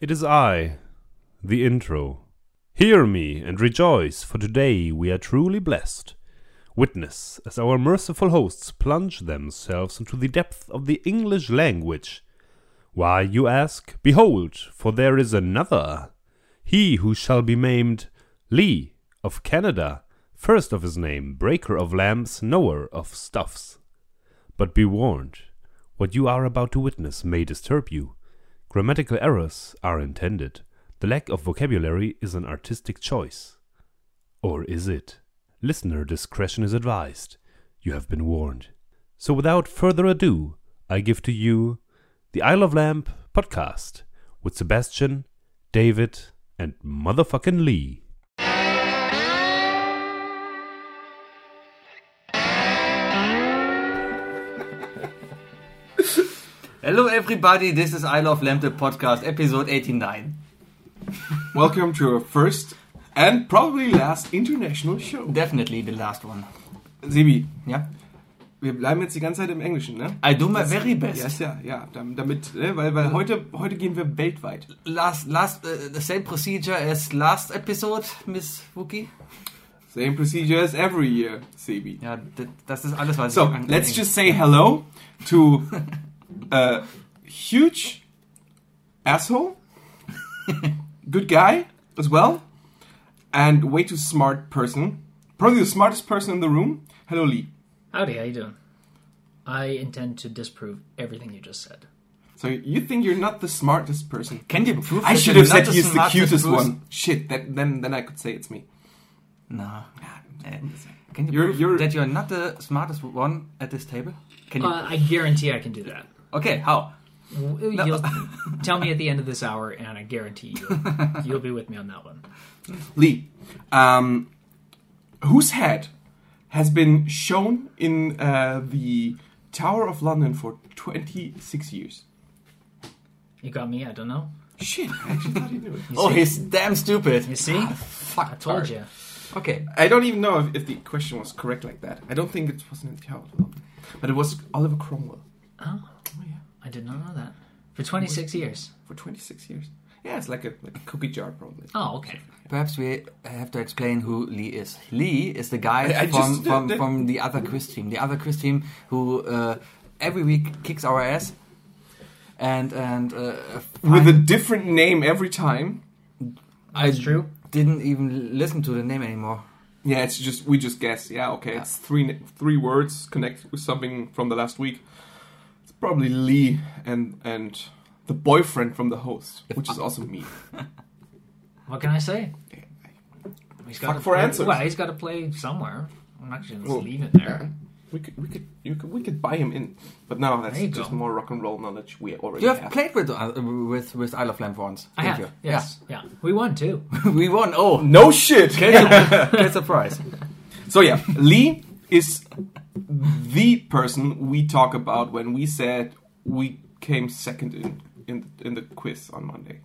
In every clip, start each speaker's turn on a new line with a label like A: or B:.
A: It is I, the intro. Hear me and rejoice, for today we are truly blessed. Witness as our merciful hosts plunge themselves into the depth of the English language. Why, you ask? Behold, for there is another. He who shall be named Lee of Canada, first of his name, breaker of lamps, knower of stuffs. But be warned, what you are about to witness may disturb you. Grammatical errors are intended. The lack of vocabulary is an artistic choice. Or is it? Listener discretion is advised. You have been warned. So without further ado, I give to you the Isle of Lamp podcast with Sebastian, David, and motherfucking Lee.
B: Hello, everybody. This is I Love Lamp, the podcast, episode 89.
C: Welcome to our first and probably last international show.
B: Definitely the last one.
C: Sebi,
B: Yeah.
C: wir bleiben jetzt die ganze Zeit im Englischen, ne?
B: I do my very best.
C: Ja, ist ja, ja, dam- damit, ne? weil, weil heute, heute gehen wir weltweit.
B: Last, last, uh, the same procedure as last episode, Miss Wookie.
C: Same procedure as every year, Sebi.
B: Ja, d- das ist alles, was
C: So,
B: ich an-
C: let's just say hello to a huge asshole, good guy as well, and way too smart person. Probably the smartest person in the room. Hello, Lee.
D: Howdy, how you doing? I intend to disprove everything you just said.
C: So you think you're not the smartest person?
B: Can you prove
C: I
B: that
C: should
B: you're
C: have said
B: not
C: he's the
B: smartest
C: cutest
B: person?
C: one. Shit, that, then then I could say it's me.
B: No. Eh, Can you
C: You're-
B: prove
C: you're-
B: that you're not the smartest one at this table? Can you?
D: Uh, I guarantee I can do that.
B: okay, how?
D: W- You'll tell me at the end of this hour, and I guarantee you, you'll be with me on that one.
C: Lee, um, whose head has been shown in uh, the Tower of London for 26 years?
D: You got me. I don't know.
C: Shit, I actually thought you knew it.
B: Oh, he's damn stupid.
D: You see?
B: Fuck,
D: I told you.
B: Okay.
C: I don't even know if, if the question was correct like that. I don't think it was in the Tower of London, but it was Oliver Cromwell
D: Oh, I did not know that. For 26 years.
C: for 26 years. Yeah, it's like a, like a cookie jar probably.
D: Oh, okay.
B: Perhaps we have to explain who Lee is. Lee is the guy
C: I- I
B: from,
C: just-
B: from,
C: that-
B: from the other quiz team. The other quiz team who uh, every week kicks our ass and and uh,
C: With a different name every time.
B: I
D: true.
B: didn't even listen to the name anymore.
C: Yeah, it's just we just guess. Yeah, okay, it's three three words connected with something from the last week. It's probably Lee and and the boyfriend from the host, which is also me.
D: What can I say? He's gotta
C: Fuck for
D: play-
C: answers.
D: Well, he's got to play somewhere. I'm not going to
C: Well,
D: just leave it there.
C: We could we could you could we could buy him in, but now that's
D: There you
C: just
D: go.
C: more rock and roll knowledge we already
B: You have
C: have.
B: played with uh, with with Isle of Lamp once.
D: I
B: didn't
D: have.
B: you?
D: Yes. Yeah. We won too.
B: Yeah. we won. Oh,
C: No shit.
B: great surprise!
C: So yeah, Lee is the person we talk about when we said we came second in in in the quiz on Monday,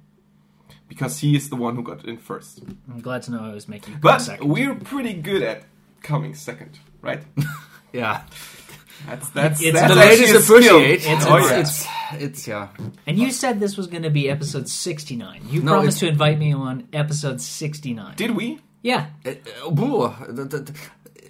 C: because he is the one who got in first.
D: I'm glad to know I was making.
C: But
D: second.
C: we we're pretty good at coming second, right?
B: Yeah,
C: That's that's
D: It's
C: that's
D: the
C: actually
B: ladies
C: a skill.
B: appreciate.
D: It's-
C: oh,
B: it's,
C: yeah.
B: it's it's yeah.
D: And you said this was going to be episode 69. You
B: No, it's-
D: promised to invite me on episode 69.
C: Did we?
D: yeah.
B: Uh, uh, boah, that- that-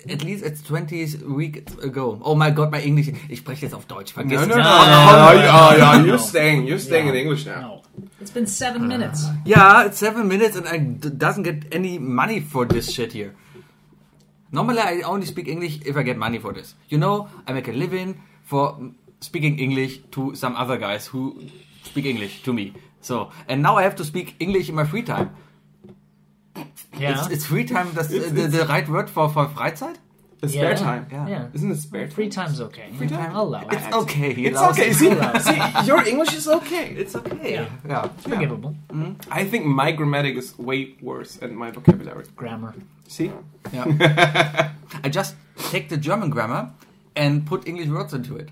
B: at least it's 20 weeks ago. Oh my god, my English. Ich spreche jetzt auf Deutsch. Vergiss es.
D: no, no, no,
C: Oh, yeah,
D: no.
C: you're staying. You're staying in English now.
D: No. It's been seven minutes.
B: Yeah, it's seven minutes and I d- doesn't get any money for this shit here. Normally, I only speak English if I get money for this. You know, I make a living for speaking English to some other guys who speak English to me. So, and now I have to speak English in my free time.
D: Yeah.
B: It's, it's free time, that's uh, the, the right word for, for Freizeit?
C: The
D: yeah.
C: spare time.
B: Yeah.
D: yeah.
C: Isn't it spare time?
D: Free time's okay. Free
C: time?
D: I'll allow it.
B: It's okay. he
C: It's
B: allows
C: okay.
B: it.
C: See, see, your English is okay.
B: It's okay.
D: Yeah.
B: yeah.
D: Forgivable.
C: I think my grammatic is way worse than my vocabulary.
D: Grammar.
C: See,
B: Yeah. I just take the German grammar and put English words into it.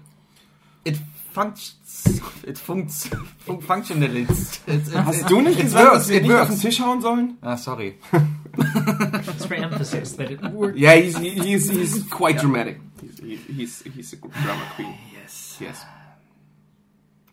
B: It functions. It funks. Fun functional. It's, it's, it's,
C: hast
B: it's,
C: du nicht
B: it
C: gesagt,
B: works.
C: dass wir
B: It
C: nicht auf den
B: works.
C: Tisch hauen sollen?
B: Ah, sorry.
D: It's for emphasis that it worked.
C: Yeah, he's he's he's quite dramatic. He's he's he's a grammar queen.
B: Yes.
C: Yes.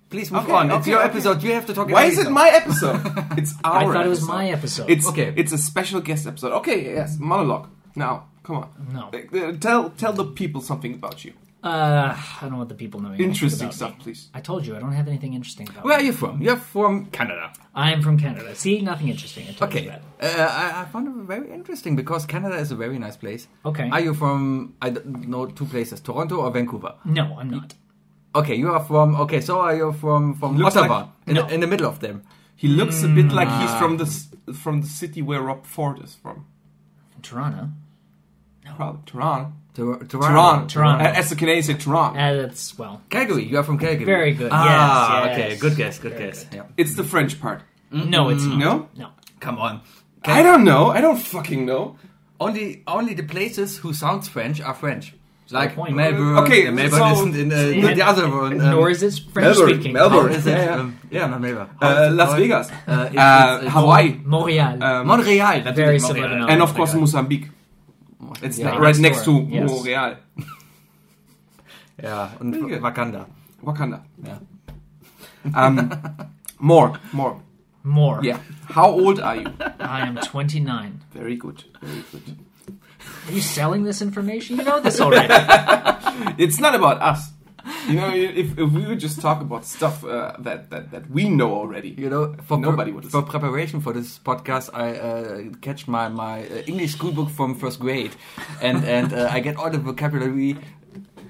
B: Please move
C: Okay,
B: on. It's
C: okay,
B: your
C: okay.
B: episode. You have to talk.
C: Why
B: about
C: is it
B: yourself.
C: my episode? It's our.
D: I thought it was
C: episode.
D: my episode.
C: It's
B: Okay.
C: It's a special guest episode. Okay, yes, monologue. Now, come on.
D: No.
C: Uh, tell tell the people something about you.
D: Uh, I don't want the people knowing. anything
C: Interesting
D: about
C: stuff,
D: me.
C: please.
D: I told you I don't have anything interesting about.
B: Where
D: Well,
B: are you from? You're from Canada.
D: I am from Canada. See, nothing interesting. I told you
B: Okay. Uh,
D: that.
B: I, I found it very interesting because Canada is a very nice place.
D: Okay.
B: Are you from, I don't know, two places, Toronto or Vancouver?
D: No, I'm not.
B: Okay, you are from, okay, so are you from, from
C: Looks
B: Ottawa?
C: like-
B: in,
D: No.
B: the, in the middle of them.
C: He looks a bit like he's from the s- from the city where Rob Ford is from.
D: Toronto.
C: Probably Tehran.
B: Tor- Toronto.
C: Tehran.
D: Tehran.
C: Uh, As the Canadians say, Tehran.
D: Uh, that's well.
B: Calgary, you are from Calgary.
D: Very good.
B: Ah,
D: Yes, yes.
B: okay, good guess, good
D: Very
B: guess. Yeah.
C: It's the French part.
D: No, it's not.
C: No?
D: no.
B: Come on.
C: I don't know. I don't fucking know.
B: Only only the places who sounds French are French. Like
D: point.
B: Melbourne.
C: Okay,
B: uh, Melbourne
C: so-
B: isn't in uh, the,
D: And-
B: the other one. um,
D: nor is it French
C: Melbourne,
D: speaking.
B: how
C: Melbourne.
B: is it?
C: Yeah, yeah.
B: Um, yeah, not Melbourne.
D: Oh,
B: How
C: Uh,
B: is it
C: Las
B: called?
C: Vegas.
B: Uh, it's,
C: Uh,
B: it's, it's
C: Hawaii.
D: Montreal.
C: Um,
B: Montreal. That's
D: Very
B: Montreal.
D: similar to
C: and of course,
B: Montreal.
C: Mozambique. It's
D: Yeah,
C: ne- right
D: next
C: next
D: door.
C: to
D: Yes.
C: Montreal.
B: Yeah, und
C: Very good.
B: Wakanda.
C: Wakanda.
B: Yeah.
C: Um, more, more.
D: More.
C: Yeah. How old are you?
D: I am 29.
C: Very good. Very good.
D: Are you selling this information? You know this already.
C: It's not about us. You know, if, if we would just talk about stuff uh, that, that that we know already.
B: You know, for
C: Nobody would
B: for
C: listen.
B: preparation for this podcast, I uh, catch my my uh, English school book from first grade, and and uh, I get all the vocabulary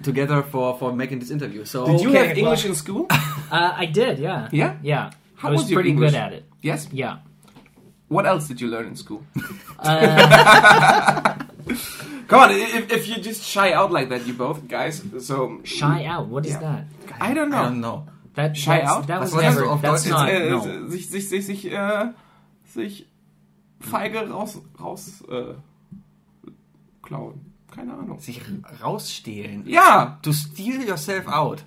B: together for for making this interview. So
C: Did you
D: Okay,
C: have English
D: well-
C: in school?
D: Uh, I did, yeah.
C: Yeah?
D: Yeah.
C: How
D: I was,
C: was your
D: pretty
C: English?
D: good at it.
C: yes.
D: Yeah.
C: What else did you learn in school?
D: Uh,
C: Come on, if, if you just shy out like that, you both guys. So
D: shy out. What is
C: Yeah.
D: that?
C: I don't know.
B: I don't know.
D: That
C: Shy
D: that's-
C: out?
D: That
B: Was
D: was
B: das
D: never.
B: auf
D: That's
B: Deutsch?
D: not.
C: Äh,
D: No.
C: sich sich sich sich, äh, sich feige raus raus äh, klauen. Keine Ahnung.
B: Sich rausstehlen.
C: Yeah,
B: To steal yourself out.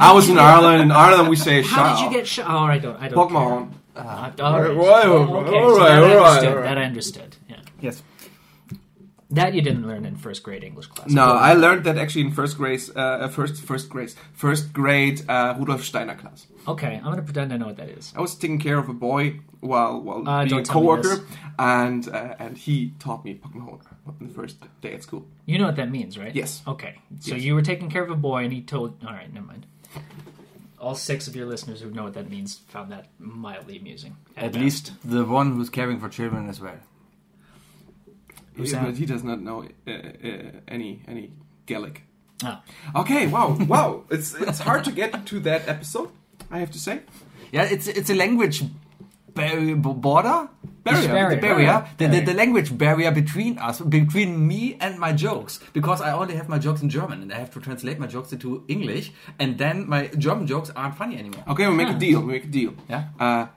C: I was in Ireland. In Ireland, we say
D: How did
C: shy
D: you get shy? Oh, I don't. I don't.
C: out.
D: care.
C: Pokemon.
D: Uh, all right.
C: Alright,
D: okay. so
C: alright, alright,
D: that I understood.
C: alright.
D: That I understood. Yeah.
B: Yes.
D: That you didn't learn in first grade English class.
C: No, I learned that actually in first grade, uh, uh, first first grade, first grade uh, Rudolf Steiner class.
D: Okay. I'm gonna pretend I know what that is.
C: I was taking care of a boy while while
D: Uh,
C: being a
D: don't tell me
C: coworker,
D: this.
C: and uh, and he taught me Pokemon on the first day at school.
D: You know what that means, right?
C: Yes.
D: Okay. So
C: Yes.
D: you were taking care of a boy, and he told. All right, never mind. All six of your listeners who know what that means found that mildly amusing.
B: At
D: best.
B: least the one who's caring for children as well.
D: Who's
C: Yeah,
D: that?
C: But he does not know uh, uh, any any Gaelic.
D: Oh.
C: Okay, wow, wow, it's it's hard to get to that episode. I have to say,
B: Yeah, it's it's a language barrier b- border.
C: Barrier.
B: barrier,
D: Barrier.
B: barrier. The, the,
D: Barrier.
B: the language barrier between us, between me and my jokes, because I only have my jokes in German, and I have to translate my jokes into English, and then my German jokes aren't funny anymore.
C: okay, we make
D: Hmm.
C: a deal. We make a deal.
B: Yeah.
C: Uh,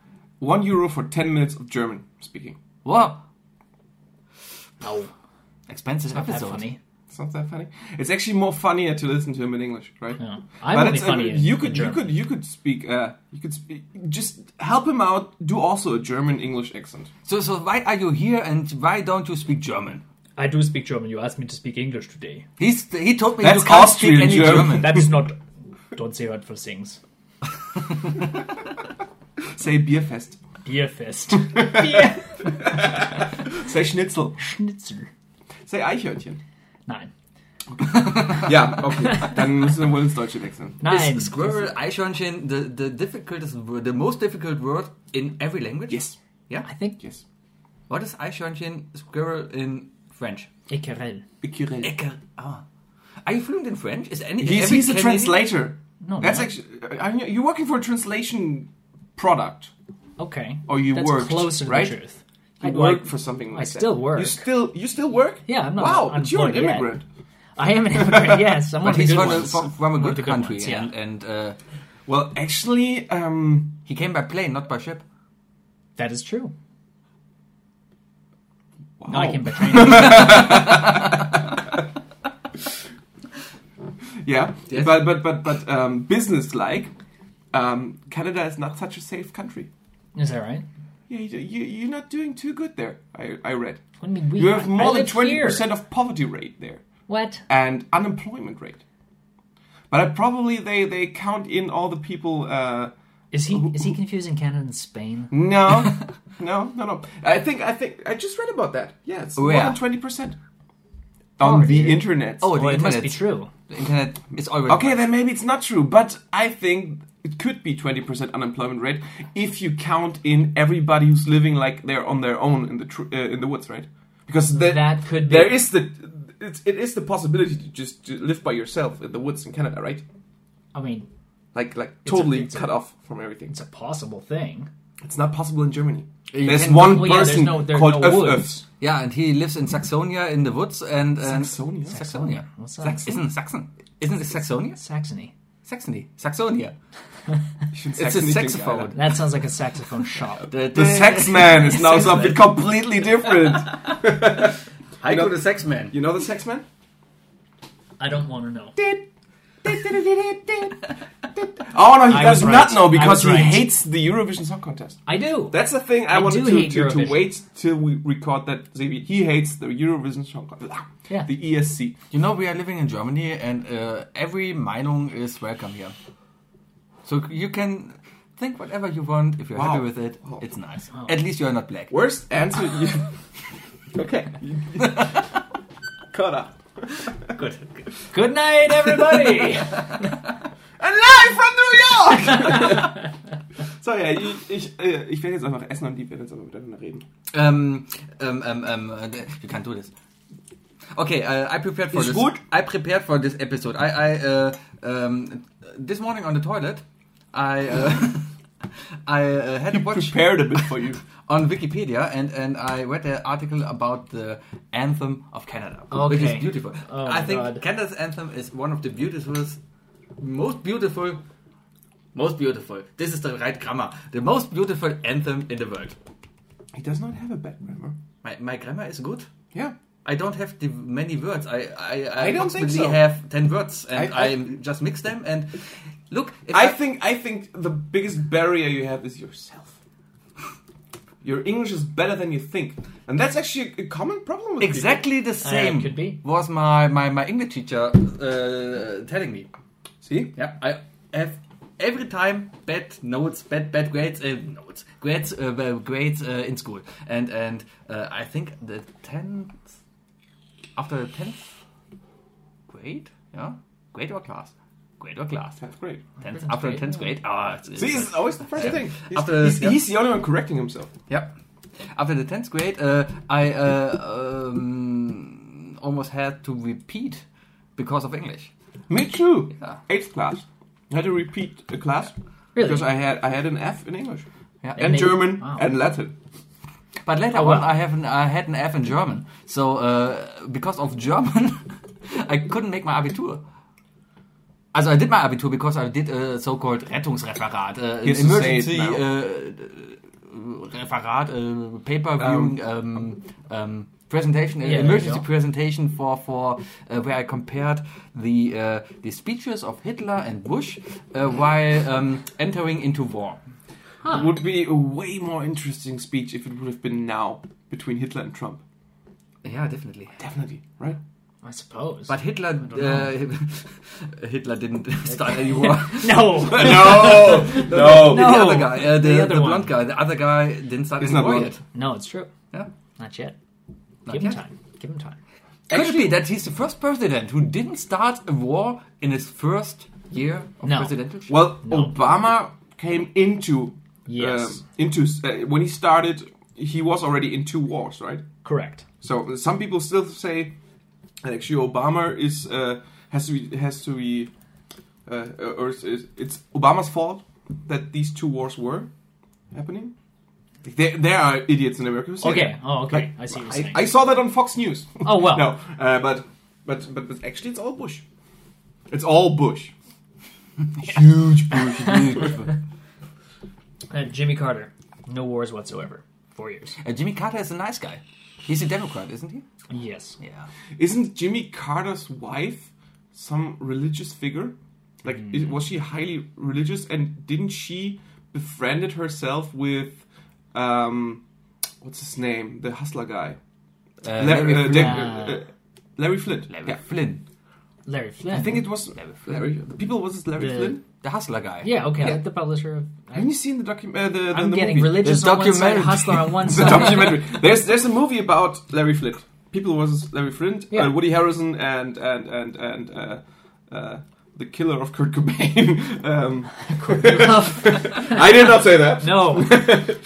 C: one euro for ten minutes of German speaking.
B: Wow,
D: No.
B: expensive
D: Not that
B: episode.
D: funny.
C: It's not that funny. It's actually more funnier to listen to him in English, right?
D: No. I'm
C: but
D: only
C: it's,
D: funny
C: uh,
D: in-
C: you
D: in
C: could you
D: German.
C: could you could speak uh, you could speak, just help him out. Do also a German English accent.
B: So, so why are you here, and why don't you speak German?
D: I do speak German. You asked me to speak English today.
B: He's he told me
C: That's
B: you can't
C: Austrian
B: speak any
C: German.
B: German.
D: That is not. Don't say hurtful things.
C: Say Bierfest.
D: Beer fest. Beer.
C: Say Schnitzel.
D: Schnitzel.
C: Say Eichhörnchen.
D: Nein.
C: ja, okay. Dann müssen wir wohl ins Deutsche wechseln.
D: Nein.
B: Is squirrel, eichhörnchen, the the difficultest, wo- the most difficult word in every language.
C: Yes,
D: I think.
C: yes.
B: What is eichhörnchen, squirrel in French?
D: Ekerel.
C: Becquerel.
B: Ecke. Ah. Are you fluent in French? Is any
C: He's,
B: every
C: he's a
B: Canadian-
C: translator.
D: No.
C: That's
D: no.
C: actually I mean, you're working for a translation product,
D: Okay.
B: Oh,
C: or you
D: That's
C: worked,
D: closer to
C: right?
D: the truth.
C: You
D: I
C: work
D: work-
C: for something. Like
D: I
C: that.
D: still work.
C: You still you still work?
D: Yeah, I'm not
C: Wow, but you're an
D: unemployed yet.
C: immigrant.
D: I am an immigrant. Yes, I'm
B: But
D: one of the
B: he's
D: good
B: from, a,
D: ones.
B: from, from a
D: One of
B: good,
D: the good
B: country,
D: ones, yeah.
B: and, and uh,
C: Well, actually, um,
B: he came by plane, not by ship.
D: That is true.
C: wow.
D: No,
B: Oh.
D: I can betray. him.
C: Yeah,
B: Yes.
C: but but but but um, business-like, um, Canada is not such a safe country.
D: is that right?
C: Yeah, you, you, you're not doing too good there. I, I read
D: What do you mean we?
C: you have
D: I
C: more than
D: live
C: twenty
D: here.
C: percent of poverty rate there
D: What?
C: and unemployment rate. But I probably they they count in all the people. Uh,
D: Is he is he confusing Canada and Spain?
C: no, no, no, no. I think I think I just read about that. Yeah, it's
B: Oh,
C: more
B: yeah.
C: than twenty percent on the internet.
B: Oh, the
D: Well, it
B: internet.
D: must be true.
B: The internet is already
C: Okay, then maybe it's not true, but I think it could be 20% unemployment rate if you count in everybody who's living like they're on their own in the tr- uh, in the woods, right? Because the,
D: That could be.
C: there is the it's, it is the possibility to just to live by yourself in the woods in Canada, right?
D: I mean,
C: Like like
D: a-
C: totally
D: it's a-
C: cut off from everything.
D: it's a possible thing.
C: It's not possible in Germany.
B: You
C: There's
B: can-
C: one
D: Well, yeah, there's
C: person
D: no there's
C: called
D: no
C: Öff
D: woods.
B: Yeah, and he lives in Saxonia in the woods and, and
C: Saxonia?
B: Saxonia.
D: What's that?
B: Sax- isn't Saxon? Isn't it Saxonia?
D: Saxony.
B: Saxony. Saxonia.
C: It's
B: It's a saxophone.
D: That sounds like a saxophone shop.
C: The sex man is now
B: Sax man.
C: something completely different.
B: I
C: go
B: go
C: to
B: to sex man.
C: You know the sex man?
D: I don't want to know.
C: Oh no, he
D: I
C: does
D: was
C: not
D: right.
C: know
D: I
C: because
D: was
C: he
D: right.
C: hates the Eurovision Song Contest.
D: I do.
C: That's the thing I,
D: I
C: wanted
D: do
C: to,
D: hate
C: to, to
D: Eurovision.
C: wait till we record that. Xavier. He hates the Eurovision Song Contest. Ah,
D: Yeah.
C: The ESC.
B: You know, we are living in Germany and uh, every Meinung is welcome here. So you can think whatever you want. If you're
C: Wow.
B: happy with it,
C: Wow.
B: it's nice. At least you're not black.
C: Worst answer you. okay. Cut up.
D: good. Good night, everybody.
C: And live from New York! so, ja, ich, ich, äh, ich werde jetzt einfach essen und die werden jetzt aber miteinander reden.
B: Um, um, um, um, uh, you can't do this. Okay, uh, I prepared for
C: Is
B: this.
C: good?
B: I prepared for this episode. I, I uh, um, this morning on the toilet, I uh, I uh, had a watch
C: Prepared a bit for you.
B: on Wikipedia and and I read an article about the anthem of Canada, which
D: Okay.
B: is beautiful.
D: Oh
B: I
D: my
B: think
D: God.
B: Canada's anthem is one of the beautiful, most beautiful, most beautiful. This is the right grammar. The most beautiful anthem in the world.
C: He does not have a bad grammar.
B: My my grammar is good.
C: Yeah.
B: I don't have the many words. I I, I,
C: I don't think
B: approximately
C: so.
B: have ten words, and
C: I- I-
B: I, just mix them. And look, if
C: I think I think the biggest barrier you have is yourself. Your English is better than you think, and that's actually a common problem. With
B: exactly the same
D: could be.
B: was my my my English teacher uh, telling me.
C: people. See,
B: Yeah, I have every time bad notes, bad bad grades, uh, notes, grades, uh, well, grades uh, in school, and and uh, I think the tenth after the tenth grade, yeah, grade or class, grade or class,
C: Ah, that's great.
B: tenth after the tenth grade. Ah, it's-
C: See, it's always the first thing. He's,
B: After-
C: he's,
B: yeah.
C: he's the only one correcting himself.
B: Yep. After the 10th grade, uh, I uh, um, almost had to repeat because of English.
C: Me too.
B: Yeah.
C: Eighth class, I had to repeat a class
D: Really?
C: because I had I had an F in English
B: Yeah.
C: and,
D: they-
C: German
D: wow.
C: and Latin.
B: But later
D: Oh,
B: on,
D: wow.
B: I have an, I had an F in German. So uh, because of German, I couldn't make my Abitur. Also I did my Abitur because I did a so-called Rettungsreferat, uh,
C: Yes,
B: an
C: you say it
B: emergency
C: now.
B: uh, Referat, uh, paper viewing um, um, presentation, uh,
D: Yeah, there you
B: emergency
D: go.
B: presentation for for uh, where I compared the uh, the speeches of Hitler and Bush uh, while um, entering into war.
C: It would be a way more interesting speech if it would have been now between Hitler and Trump.
B: Yeah, definitely.
C: Definitely, right?
D: I suppose.
B: But Hitler,
D: don't know.
B: uh, Hitler didn't start any war.
D: no.
C: no, no,
B: The
D: No.
B: other guy, uh, the,
D: The
B: the,
D: other
B: blonde
D: one.
B: guy, the other guy didn't start
C: He's
B: any
C: not
B: war
C: blonde.
B: yet.
D: No, it's true.
B: Yeah.
D: Not yet.
B: Not
D: Give
B: yet.
D: him time. Give him time.
B: Could it be that he's the first president who didn't start a war in his first year of
D: No.
B: presidency?
C: Well,
D: No.
C: Obama came into
D: Yes.
C: um, into uh, when he started, he was already in two wars, right?
D: Correct.
C: So uh, some people still say that actually Obama is uh, has to be has to be uh, or is, is, it's Obama's fault that these two wars were happening. There, there are idiots in America. Who say
D: Okay.
C: that.
D: Oh, okay. I see what you're
C: I,
D: saying.
C: I saw that on Fox News.
D: Oh, well.
C: no, uh, but, but but but actually, it's all Bush. It's all Bush. Huge Bush. Huge Bush.
D: Uh, Jimmy Carter. No wars whatsoever. Four years.
B: Uh, Jimmy Carter is a nice guy. He's a Democrat, isn't he?
D: Yes.
B: Yeah.
C: Isn't Jimmy Carter's wife some religious figure? Like, i- was she highly religious, and didn't she befriended herself with, um, what's his name, the hustler guy,
B: Uh,
C: Larry,
B: Larry
C: uh,
B: Flynn.
C: Dick-
D: Flint.
C: uh, uh, Larry Flint.
B: Larry
C: Yeah.
B: Flynn.
D: Larry Flynn.
C: I think it was
D: Larry Flynn.
C: Larry. The people was this Larry
D: The-
C: Flynn.
B: The Hustler guy.
D: Yeah, okay,
C: Yeah.
D: like the publisher of. I,
C: Have you seen the docu- uh, the, the,
D: am
C: the
D: getting
C: movie?
D: religious
B: The
D: on one side,
B: documentary.
D: hustler on one
C: the
D: side.
C: documentary. There's there's a movie about Larry Flint. People was Larry Flint,
D: Yeah.
C: uh, Woody Harrison, and and and and uh, uh, the killer of Kurt Cobain. um, I did not say that.
D: no,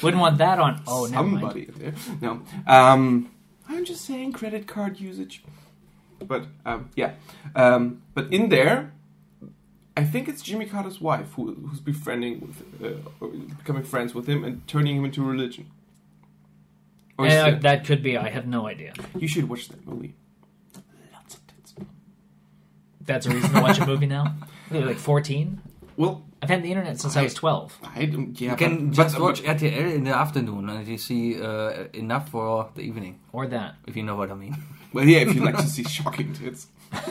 D: wouldn't want that on. Oh, never mind.
C: Somebody there. No. Um, I'm just saying credit card usage. But um, yeah, um, but in there, I think it's Jimmy Carter's wife who, who's befriending, with, uh, or becoming friends with him, and turning him into religion. Or is
D: Eh,
C: it-
D: that could be. I have no idea.
C: You should watch that movie. Lots of tits.
D: That's a reason to watch a movie now. They're like 14.
C: Well,
D: I've had the internet since I was 12.
C: I don't. Yeah,
B: You can
C: but,
B: just
C: but-
B: watch RTL in the afternoon and you see uh, enough for the evening,
D: Or that.
B: if you know what I mean.
C: Well, yeah, if you like to see shocking tits.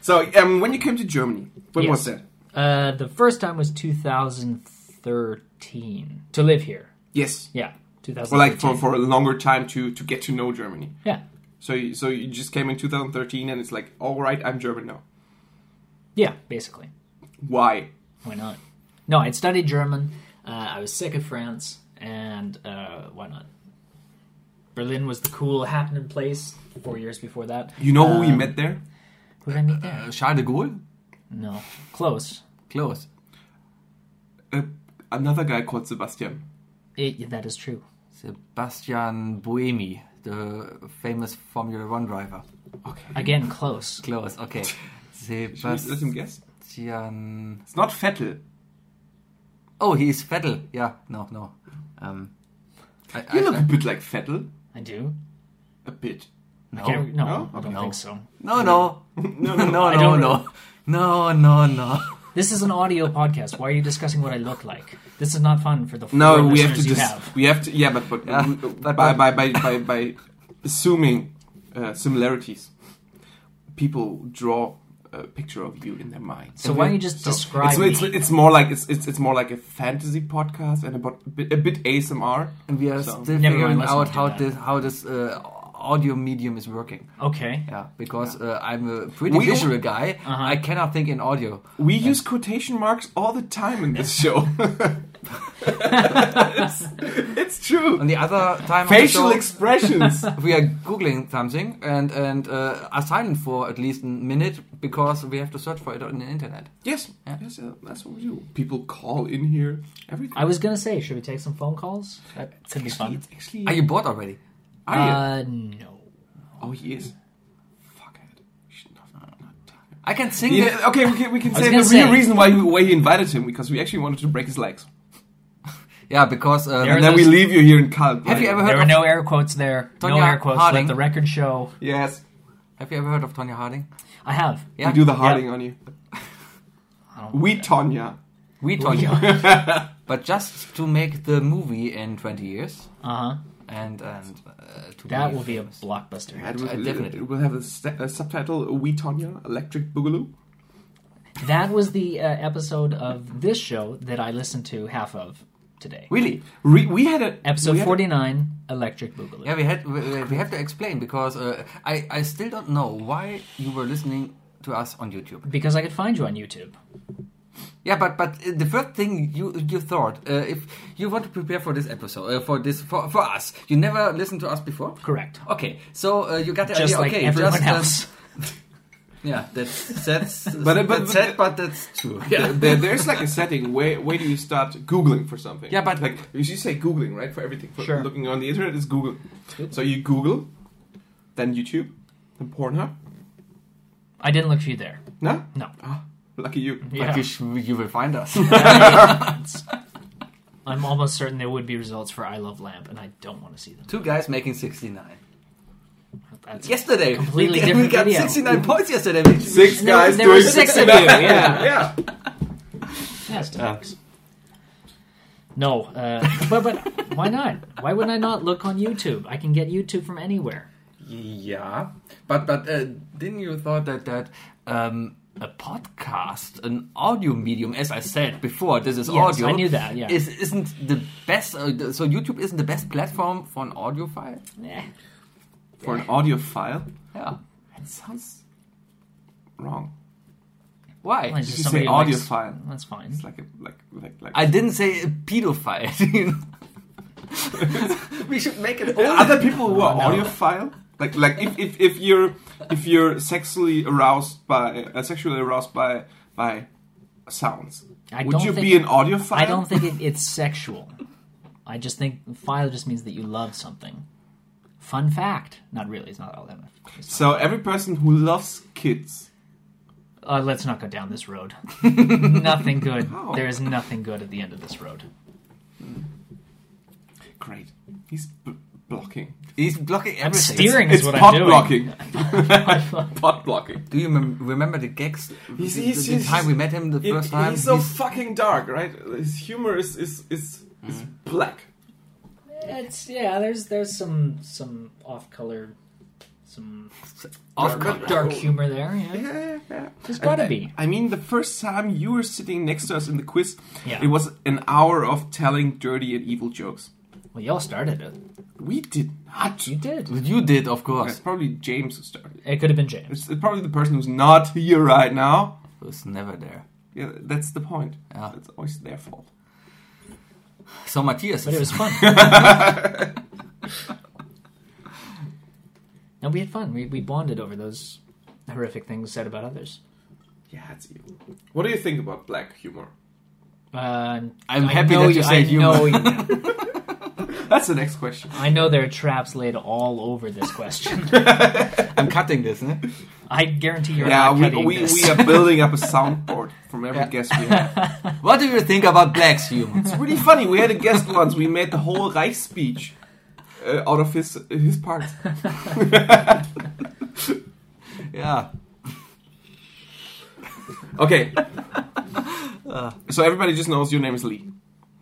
C: so, um, when you came to Germany, when was
D: Yes.
C: that?
D: Uh, the first time was 2013. To live here.
C: Yes.
D: Yeah. 2013.
C: Well, like for, for a longer time to to get to know Germany.
D: Yeah.
C: So, you, so you just came in 2013, and it's like, all right, I'm German now.
D: Yeah, basically.
C: Why?
D: Why not? No, I'd studied German. Uh, I was sick of France, and uh, why not? Berlin was the cool happening place four years before that.
C: You know who we
D: Um,
C: met there?
D: Who did I meet there?
B: Uh, Charles de Gaulle?
D: No. Close.
B: Close.
C: Uh, another guy called Sebastian.
D: It, that is true.
B: Sebastian Buemi, the famous Formula One driver.
D: Again, close.
B: Close, okay.
C: Should we let him
B: Sebastian.
C: guess. It's not Vettel.
B: Oh, he is Vettel. Yeah, no, no. Um, I, I-
C: You look a
B: I-
C: bit like Vettel.
D: I do.
C: A bit.
D: I can't, no,
C: No?
D: I don't
B: No.
D: think so.
B: No, no. No, no,
D: I
B: no, no.
D: don't-
B: No, no, no. no.
D: This is an audio podcast. Why are you discussing what I look like? This is not fun for the four
C: No, we have
D: listeners
C: to
D: you
C: just
D: have.
C: we have to yeah, but but,
B: Yeah,
C: we-
B: but-
C: by, by by by by assuming uh, similarities, people draw a picture of you in their mind.
D: So why don't you just
C: So
D: describe
C: it's, it's,
D: me?
C: it's more like it's, it's it's more like a fantasy podcast and about a bit, a bit ASMR.
B: And we are
C: So-
B: still
D: Never mind,
B: figuring
D: let's
B: out
D: not do
B: how
D: that.
B: this how this uh, audio medium is working.
D: Okay.
B: Yeah, because Uh, I'm a pretty
C: We-
B: visual guy.
D: Uh-huh.
B: I cannot think in audio.
C: We use quotation marks all the time in this show. it's, it's true.
B: On the other time, on the
C: Facial
B: show,
C: expressions.
B: we are googling something and and uh, are silent for at least a minute because we have to search for it on the internet.
C: yes, yes, uh, that's what we do. People call in here. Everything.
D: I was gonna say, should we take some phone calls? That could be fun.
C: It's actually.
B: Are you bored already?
C: Are you?
D: Uh, no.
C: Oh, he is. Fuck it. We should not- not- not talk.
B: I can sing.
C: He-
B: the-
C: okay, we can, we can
D: was
C: say the
D: gonna
C: real
D: say-
C: reason why we, why he invited him because we actually wanted to break his legs.
B: Yeah, because uh,
D: There
C: And then we leave you here in Calp.
B: Have you ever heard-
D: There were no air quotes there. No
B: Tonya
D: air quotes.
B: Harding.
D: Let the record show.
C: Yes.
B: have you ever heard of Tonya Harding?
D: I have.
B: Yeah.
C: We do the harding on you.
D: I don't-
C: We Tonya.
B: We Tonya. but just to make the movie in 20 years
D: Uh huh.
B: and and uh, to
D: That will be a blockbuster.
C: It
D: hit.
C: will,
B: definitely.
C: It will have a, st- a subtitle: We Tonya Electric Boogaloo.
D: That was the uh, episode of this show that I listened to half of today.
C: Really? Re- we had a we
D: Episode
C: had a-
D: forty nine, Electric Boogaloo.
B: Yeah, we had we, we have to explain because uh, I I still don't know why you were listening to us on YouTube.
D: Because I could find you on YouTube.
B: Yeah, but but uh, the first thing you you thought uh, if you want to prepare for this episode uh, for this for, for us, you never listened to us before.
D: Correct.
B: Okay, so uh, you got the
D: Just
B: idea.
D: like
B: okay,
D: everyone
B: just, uh,
D: else.
B: yeah, that's that's
C: But- but-
B: that's
C: but-
B: sad, but that's true.
C: There- there- there's like a setting where where do you start googling for something?
B: Yeah, but-
C: like you say googling right for everything. For
D: Sure.
C: Looking on the internet is Google. So you Google, then YouTube, then Pornhub.
D: I didn't look for you there.
C: No,
D: No.
C: Ah,
D: Mm-hmm.
C: lucky you.
D: Yeah.
B: Lucky sh- you will find us.
D: I'm almost certain there would be results for I Love Lamp, and I don't want to see them.
B: Two guys making 69.
D: That's
B: Yesterday,
D: Completely
B: we, we
D: different
B: got
D: video.
B: 69 points yesterday. which-
C: Six
D: There-
C: guys
D: there
C: doing
D: were six of you, yeah.
C: yeah.
D: Yes, dogs. No, uh, but but why not? Why would I not look on YouTube? I can get YouTube from anywhere.
B: Yeah, but but uh, didn't you thought that that um, a podcast, an audio medium, as I said before, this is
D: Yes,
B: audio.
D: I knew that, yeah.
B: is, isn't the best. Uh, the- so YouTube isn't the best platform for an audio file.
D: Eh,
C: For an audio file,
B: Yeah,
C: that sounds wrong.
B: Why?
D: Well, it's just
C: You
D: somebody
C: say
D: who likes-
C: audiophile.
D: That's fine.
C: It's like a like like like.
B: I didn't say a pedophile. you know? we should make it all.
C: other people who are audiophile like like if, if, if you're if you're sexually aroused by uh, sexually aroused by by sounds
D: I
C: would
D: don't
C: you
D: think-
C: be an audiophile
D: I don't think it, it's sexual. I just think file just means that you love something. Fun fact. Not really. It's not all that much. It's-
C: so every person who loves kids
D: Uh, let's not go down this road. nothing good.
C: How?
D: There is nothing good at the end of this road.
C: great he's b- blocking
B: He's blocking
D: I'm
B: everything.
D: steering is
C: it's
D: what
C: pot
D: I'm doing.
C: blocking pot blocking
B: Do you mem- remember the gags?
C: He's-
B: the,
C: he's-
B: the
C: he's-
B: time we met him the
C: He-
B: first time.
C: he's so fucking dark right his humor is is is,
D: Mm.
C: is black
D: It's yeah. There's there's some some off color, some
B: off
C: Dark-
B: color.
D: dark humor there. Yeah.
C: Yeah, yeah, yeah.
D: There's gotta
C: I-
D: be.
C: I mean, the first time you were sitting next to us in the quiz,
D: Yeah.
C: it was an hour of telling dirty and evil jokes.
D: Well, y'all started it.
C: We did not.
D: You did.
B: You did, of
C: It's
B: course.
C: probably James who started.
D: It could have been James.
C: It's probably the person who's not here right now.
B: It was never there.
C: Yeah, that's the point.
B: Yeah.
C: It's always their fault.
B: So Matthias,
D: But it was fun. no, we had fun. We, we bonded over those horrific things said about others.
C: Yeah, it's evil. What do you think about black humor?
D: Uh,
B: I'm
D: I
B: happy
D: know
B: that you
D: you,
B: said
D: I
B: humor.
D: Know you,
C: That's the next question.
D: I know there are traps laid all over this question.
B: I'm cutting this. Ne?
D: I guarantee you're
C: Yeah,
D: not
C: we,
D: cutting
C: we,
D: this.
C: we are building up a soundboard from every
B: Yeah.
C: guest we have.
B: What do you think about blacks, humans?
C: It's really funny. We had a guest once. We made the whole Reich speech uh, out of his his parts.
B: yeah.
C: Okay. so everybody just knows your name is Lee.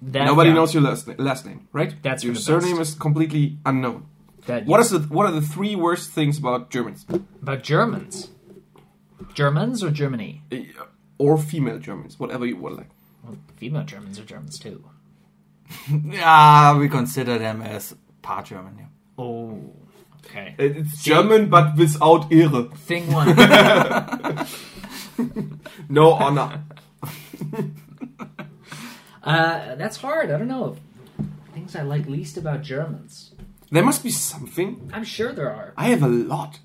D: That-
C: Nobody
D: yeah,
C: knows your last, na- last name, right?
D: That's
C: your
D: for the
C: surname is completely unknown.
D: that-
C: What is the What are the three worst things about Germans, Uh,
D: about Germans? Germans or Germany?
C: Uh, or female Germans, whatever you would like?
D: Well, female Germans are Germans too.
B: Yeah, we consider them as part German. Yeah.
D: Oh, okay.
C: Uh, It's German, but without Ehre,
D: Thing one.
C: no honor.
D: uh, that's hard. I don't know. Things I like least about Germans.
C: there must be something.
D: I'm sure there are.
C: I have a lot.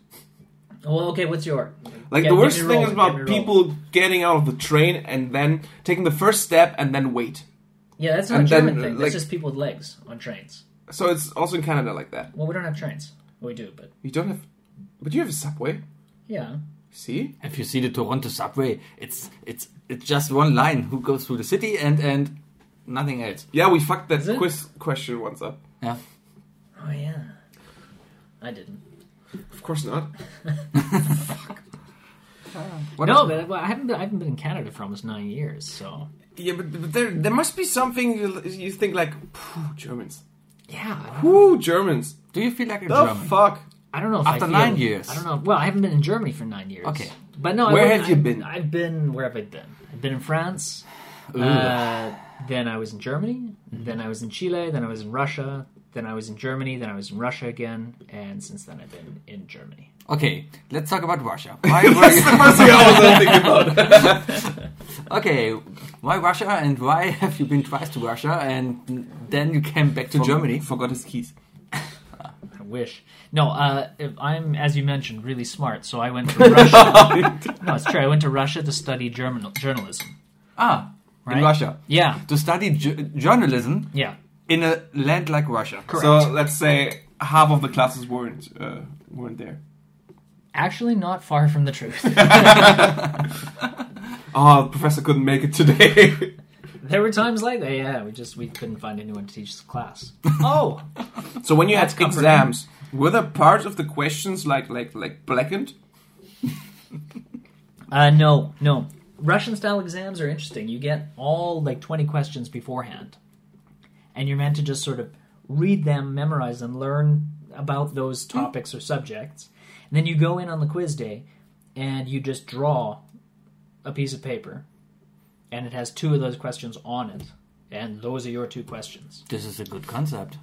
D: Well, okay, what's your
C: Like
D: Yeah,
C: the
D: give
C: worst
D: me
C: thing
D: a roll,
C: is
D: give
C: about
D: me a roll.
C: people getting out of the train and then taking the first step and then wait.
D: Yeah, that's not a
C: And
D: German
C: then,
D: thing.
C: like-
D: that's just people with legs on trains.
C: So it's also in Canada like that.
D: Well, we don't have trains. Well, we do, but
C: You don't have, but you have a subway.
D: yeah.
C: See,
B: If you see the Toronto subway, it's it's it's just one line who goes through the city and and nothing else.
C: Yeah, we fucked that
D: Is it?
C: quiz question once up.
B: Yeah.
D: Oh yeah, I didn't.
C: Of course not.
B: What
D: no,
B: is-
D: but well, I haven't. Been, I haven't been in Canada for almost nine years. So
C: Yeah, but, but there there must be something you, you think like "Phew, Germans.
D: yeah,
C: Whoo, Germans.
B: do you feel like a
C: The
B: German?
C: fuck.
D: I don't know. If
B: After
D: I feel-
B: nine years.
D: I don't know. Well, I haven't been in Germany for nine years.
B: Okay.
D: but no. I
C: Where
D: went-
C: have you
D: I-
C: been?
D: I've been. Where have I been? I've been in France. Uh, then I was in Germany. Then I was in Chile. Then I was in Russia. Then I was in Germany. Then I was in Russia again. And since then, I've been in Germany.
B: Okay, let's talk about Russia. Why were
C: That's
B: you-
C: the first thing I was thinking about.
B: okay, why Russia and why have you been twice to Russia and then you came back to Germany?
C: Forgot his keys.
D: I wish. No, uh, if I'm as you mentioned, really smart. So I went to Russia. no, it's true. I went to Russia to study German journalism.
B: Ah,
D: Right?
B: in Russia.
D: Yeah,
B: To study ju- journalism
D: yeah.
B: in a land like Russia.
D: Correct.
C: So let's say half of the classes weren't uh, weren't there.
D: Actually, not far from the truth.
C: Oh, the professor couldn't make it today.
D: there were times like that. Yeah, we just we couldn't find anyone to teach the class. Oh,
C: so when you had
D: comforting.
C: exams, were there parts of the questions like like like blackened?
D: uh, no, no. Russian style exams are interesting. You get all like twenty questions beforehand, and you're meant to just sort of read them, memorize them, learn about those topics or subjects, and then you go in on the quiz day and you just draw a piece of paper, and it has two of those questions on it, and those are your two questions.
B: This is a good concept.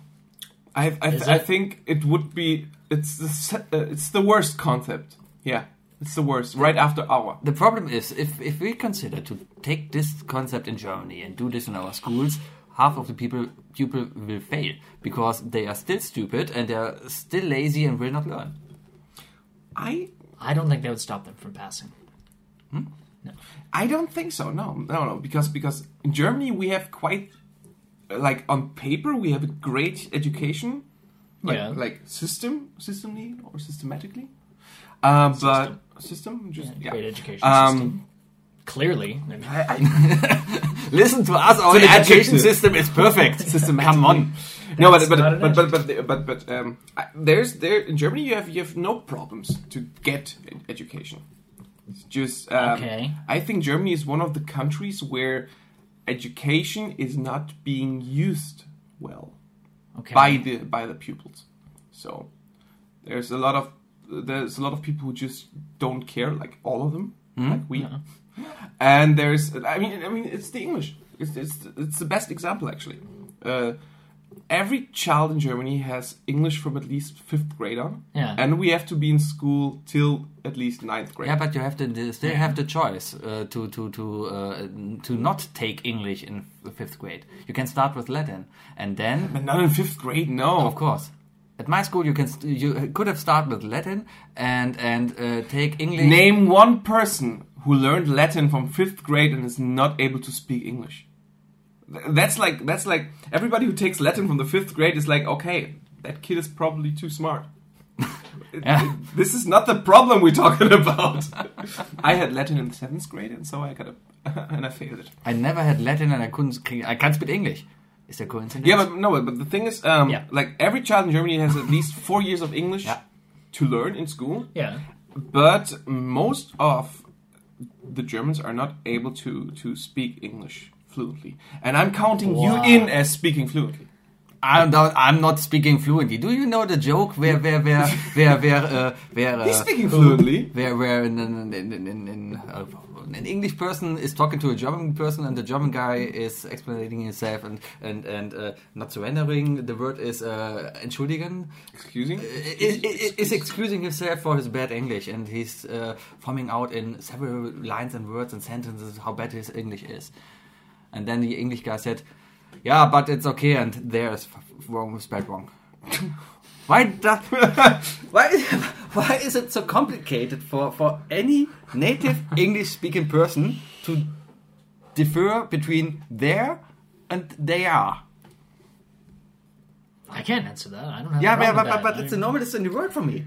C: I I,
D: Is
C: I
D: it?
C: think it would be it's the se- uh, it's the worst concept. Yeah. It's the worst. Right after hour.
B: The problem is, if, if we consider to take this concept in Germany and do this in our schools, half of the people pupil will fail because they are still stupid and they are still lazy and will not learn.
C: I
D: I don't think that would stop them from passing.
C: I don't think so. No, no, no. Because because in Germany we have quite like on paper we have a great education, like
D: Yeah.
C: like system systemly or systematically, uh, but system, just yeah.
D: Great education
C: Um,
D: system. Clearly, I mean,
B: Listen to us, our
C: So the
B: education
C: adjective.
B: system is perfect.
C: Systematically.
B: Come on.
C: No, but
D: That's
C: but
D: not an
C: but, but but but but but um, I- there's there in Germany you have you have no problems to get ed- education. It's just um,
D: Okay.
C: I think Germany is one of the countries where education is not being used well.
D: okay.
C: by the by the pupils. So there's a lot of there's a lot of people who just don't care, like all of them, like we. And there's I mean I mean it's the English. It's it's, it's the best example actually. Uh, every child in Germany has English from at least fifth grade on,
D: Yeah.
C: and we have to be in school till at least ninth grade.
B: Yeah, but you have to they still have the choice uh, to to to uh, to not take English in the fifth grade. You can start with Latin, and then
C: But not in fifth grade, no.
B: of course. At my school, you can st- you could have started with Latin and and uh, take English.
C: Name one person who learned Latin from fifth grade and is not able to speak English. Th- That's like that's like everybody who takes Latin from the fifth grade is like, okay, that kid is probably too smart. It-
B: Yeah.
C: it- this is not the problem we're talking about. I had Latin in seventh grade, and so I got a and I failed it.
B: I never had Latin, and I couldn't. speak- I can't speak English. Is that coincidence?
C: Yeah, but no, but the thing is, um,
D: Yeah.
C: like every child in Germany has at least four years of English
B: Yeah.
C: to learn in school.
D: yeah.
C: but most of the Germans are not able to to speak English fluently, and I'm counting
D: Wow.
C: you in as speaking fluently.
B: I'm not, I'm not speaking fluently. Do you know the joke where where where where where uh, where
C: He's
B: uh,
C: speaking fluently.
B: where where an an, an, an, an, an, uh, an English person is talking to a German person and the German guy is explaining himself and and and uh, not surrendering. The word is uh, entschuldigen.
D: Uh,
C: Excusing.
B: Is, is, is excusing himself for his bad English and he's uh, forming out in several lines and words and sentences how bad his English is. And then the English guy said, "Yeah, but it's okay." And there's f- wrong spelled wrong. Why does why why is it so complicated for for any native English speaking person to differ between there and they are?
D: I can't answer that. I don't have.
B: Yeah,
D: a
B: but, but,
D: problem
B: but,
D: with that.
B: but it's the noblest in the world for me.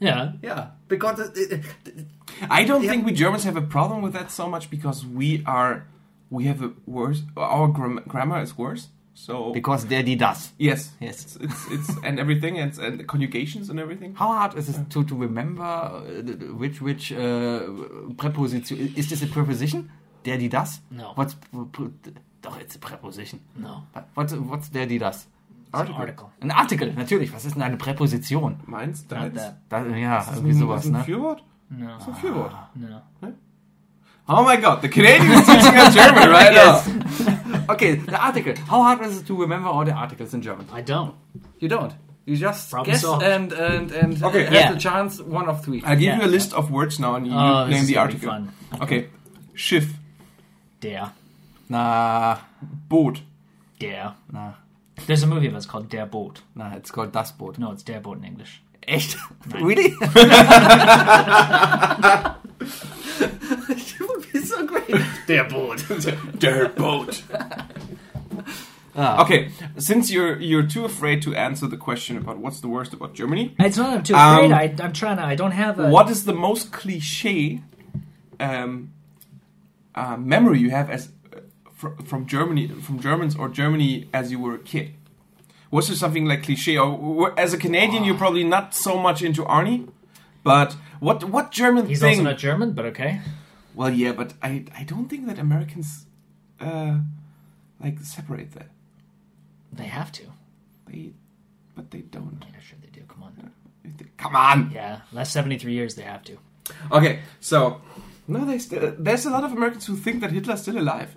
D: yeah.
B: Yeah, because äh, it, it, it,
C: I don't think we Germans have a problem with that so much because we are we have a worse our gram- grammar is worse. So
B: because daddy does.
C: yes,
B: Yes.
C: it's it's, it's and everything and and the conjugations and everything.
B: How hard is it to, to remember uh, the- the- which which uh, preposition is this a preposition? Daddy does.
D: No.
B: What's pre- pre- doch it's a preposition.
D: No.
B: What's what's daddy does?
D: It's an article.
B: Ein Artikel, natürlich. Was ist denn eine Präposition?
C: Meins,
D: Not
C: deins.
D: that.
B: Da, ja,
C: Das ist
B: irgendwie
C: ein-
B: sowas,
C: das ist ein
B: ne?
C: Fürwort?
D: No.
C: Das ist ein Fürwort.
D: Ah, No.
C: Oh my god, the Canadian is teaching us German right
B: Yes.
C: now.
B: Okay, the article. How hard is it to remember all the articles in German?
D: I don't.
B: You don't. You just
D: Problem
B: guess
D: solved.
B: and and and
C: Okay.
B: have
D: Yeah.
B: the chance one of three.
C: I'll give
D: Yeah.
C: you a list of words now and you
D: Oh, this
C: name
D: is
C: the
D: gonna
C: article.
D: be fun.
C: Okay. Schiff,
D: Der.
B: Na,
C: Boot,
D: Der.
B: na,
D: There's a movie that's called Der Boot.
B: na, it's called Das Boot.
D: No, it's Der Boot in English.
B: Echt?
D: Nein.
B: Really? it would be so great.
D: Der Boot.
C: der Boot. Okay, since you're you're too afraid to answer the question about what's the worst about Germany,
D: It's not. I'm too afraid.
C: Um,
D: I, I'm trying to. I don't have a.
C: what is the most cliche um, uh, memory you have as uh, fr- from Germany, from Germans or Germany as you were a kid? Was there something like cliche? Or wh- as a Canadian,
D: Ah.
C: you're probably not so much into Arnie, but what what German
D: He's
C: thing?
D: also not German, but okay.
C: Well, yeah, but I I don't think that Americans uh, like separate that.
D: They have to. Yeah,
C: They, but they don't.
D: sure they do. Come on.
C: Come on.
D: Yeah, last 73 years they have to.
C: Okay, so no, they still. There's a lot of Americans who think that Hitler's still alive.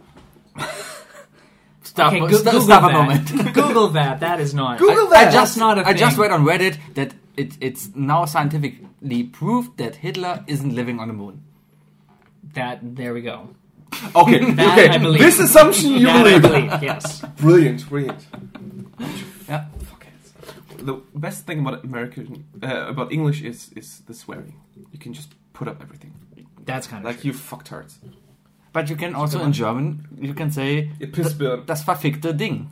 B: Stop,
D: Okay,
B: okay,
D: go-
B: stop,
D: Google
B: stop a
D: that.
B: moment.
D: Google that. That is not.
B: Google
D: That's not a
B: I just
D: thing.
B: read on Reddit that it, it's now scientifically proved that Hitler isn't living on the moon.
D: That there we go.
C: Okay,
D: That
C: okay.
D: I believe.
C: This assumption you
D: That I
C: believe.
D: believe, yes.
C: Brilliant, brilliant.
B: Yeah.
C: The best thing about American, uh, about English is is the swearing. You can just put up everything.
D: That's kind of
C: Like you fucktards.
B: But you can also in German, you can say
C: Ihr Pissbirn.
B: das verfickte Ding.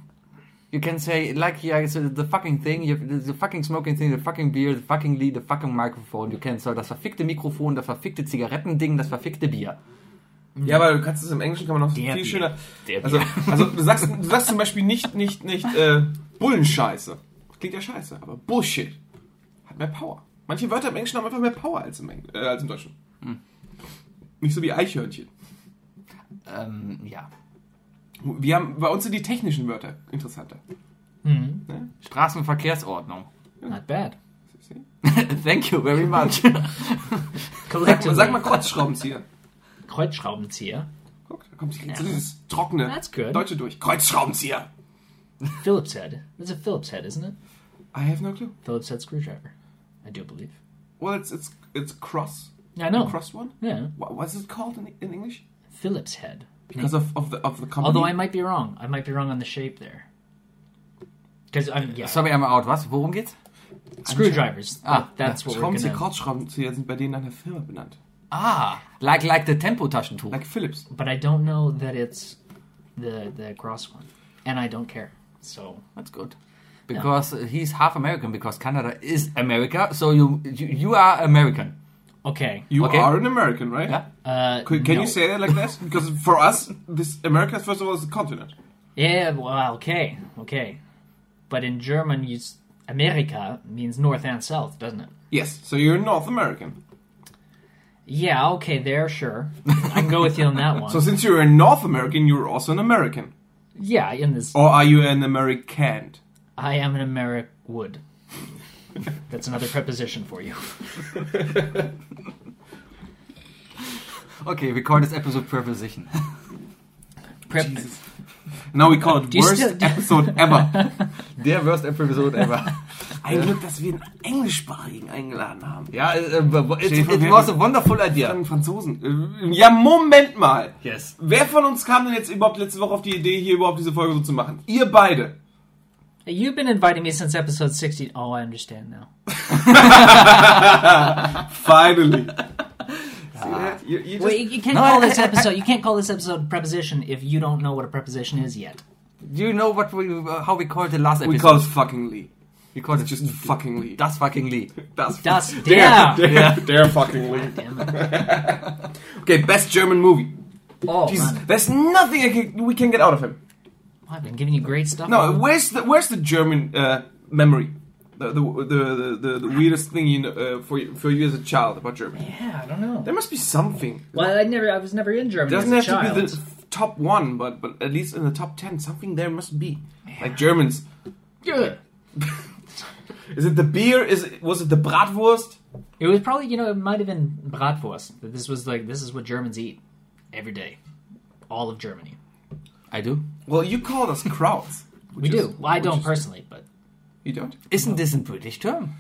B: You can say like yeah, so the fucking thing, you, the fucking smoking thing, the fucking beer, the fucking lead, the fucking microphone. You can so das verfickte Mikrofon, das verfickte Zigarettending, das verfickte Bier.
C: Ja, aber du kannst es im Englischen kann man noch
D: Mhm. Der
C: viel
D: Bier.
C: schöner.
B: Der
C: Also, also du, sagst, du sagst zum Beispiel nicht, nicht, nicht äh, Bullenscheiße. Klingt ja scheiße, aber Bullshit hat mehr Power. Manche Wörter im Englischen haben einfach mehr Power als im, Engl äh, als im Deutschen.
D: Mhm.
C: Nicht so wie Eichhörnchen.
B: ähm, ja.
C: Wir haben, bei uns sind die technischen Wörter interessanter.
B: Straßenverkehrsordnung.
D: Hmm. not bad.
C: See?
B: Thank you very much.
D: Collectively.
C: Sag mal Kreuzschraubenzieher.
D: Kreuzschraubenzieher.
C: Guck, da kommt jetzt dieses trockene
D: That's good.
C: Deutsche durch. Kreuzschraubenzieher.
D: Phillips head. That's a Phillips head, isn't it?
C: I have no clue.
D: Phillips head screwdriver. I do believe.
C: Well, it's it's it's cross
D: I know.
C: cross one.
D: Yeah.
C: Wha- What's it called in, in English?
D: Phillips head.
C: Because of, of the of the company.
D: Hm. Although I might be wrong. I might be wrong on the shape there. Because I'm yeah.
B: Sorry, I'm out. Was? Worum geht's?
D: screwdrivers.
B: Ah,
D: that's what we're
C: Schraubenzieher,
D: gonna.
C: Kreuzschraubenzieher sind bei denen nach einer Firma benannt.
B: Ah, like like the Tempotaschentuch.
C: Like Philips.
D: But I don't know that it's the the cross one, and I don't care. So
B: That's good. Because uh, he's half American, because Canada is America, so you you, you are American.
D: okay.
C: You
B: Okay.
C: are an American, right?
B: Yeah.
D: Uh,
C: Could, can
D: no.
C: you say that like that? Because for us, this America first of all is a continent.
D: Yeah. Well, okay, okay. But in German, you s- America means north and south, doesn't it?
C: Yes, so you're North American.
D: Yeah. Okay. There. Sure. I can go with you on that one.
C: So since you're a North American, you're also an American.
D: yeah. In this,
C: Or are you an American?
D: I am an American wood. That's another preposition for you.
B: Okay, we call this episode preposition.
D: Prep.
C: Now we call it
D: Do you
C: worst
D: still- do-
C: episode ever.
B: Der worst episode ever.
C: Ein Glück, dass wir einen Englischsprachigen eingeladen haben.
B: yeah, uh, it, it,
C: Stell dir
B: it,
C: vor, wir
B: was a
C: hätten-
B: wonderful idea.
C: Einen Franzosen. Äh, Ja, Moment mal.
B: Yes.
C: Wer von uns kam denn jetzt überhaupt letzte Woche auf die Idee, hier überhaupt diese Folge so zu machen? Ihr beide.
D: You've been inviting me since episode sixty. Oh, I understand now.
C: Finally. See that? You, you just-
D: Well, you, you can't
B: No,
D: call
B: I-
D: this
B: I- I-
D: episode. You can't call this episode preposition if you don't know what a preposition is yet.
B: Do you know what we uh, how we called the last episode?
C: we call it fucking Lee.
B: we called it
C: Just fucking Lee.
B: das fucking Lee.
C: Das,
D: Das der.
C: Der, fucking Lee.
D: Damn it.
C: Okay, best German movie.
D: Oh,
C: Jesus,
D: man.
C: there's nothing I can, we can get out of him.
D: I've been giving you great stuff.
C: No, where's the where's the German uh, memory? The the, the the the the weirdest thing you know, uh, for you- for you as a child about Germany.
D: yeah, I don't know.
C: There must be something.
D: Well, I never. I was never in Germany
C: doesn't have
D: as a child.
C: to be the f- top one, but but at least in the top ten, something there must be. Like Germans,
D: Good.
C: is it the beer? Is it, was it the bratwurst?
D: It was probably you know it might have been bratwurst. That this was like this is what Germans eat every day, all of Germany.
B: I do.
C: Well, you called us krauts.
D: We do. Well, I don't personally, but
C: You don't.
B: Isn't this a British term?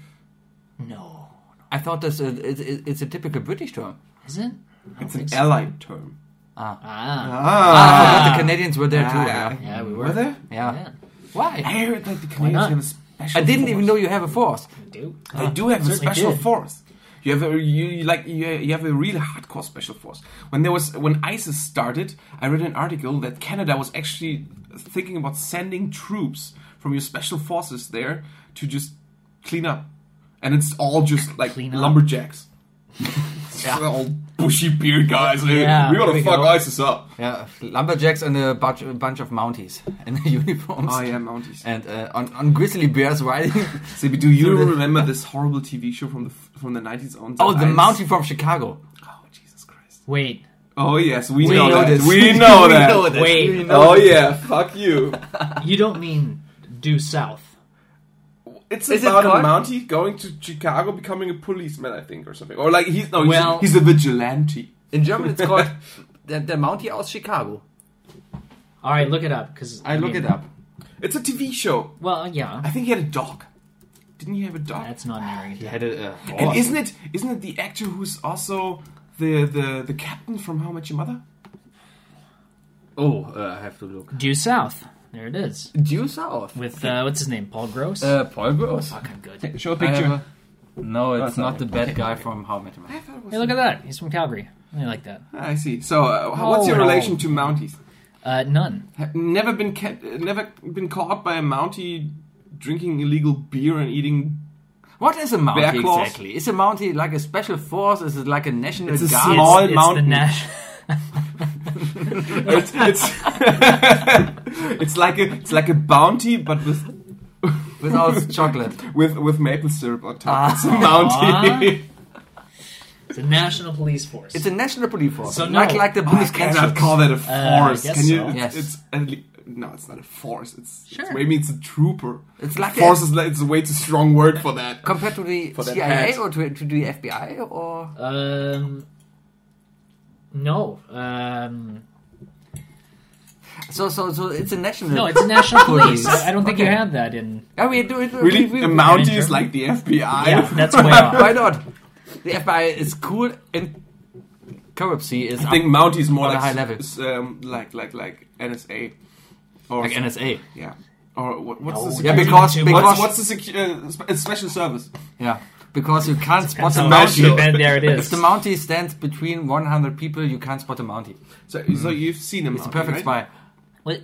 D: no,
B: I thought this uh, it, it, it's a typical British term.
D: is it? I don't
C: It's an
D: think so.
C: allied term.
D: ah,
B: Ah, I forgot the Canadians were there too.
C: Ah.
B: Yeah.
D: yeah, we were.
C: Were there?
B: yeah.
D: Yeah,
C: I
B: Why?
C: heard that the
D: not?
C: Canadians have a special.
B: I didn't even
C: force.
B: know you have a force.
D: we do.
C: They do have a
D: Certainly
C: special
D: did.
C: force. You have a you you like you, you have a real hardcore special force. When there was when ISIS started, I read an article that Canada was actually thinking about sending troops from your special forces there to just clean up, and it's all just like
D: Clean up.
C: lumberjacks. yeah. all bushy beard guys. Hey,
D: Yeah,
C: we
D: there
C: gotta
D: we
C: fuck
D: go.
C: ISIS up.
B: Yeah, lumberjacks and a bunch, a bunch of Mounties in their uniforms.
C: Oh yeah, Mounties.
B: And uh, on, on grizzly bears riding.
C: So, do you
B: the-
C: remember this horrible TV show from the from the nineties on?
B: oh, the
C: Ice?
B: Mountie from Chicago.
C: Oh Jesus Christ.
D: Wait,
C: Oh yes, we,
B: We
C: know,
B: know
C: that.
B: this.
C: We know
B: We
C: that.
B: know this.
D: Wait.
B: We know
C: Oh yeah, fuck you.
D: you don't mean due south.
C: It's
B: Is it
C: about a
B: called-
C: Mountie going to Chicago, becoming a policeman, I think, or something. Or like he's no, he's,
D: Well-
C: he's a vigilante.
B: In German, it's called the, the Mountie aus Chicago.
D: All right, look it up because
B: I look it up.
C: It's a TV show.
D: Well, yeah,
C: I think he had a dog. Didn't he have a dog?
D: That's not narrowing it
B: He
D: down.
B: had a, uh, a
C: and
B: horse.
C: isn't it isn't it the actor who's also the the the captain from How Much Your Mother?
B: Oh, uh, I have to look.
D: Due south. There it is.
B: Due south.
D: With uh, what's his name? Paul Gross.
B: Uh, Paul Gross.
D: Fucking good.
C: Show a
B: I have
C: picture.
B: a- no, it's
C: Oh,
B: not
C: sorry.
B: the bad guy from How I Met Your Mother.
C: I thought it was-
D: Hey, look at that. He's from Calgary. I like that.
C: Ah, I see. So, uh, how- what's your
D: Oh, no.
C: relation to Mounties?
D: Uh, none.
C: Ha- Never been ca- uh, never been caught by a Mountie drinking illegal beer and eating.
B: What is a Mountie
C: Bear claws.
B: exactly? Is a Mountie like a special force? Is it like a national
C: It's a
B: guard?
C: small
D: it's,
C: mountain.
D: It's the Nash.
C: It's it's, it's like a it's like a bounty, but with
B: without chocolate.
C: with with maple syrup on top. It's a
B: Ah.
C: Mountie.
D: It's a national police force.
B: It's a national police force.
D: So
B: not
D: no.
B: like the
C: I
B: Bundeskanzleramt.
C: cannot call
B: Uh,
C: that a
D: I
C: force.
D: guess
C: Can you?
D: so.
C: It's,
B: Yes.
C: it's a li- no, it's not a force. It's, it's
D: Sure.
C: maybe it's a trooper.
B: It's like
C: force
B: a-
C: is like, it's a way too strong word for that.
B: Compared to the
C: For that
B: CIA
C: hat. Uh,
B: or to, to the FBI or
D: um, no. Um,
B: so so so it's a national.
D: no, it's a national police.
B: Police.
D: I, I don't think you
B: Okay.
D: have that in.
B: Yeah, we do it.
C: Really,
B: we, we,
C: a Mountie
D: Ranger.
C: is like the FBI.
D: Yeah, that's way off.
B: Why not? The FBI is cool and corruption is
C: I think Mountie is more
B: On a
C: like
B: high level.
C: s- um, like like like NSA or
B: like NSA.
C: yeah. Or what, what's
D: No,
C: the
B: Yeah,
C: security?
B: because
D: What's-
B: because
C: what's, what's the secu- uh, spe- uh, special service?
B: yeah because you can't spot
D: That's
B: a
D: how
C: Mountie.
D: you
B: Mountie.
D: bend- There it
B: If
D: is.
B: the Mountie stands between 100 people, you can't spot a Mountie.
C: So, so you've seen him.
B: Hmm. It's a perfect spy.
C: right?
D: What-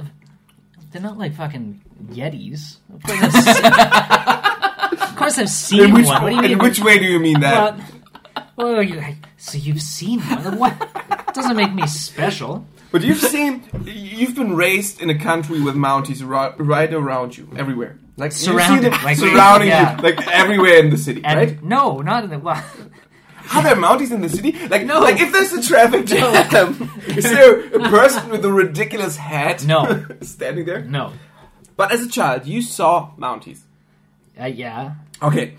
D: They're not like fucking Yetis. Of course I've seen, of course I've seen
C: In which,
D: one. What do you
C: in
D: mean?
C: which way do you mean that?
D: Well, well, you, so you've seen one. What? It doesn't make me special.
C: But you've seen, you've been raised in a country with Mounties ri- right around you, everywhere, like you've seen
D: Surrounded,
C: them
D: like-
C: surrounding
D: yeah.
C: you, like everywhere in the city,
D: And
C: right?
D: no, not in the. Well,
C: Are there Mounties in the city? Like no, like if there's a traffic jam, is there a person with a ridiculous hat?
D: No.
C: standing there.
D: no.
C: But as a child, you saw Mounties.
D: Uh, yeah.
C: Okay,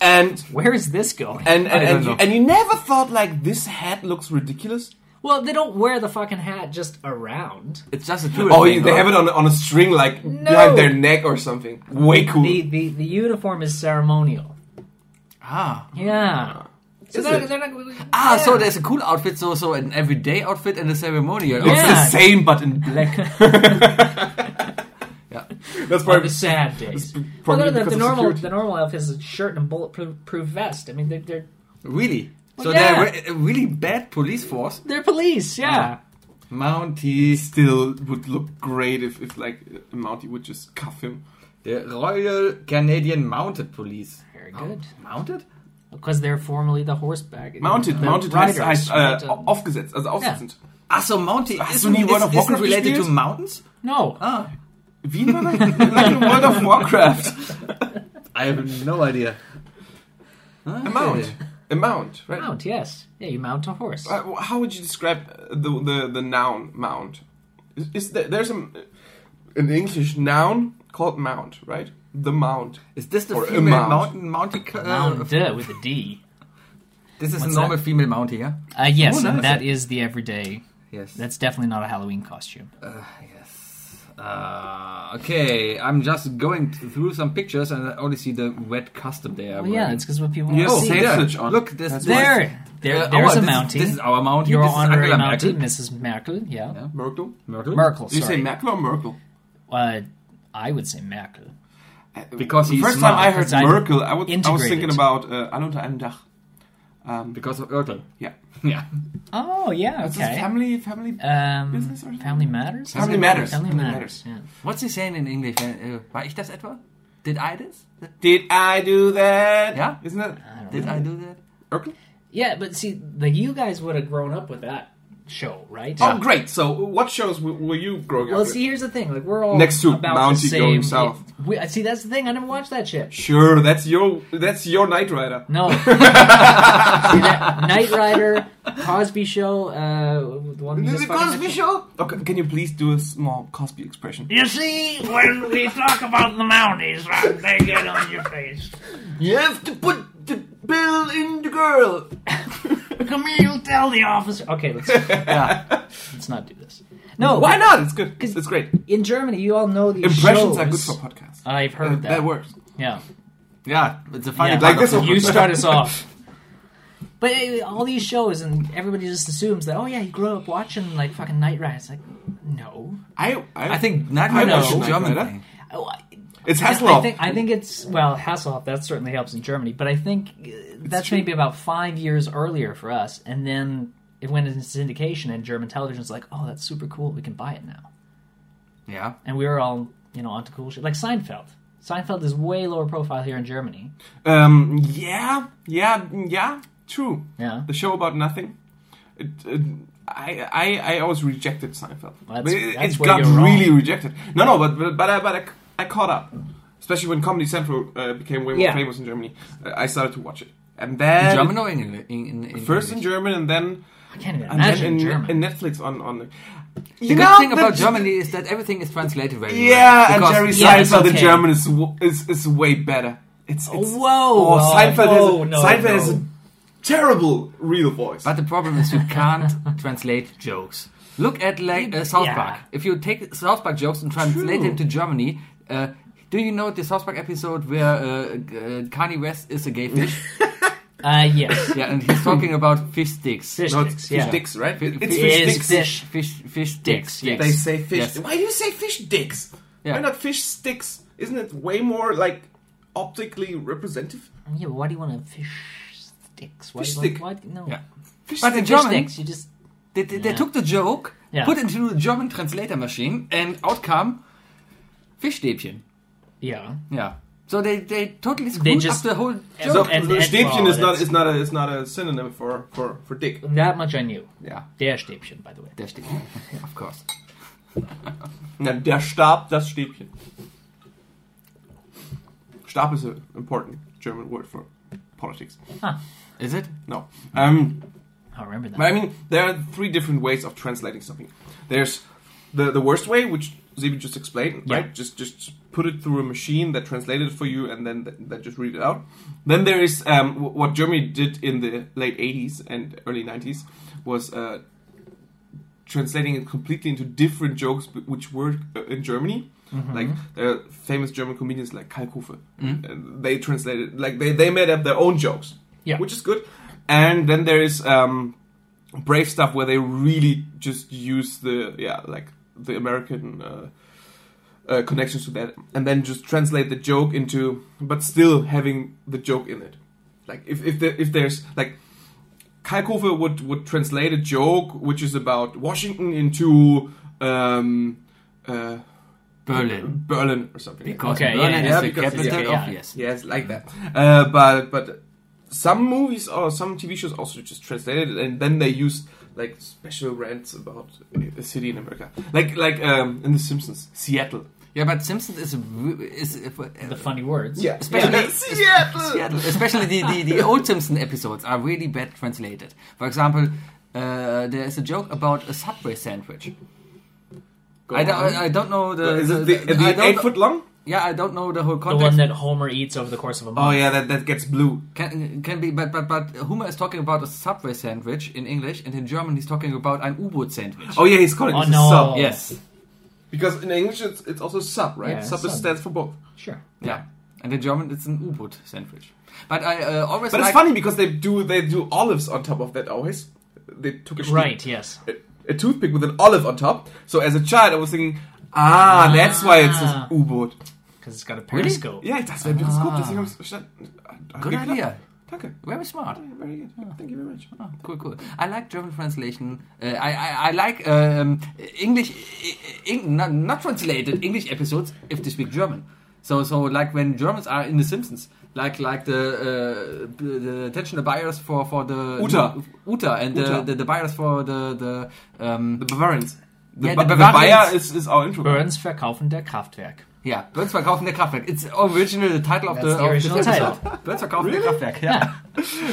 C: and
D: Where is this going?
C: and
B: I
C: and
B: don't
C: and you,
B: know.
C: and you never thought like this hat looks ridiculous.
D: well, they don't wear the fucking hat just around.
B: It's just a tool.
C: Oh,
B: thing,
C: you, they
B: no?
C: have it on on a string like
D: No.
C: behind their neck or something. Way cool.
D: The the, the uniform is ceremonial.
B: Ah,
D: Yeah. So
C: Is
D: they're,
C: it?
D: they're not,
B: ah.
D: yeah.
B: So there's a cool outfit. So so an everyday outfit and a ceremonial.
C: It's
D: Yeah.
C: the same, but in black.
B: Yeah.
C: That's
D: on the
C: probably
D: sad days. Well,
C: probably
D: no, the,
C: because
D: the
C: of
D: normal
C: security.
D: the normal outfit is a shirt and a bulletproof proof vest. I mean, they're they're,
B: Really?
D: Well,
B: So
D: yeah.
B: they're
C: uh,
B: re- a really bad police force.
D: they're police. Yeah.
C: Mountie still would look great if, if like a Mountie would just cuff him.
B: The Royal Canadian Mounted Police.
D: Very good.
B: Mounted?
D: Because they're formerly the horseback.
C: Mounted,
D: the
C: mounted heißt,
D: riders,
C: heißt
D: right?
C: äh,
D: Um,
C: aufgesetzt, also aufgesetzend.
B: Ah, so Mounted
C: Hast
B: isn't,
C: du nie
B: is,
C: World of
B: isn't
C: Warcraft
B: related
C: gespielt?
B: to mountains?
D: no.
B: Ah,
C: Wie war das? Like in World of Warcraft.
B: I have no idea. Ah.
C: A mount. A mount, right?
D: Mount, yes. Yeah, you mount a horse.
C: Uh, how would you describe uh, the the, the noun mount? Is, is there, there's a, an English noun called mount, right? The mount.
B: Is this the
C: Or a
B: female
C: mount.
B: mountain mountie? Uh,
D: Mount uh, with a D.
B: This is a
D: What's
B: normal
D: that?
B: female mountie, yeah?
D: Uh, yes,
C: Oh,
D: and
C: nice.
D: that is the everyday.
B: Yes.
D: That's definitely not a Halloween costume.
B: Uh, yes. Uh, okay, I'm just going t- through some pictures and I only see the red custom they are
D: well, Oh, yeah,
B: wearing.
D: it's because what people
C: Yes,
D: want
B: Oh,
D: to see.
C: same.
B: there.
C: Sausage on.
B: Look, this, this
D: There, there
B: Uh, our-
D: there's a
B: this is-
D: mountie.
B: this is our mountie.
D: Your
B: This is
D: honorary
B: Angela
D: mountie,
B: Merkel.
D: Mrs. Merkel. Yeah,
B: Yeah.
C: Merkel.
B: Merkel?
D: Merkel.
C: Do you say
D: Sorry,
C: Merkel or Merkel?
D: uh, I would say Merkel.
B: Because
C: Uh, the
B: he's
C: first
B: smart,
C: time I heard
D: because I'm
C: Merkel, I, would, I was
D: integrated.
C: thinking about uh, Alle unter einem Dach. Um,
B: Because of Urkel.
C: yeah,
B: Yeah.
D: Oh yeah,
C: It's a
D: okay.
C: family family
D: Um,
C: business or something?
D: family matters. Is
C: Family
D: it?
C: Matters.
D: Family
C: Family
D: matters. Yeah.
B: What's he saying in English? Uh, war ich das etwa? Did I this?
C: Did I do that?
B: Yeah.
C: Isn't that
D: I don't
B: Did
D: know.
B: I do that?
C: Urkel?
D: Uh, Yeah, but see, like you guys would have grown up with that show, right?
C: Oh, great. So, what shows w- were you growing
D: Well,
C: up
D: see, here's the thing. Like we're all
C: Next to
D: about the
C: Mountie
D: same.
C: going south.
D: We, see, that's the thing. I never watched that shit.
C: with? Sure, that's your that's your Knight Rider.
D: No. see that Knight Rider, Cosby Show, uh, the one we just fucking-
C: Show? Okay, can you please do a small Cosby expression?
E: You see, when we talk about the Mounties, right, they get on your face.
B: You have to put the bill in the girl.
E: Come here, you tell the officer.
D: Okay, let's yeah. let's not do this. No,
C: Why not? It's good. It's great.
D: In Germany, you all know these
C: Impressions
D: shows.
C: are good for podcasts.
D: I've heard
C: Uh,
D: that.
C: that works.
D: Yeah,
B: Yeah, it's a funny
D: Yeah.
B: part
C: Like this
B: of
C: one.
D: You start us off. But eh, all these shows, and everybody just assumes that, oh yeah, you grew up watching like fucking Night Rider. It's like, no.
C: I, I,
B: I think not
C: I
B: even
D: know.
B: a German
C: Like
B: thing.
D: Oh, I,
C: it's
D: I
C: Hasselhoff.
D: think I think it's well Hasselhoff. That certainly helps in Germany, but I think eh, that's
C: true.
D: maybe about five years earlier for us, and then it went into syndication, and German television's like, oh, that's super cool. We can buy it now,
B: Yeah,
D: and we were all you know onto cool shit like Seinfeld. Seinfeld is way lower profile here in Germany.
C: Um, yeah, yeah, yeah. True.
D: Yeah.
C: The show about nothing. It, it, I, I, I always rejected Seinfeld.
D: That's-
C: But it,
D: that's
C: it
D: where
C: got
D: you're wrong.
C: really rejected. No, no, but but but I, but I, I caught up, especially when Comedy Central uh, became way more
D: Yeah.
C: famous in Germany. Uh, I started to watch it, and
B: in
C: then
B: German or English? In, in, in
C: first in
B: English?
C: German, and then
D: I can't even
C: and then
D: imagine
C: in,
D: German.
C: in Netflix on on.
B: The good thing about Germany is that everything is translated very well.
C: Yeah, and
B: Because-
C: Jerry
D: yeah, it's
C: Seinfeld in
D: okay.
C: German is, w- is is way better. It's, it's
D: Whoa,
C: Oh,
D: oh,
C: Seinfeld
D: whoa,
C: has a,
D: no,
C: Seinfeld
D: no.
C: has a terrible real voice.
B: But the problem is you can't translate jokes. Look at like uh, South
D: Yeah.
B: Park. If you take South Park jokes and translate them to Germany, uh, do you know the South Park episode where uh, uh, Kanye West is a gay fish?
D: uh, yes,
B: yeah, and he's talking about fish sticks.
D: fish
C: no, it's
D: sticks.
C: fish
D: Yeah.
C: dicks, right?
B: Fi-
C: it's
B: fi-
C: fish
D: It is
C: dicks.
D: fish.
B: Fish, fish dicks.
D: Dicks,
B: Yes.
C: They say fish.
B: Yes.
C: Why do you say fish dicks?
B: Yeah.
C: Why not fish sticks? Isn't it way more like optically representative?
D: Yeah, but why do you want to fish sticks? Why
C: Fish
D: do you
C: stick.
D: Want, why, no.
B: Yeah.
C: Fish
B: But in
C: sticks.
D: Fish
B: German,
D: sticks. You just
B: they, they, they
D: Yeah.
B: took the joke,
D: Yeah.
B: put it into the German translator machine, and out come Fischstäbchen.
D: yeah.
B: Yeah. So they, they totally screwed
D: just-
B: up the whole joke.
C: So
D: and-
C: the
D: and-
C: Stäbchen
D: well,
C: is not
D: that's-
C: is not a is not a synonym for for for dick.
D: That much I knew.
B: Yeah,
D: Der Stäbchen, by the way.
B: der steht. of course.
C: Na, der Stab, das Stäbchen. Stab is an important German word for politics.
B: Is it?
C: No. Um,
D: I remember that.
C: But I mean, there are three different ways of translating something. There's the the worst way, which Zebi just explained,
D: Yeah.
C: right? Just just put it through a machine that translated it for you, and then th- that just read it out. Then there is um, w- what Germany did in the late '80s and early '90s was uh, translating it completely into different jokes, b- which were uh, in Germany.
D: Mm-hmm.
C: Like there are famous German comedians like Kalkofe, and they translated like they they made up their own jokes,
D: Yeah.
C: which is good. And then there is um, brave stuff where they really just use the yeah like the American uh, uh, connections to that, and then just translate the joke into, but still having the joke in it. Like if if there, if there's like Kalkofe would would translate a joke which is about Washington into um, uh,
B: Berlin.
C: Berlin or something. like that.
B: Because
D: Okay,
B: Berlin
D: yeah,
B: is
C: yeah,
B: the
C: because it's-
B: capital
C: okay,
B: of
D: yeah.
B: yes.
C: Yes, like that. Uh, but but some movies or some TV shows also just translated it, and then they used like special rants about a city in America, like like um, in The Simpsons, Seattle.
B: Yeah, but Simpsons is w- is uh,
D: the funny words.
B: Especially-
C: Yeah, Seattle.
B: Seattle. Especially the, the, the old Simpson episodes are really bad translated. For example, uh, there is a joke about a subway sandwich.
C: Go
B: I don't,
C: on.
B: I don't know the.
C: is
B: the-
C: it the,
B: I
C: the
B: don't-
C: eight foot long?
B: Yeah, I don't know the whole
D: The
B: context.
D: one that Homer eats over the course of a month.
C: Oh yeah, that that gets blue.
B: Can, can be, but but but Homer is talking about a subway sandwich in English, and in German he's talking about an U-boat sandwich.
C: Oh yeah, he's calling
D: Oh,
C: it a
D: no.
C: sub.
B: yes,
C: Because in English it's, it's also sub, right?
D: Yeah,
C: sub,
D: sub.
C: Is stands for both.
D: Sure.
B: yeah. and in German it's an U-boot sandwich. But I uh, always
C: But
B: like
C: it's funny because they do they do olives on top of that always. They took a
D: Right, yes.
C: a, a toothpick with an olive on top. So as a child, I was thinking, ah, that's why it says
D: Ah.
C: U-Boot.
D: Because it's got a periscope.
C: Ja, das wäre ein Periskop. Deswegen
D: Ah.
C: habe ich
B: Good idea.
C: Danke.
B: Very smart.
C: Very good. Thank you very much.
B: Cool, cool. I like German translation. Uh, I, I I like um, English, äh, Eng, not, not translated English episodes if they speak German. So so like when Germans are in The Simpsons, like like the uh, b- the attention the buyers for for the
C: Uta.
B: Uta and the,
C: Uta.
B: the the buyers for the the um,
C: The Bavarians. The,
B: Yeah,
C: Ba-
B: the
C: the
B: Bavarians.
C: Bayer is, is our intro.
D: Burns verkaufen der Kraftwerk.
B: yeah Birds verkaufen der Kraftwerk. It's original the title of
D: That's
B: the,
D: the original
B: of the
D: title.
B: episode. Birds verkaufen der Kraftwerk. Yeah.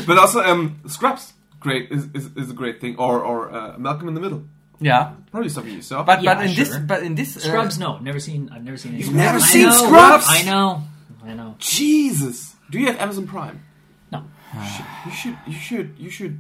C: But also, um, Scrubs great is, is, is a great thing. Or, or uh, Malcolm in the Middle.
B: yeah.
C: Probably something you saw.
B: But
D: Yeah,
B: but in this
D: sure.
B: but in this uh,
D: Scrubs, no. Never seen. I've never seen any.
C: You've never
D: I
C: seen
D: know,
C: Scrubs?
D: I know. I know.
C: Jesus. Do you have Amazon Prime?
D: No.
C: Shit, You should. You should. You should.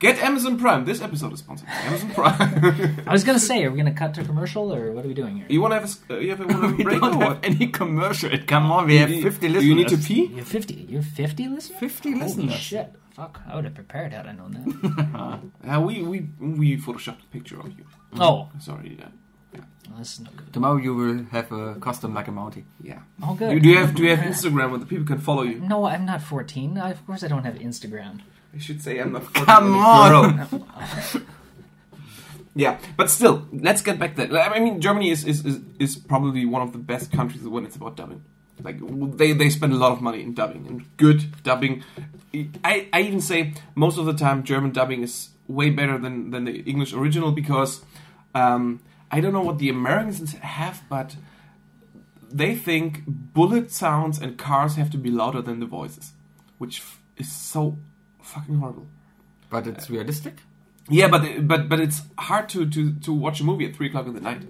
C: Get Amazon Prime. This episode is sponsored by Amazon Prime.
D: I was gonna say, are we gonna cut to commercial or what are we doing here?
C: you want to have a, s- uh, you have a, wanna have a
B: We
C: break
B: don't
C: or
B: have
C: what?
B: any commercial. Come on, we have
C: Do you-
B: 50 listeners.
C: Do you need to pee?
D: You have fifty. You have fifty listeners.
B: 50
D: Holy
B: listeners.
D: shit! Fuck, I would have prepared had I known that.
C: Uh, we we we photoshopped a picture of you.
D: oh,
C: Sorry. Uh,
D: well, this is no good.
B: Tomorrow you will have a custom like a Mountie.
C: yeah.
D: Oh, good.
C: You, do you have do you have Instagram where the people can follow you?
D: No, I'm not 14. I, of course, I don't have Instagram.
C: I should say I'm not.
B: Come on!
C: Yeah, but still, let's get back there. I mean, Germany is, is, is, is probably one of the best countries when it's about dubbing. Like they, they spend a lot of money in dubbing and good dubbing. I, I even say most of the time German dubbing is way better than, than the English original because um, I don't know what the Americans have, but they think bullet sounds and cars have to be louder than the voices, which f- is so fucking horrible.
B: but it's realistic.
C: Yeah, but but but it's hard to, to, to watch a movie at three o'clock in the night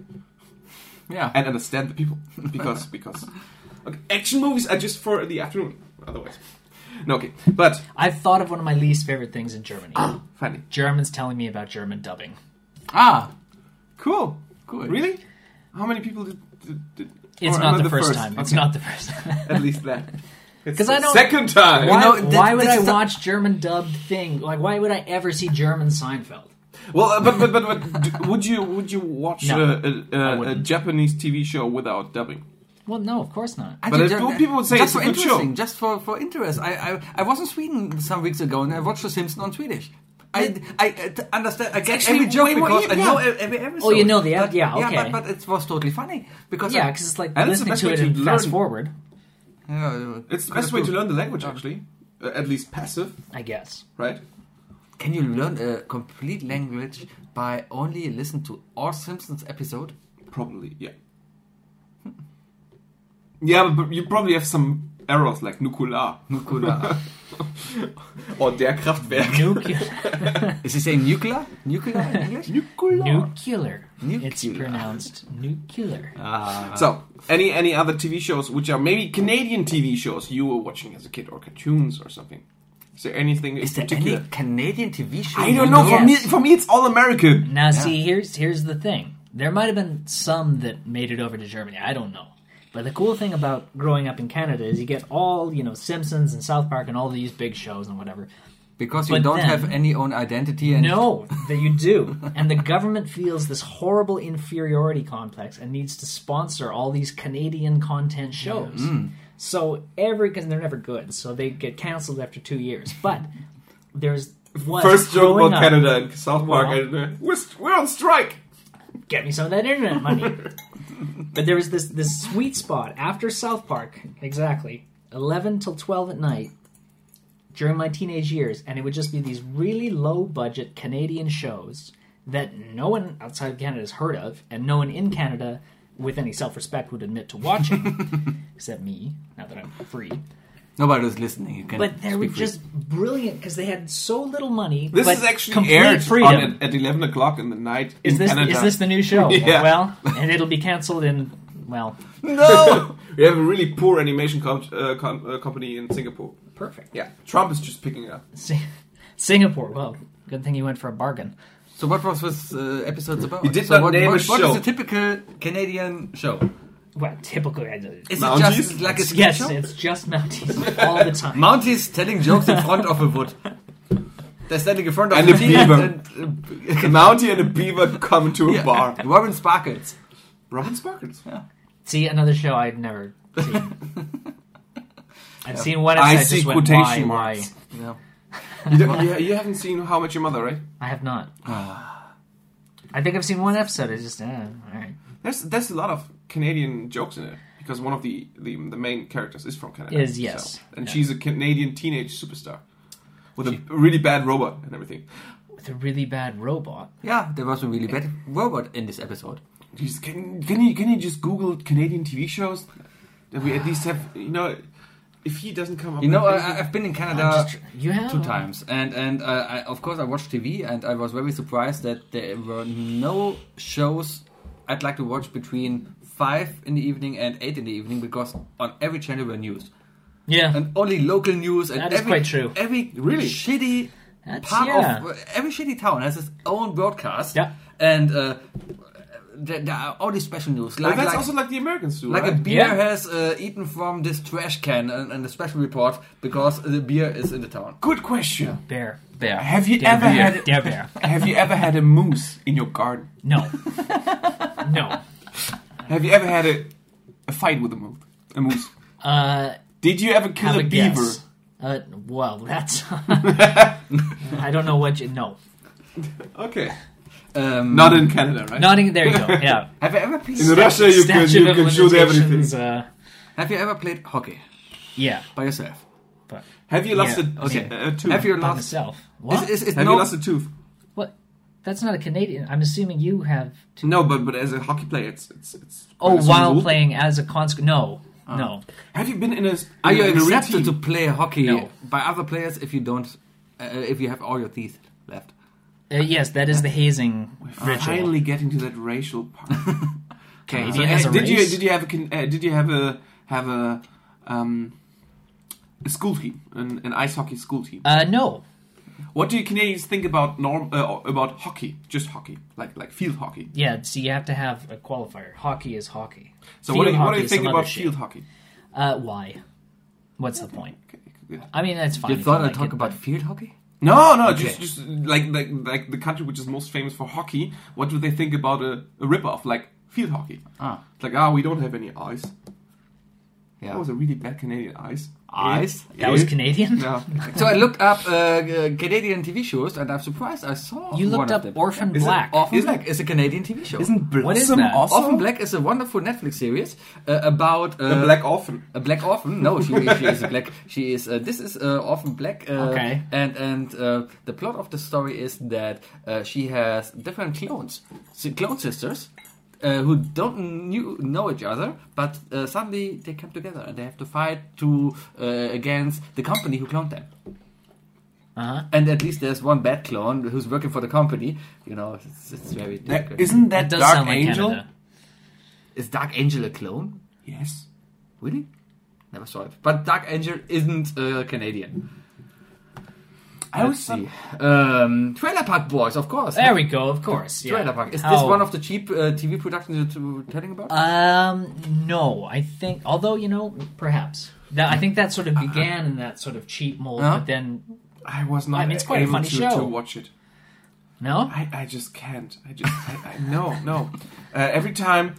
B: Yeah.
C: and understand the people because because okay, action movies are just for the afternoon. Otherwise, no. Okay, but
D: I've thought of one of my least favorite things in Germany.
C: funny.
D: Germans telling me about German dubbing.
B: ah,
C: Cool.
B: cool.
C: Really? How many people did? did, did
D: It's
C: or am
D: not
C: I
D: the, first, time. It's
C: Okay,
D: not the first.
C: At least that. It's
D: 'Cause
C: the
D: I don't-
C: Second time.
D: why,
B: know, thi-
D: why would
B: this
D: I
B: is the-
D: watch German dubbed thing? Like, why would I ever see German Seinfeld?
C: Well, uh, but but but, but d- would you would you watch
D: No,
C: a, a, a, a
D: wouldn't.
C: Japanese TV show without dubbing?
D: Well, no, of course not.
B: I
C: But
B: think
C: if
B: that-
C: two people would say
B: just
C: it's a
B: for
C: good show.
B: interesting, just for, for interest. I, I I was in Sweden some weeks ago and I watched The Simpsons on Swedish. I, I, uh, t- understand. I get
C: actually
B: every joke
C: way more-
B: because I
C: yeah.
B: know e- every episode.
D: Oh, you know the ep-
B: but,
D: yeah,
B: Yeah,
D: okay.
B: but, but it was totally funny because
D: Yeah,
B: I,
D: because it's like
C: And it's the
D: listening
C: best
D: to
C: way
D: it
C: to
D: and fast
C: learn.
D: forward.
B: Yeah,
C: It's the
B: could
C: best way to
B: do.
C: learn the language, actually. Uh, at least passive,
D: I guess.
C: right?
B: Can you learn a complete language by only listen to all Simpsons episode?
C: Probably, yeah. Hmm. Yeah, but you probably have some errors like nuclear
B: Nuclear.
C: or der Kraftwerk.
D: Nuclear.
B: Is he saying nuclear? Nuclear in English?
C: Nuclear.
D: nuclear. It's
B: Nuclear.
D: pronounced nuclear.
C: So, any any other TV shows which are maybe Canadian TV shows you were watching as a kid or cartoons or something? Is there anything
B: Is
C: in
B: there any
C: particular?
B: Canadian TV show?
C: I don't
B: you
C: know. For me,
D: Yes.
C: for me, it's all American.
D: Now, see, here's here's the thing. There might have been some that made it over to Germany. I don't know. But the cool thing about growing up in Canada is you get all you know Simpsons and South Park and all these big shows and whatever.
B: Because you
D: But
B: don't
D: then-
B: have any own identity and
D: No, that you do, and the government feels this horrible inferiority complex and needs to sponsor all these Canadian content
C: Mm.
D: shows. So every because they're never good, so they get canceled after two years. But there's was
C: First joke
D: growing
C: about
D: up-
C: Canada and South Park.
D: Well-
C: and, uh, we're, we're on strike.
D: get me some of that internet money. but there was this this sweet spot after South Park, exactly eleven till twelve at night during my teenage years, and it would just be these really low budget Canadian shows that no one outside of Canada has heard of, and no one in Canada with any self respect would admit to watching, except me. Now that I'm free,
B: nobody was listening. You can
D: but they were
B: speak free.
D: just brilliant because they had so little money.
C: This
D: but
C: is actually
D: complete
C: aired
D: freedom.
C: on at, at eleven o'clock in the night
D: Is
C: in
D: this
C: Canada.
D: is this the new show?
C: Yeah.
D: Well, and it'll be canceled in well,
C: No, we have a really poor animation com- uh, com- uh, company in Singapore.
D: perfect.
C: Yeah, Trump is just picking it up.
D: Si- Singapore. Well, good thing you went for a bargain.
B: So what was this uh, episodes about?
C: You did
B: so
C: not
B: what,
C: name
B: what,
C: a
B: what
C: show.
B: is a typical Canadian show?
D: Well, typically I did.
B: Is
C: Mounties?
B: it just like a ski
D: yes,
B: show?
D: it's just Mounties all the time.
B: Mounties telling jokes in front of a wood. They're standing in front of
C: And a
B: tea
C: beaver.
B: and,
C: The Mountie and a beaver come to a
B: uh,
C: bar.
B: Warren Sparkles.
C: Robin Sparkles.
D: See another show I've never seen. I've seen one.
C: I
D: episode,
C: see
D: just went,
C: quotation
D: why,
C: marks.
D: Why?
B: No.
C: You, don't- you- you haven't seen How Much Your Mother, right?
D: I have not.
C: Ah.
D: I think I've seen one episode. It's just uh, all right.
C: There's there's a lot of Canadian jokes in it because one of the the, the main characters is from Canada.
D: Is, yes.
C: and
D: Yeah.
C: she's a Canadian teenage superstar with a really bad robot and everything.
D: With a really bad robot.
B: Yeah, there was a really bad robot in this episode.
C: Jeez, can can you can you just Google Canadian TV shows? That we at least have you know. If he doesn't come up,
B: You know,
C: with
B: I, I've been in Canada
D: just tr- you have
B: two times, and and uh, I, of course I watched TV, and I was very surprised that there were no shows I'd like to watch between five in the evening and eight in the evening because on every channel were news
D: Yeah.
B: and only local news and
D: That is
B: every,
D: quite true.
B: Every really shitty
D: That's,
B: part
D: yeah.
B: of uh, every shitty town has its own broadcast.
D: Yeah.
B: and uh, there, there are all these special news.
C: But
B: Like,
C: that's
B: like,
C: also like the Americans do,
B: like a
C: right?
B: beer
D: Yeah.
B: has uh, eaten from this trash can, and, and a special report because the beer is in the town.
C: Good question.
D: bear.
B: There.
C: Have you
D: Dare
C: ever
D: bear.
C: had
D: Dare bear.
C: Have you ever had a moose in your garden?
D: No. no.
C: Have you ever had a, a fight with a moose? A moose?
D: Uh,
C: Did you ever kill
D: have
C: a,
D: a
C: beaver?
D: guess. Uh, well, that's. I don't know what you. No.
C: Okay.
B: Um,
C: Not in Canada, right?
D: Nodding. There you go. Yeah.
B: have you ever played?
C: In Russia, you can
D: Statute
C: you
D: of
C: can shoot
D: limitations,
C: everything.
D: Uh,
B: Have you ever played hockey
D: yeah.
B: by yourself?
D: But
C: Have you lost
D: Yeah.
C: a,
B: Okay.
C: a, a tooth?
B: Have you
D: by
B: lost?
D: myself. What?
B: Is, is, is
C: Have
B: no,
C: you lost a tooth?
D: what? That's not a Canadian. I'm assuming you have. Two.
C: No, but but as a hockey player, it's it's. it's
D: Oh,
C: it's a
D: while
C: rule.
D: playing as a consequence. No. No.
C: Have you been in a?
B: are you
C: in a real
B: accepted to
C: team?
B: play hockey
D: No.
B: by other players if you don't? Uh, if you have all your teeth left?
D: Uh, yes, that is the hazing ritual.
C: Finally getting to that racial part.
B: Okay,
D: Canadian has a
C: did you
D: race?
C: did you have a con- uh, did you have a have a um a school team an, an ice hockey school team?
D: Uh, no.
C: What do you Canadians think about norm uh, about hockey? Just hockey, like like field hockey.
D: Yeah. So you have to have a qualifier. Hockey is hockey.
C: So what do
D: Field
C: you, what
D: hockey
C: do you
D: is
C: think
D: some
C: about
D: other shit.
C: field hockey?
D: Uh, why? What's the point?
C: Okay, good.
D: I mean, that's fine.
B: You
D: if
B: thought I'd
D: like
B: talk
D: it,
B: about field hockey?
C: No, no,
B: Okay.
C: just just like like like the country which is most famous for hockey. What do they think about a, a rip off like field hockey?
B: Ah,
C: It's like ah, we don't have any ice.
B: yeah.
C: That was a really bad Canadian ice. Eh?
B: Ice?
D: That was
C: Yeah.
D: Canadian.
C: No.
B: So I looked up uh, uh, Canadian TV shows, and I'm surprised I saw.
D: You
B: one
D: looked
B: of
D: up
B: them.
D: Orphan
C: Is it
D: Black.
B: Orphan
C: Isn't-
B: Black is a Canadian TV show.
C: Isn't Blossom
D: What is that?
C: also
B: Orphan Black is a wonderful Netflix series uh, about uh,
C: a black orphan?
B: a black orphan. No, she, she is a black. She is. Uh, this is uh, orphan black. Uh,
D: Okay.
B: And and uh, the plot of the story is that uh, she has different clones, si- clone sisters, uh, who don't knew, know each other, but uh, suddenly they come together and they have to fight to uh, against the company who cloned them.
D: Uh-huh.
B: And at least there's one bad clone who's working for the company. You know, it's, it's very.
C: That-
B: difficult.
C: isn't that
D: That does
C: Dark
D: sound like
C: Angel?
D: Canada.
B: Is Dark Angel a clone?
C: Yes.
B: Really? Never saw it. But Dark Angel isn't uh, Canadian.
C: I
B: Let's
C: always thought
B: see. Um, Trailer Park Boys, of course.
D: There we go. Of course. Yeah. Oh,
B: Trailer Park. Is this
D: How-
B: one of the cheap uh, TV productions that you're telling about?
D: Um, no, I think. Although you know, perhaps that I think that sort of began in that sort of cheap mold,
B: Uh-huh.
D: but then
C: I was not
D: I mean, it's quite a
C: able
D: funny
C: to,
D: show.
C: to watch it.
D: no.
C: I, I just can't. I just I, I, no no. Uh, every time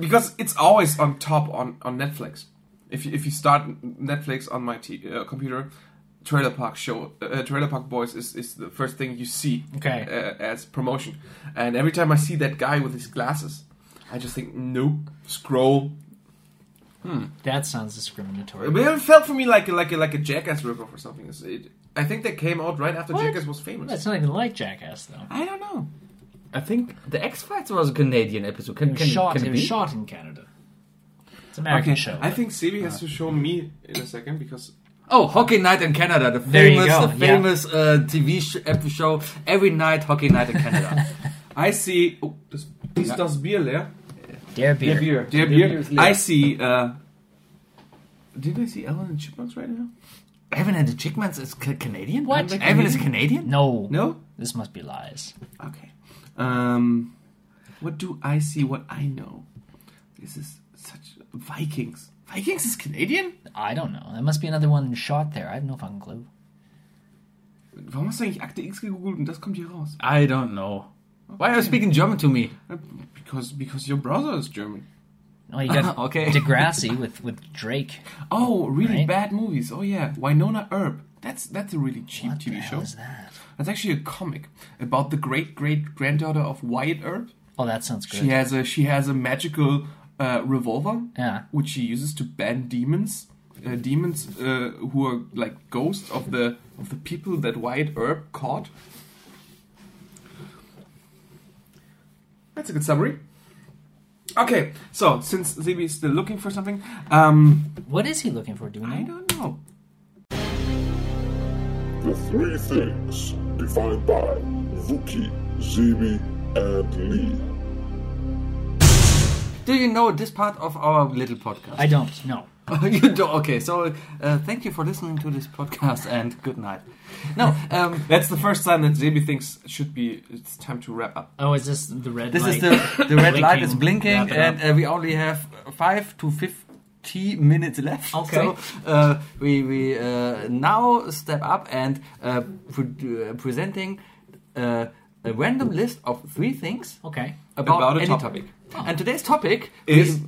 C: because it's always on top on, on Netflix. If you, if you start Netflix on my t- uh, computer, Trailer Park Show, uh, Trailer Park Boys is, is the first thing you see
D: Okay.
C: uh, as promotion. And every time I see that guy with his glasses, I just think nope. Scroll.
D: That sounds discriminatory.
C: But it felt for me like a- like a, like a Jackass ripoff or something. It's- It, I think that came out right after
D: What?
C: Jackass was famous.
D: That's not even like Jackass though.
C: I don't know.
B: I think the X Files was a Canadian episode. Can,
D: It was
B: can,
D: shot.
B: can
D: it
B: it
D: was
B: be?
D: shot in Canada. It's an American show.
C: I think Sebi
B: Uh,
C: has to show me in a second because
B: Oh, Hockey Night in Canada, the
D: There you
B: famous,
D: go,
B: the
D: yeah.
B: famous uh, TV sh- ep- show. Every night, Hockey Night in Canada.
C: I see. Oh, das, ist das Bier leer?
D: Dare beer.
C: Der
B: Bier
C: Bier.
B: is leer.
C: I see. Uh, did I see Ellen and Chipmunks right now?
B: Evan and the Chickmans is ca- Canadian.
D: What?
B: Evan is Canadian.
D: No,
C: No.
D: This must be lies.
C: Okay. Um, what do I see? What I know? This is such Vikings. Vikings is Canadian.
D: I don't know. That must be another one shot there. I have no fucking clue.
C: Warum hast du eigentlich Akte X gegoogelt und das kommt hier raus?
B: I don't know. Why are you speaking German to me?
C: Äh, Because because your brother is German.
D: Oh, you got
B: Okay.
D: Degrassi with with Drake.
C: Oh, really
D: Right.
C: bad movies. Oh yeah, Winona Earp. That's that's a really cheap
D: What
C: TV
D: the
C: show.
D: hell is that?
C: That's actually a comic about the great great granddaughter of Wyatt Earp.
D: Oh, that sounds good.
C: She has a she has a magical uh, revolver,
D: Yeah.
C: which she uses to ban demons, uh, demons uh, who are like ghosts of the of the people that Wyatt Earp caught. That's a good summary. Okay, so since Zibi is still looking for something, um,
D: What is he looking for? Do we know?
C: I don't know.
F: The three things defined by Vuki, Zibi, and Lee.
B: Do you know this part of our little podcast?
D: I don't. No.
B: you do okay. So uh, thank you for listening to this podcast and good night. No, um,
C: That's the first sign that Zebi thinks it should be. It's time to wrap up.
D: Oh, is this the red?
B: this
D: light?
B: is the the red light is
D: Wrap
B: blinking,
D: it up.
B: and uh, we only have five to fifty minutes left.
D: Okay.
B: So uh, we we uh, now step up and uh, pre- uh, presenting uh, a random list of three things
D: okay.
B: about,
C: About a
B: any
C: topic.
B: And today's topic
C: Is-
B: is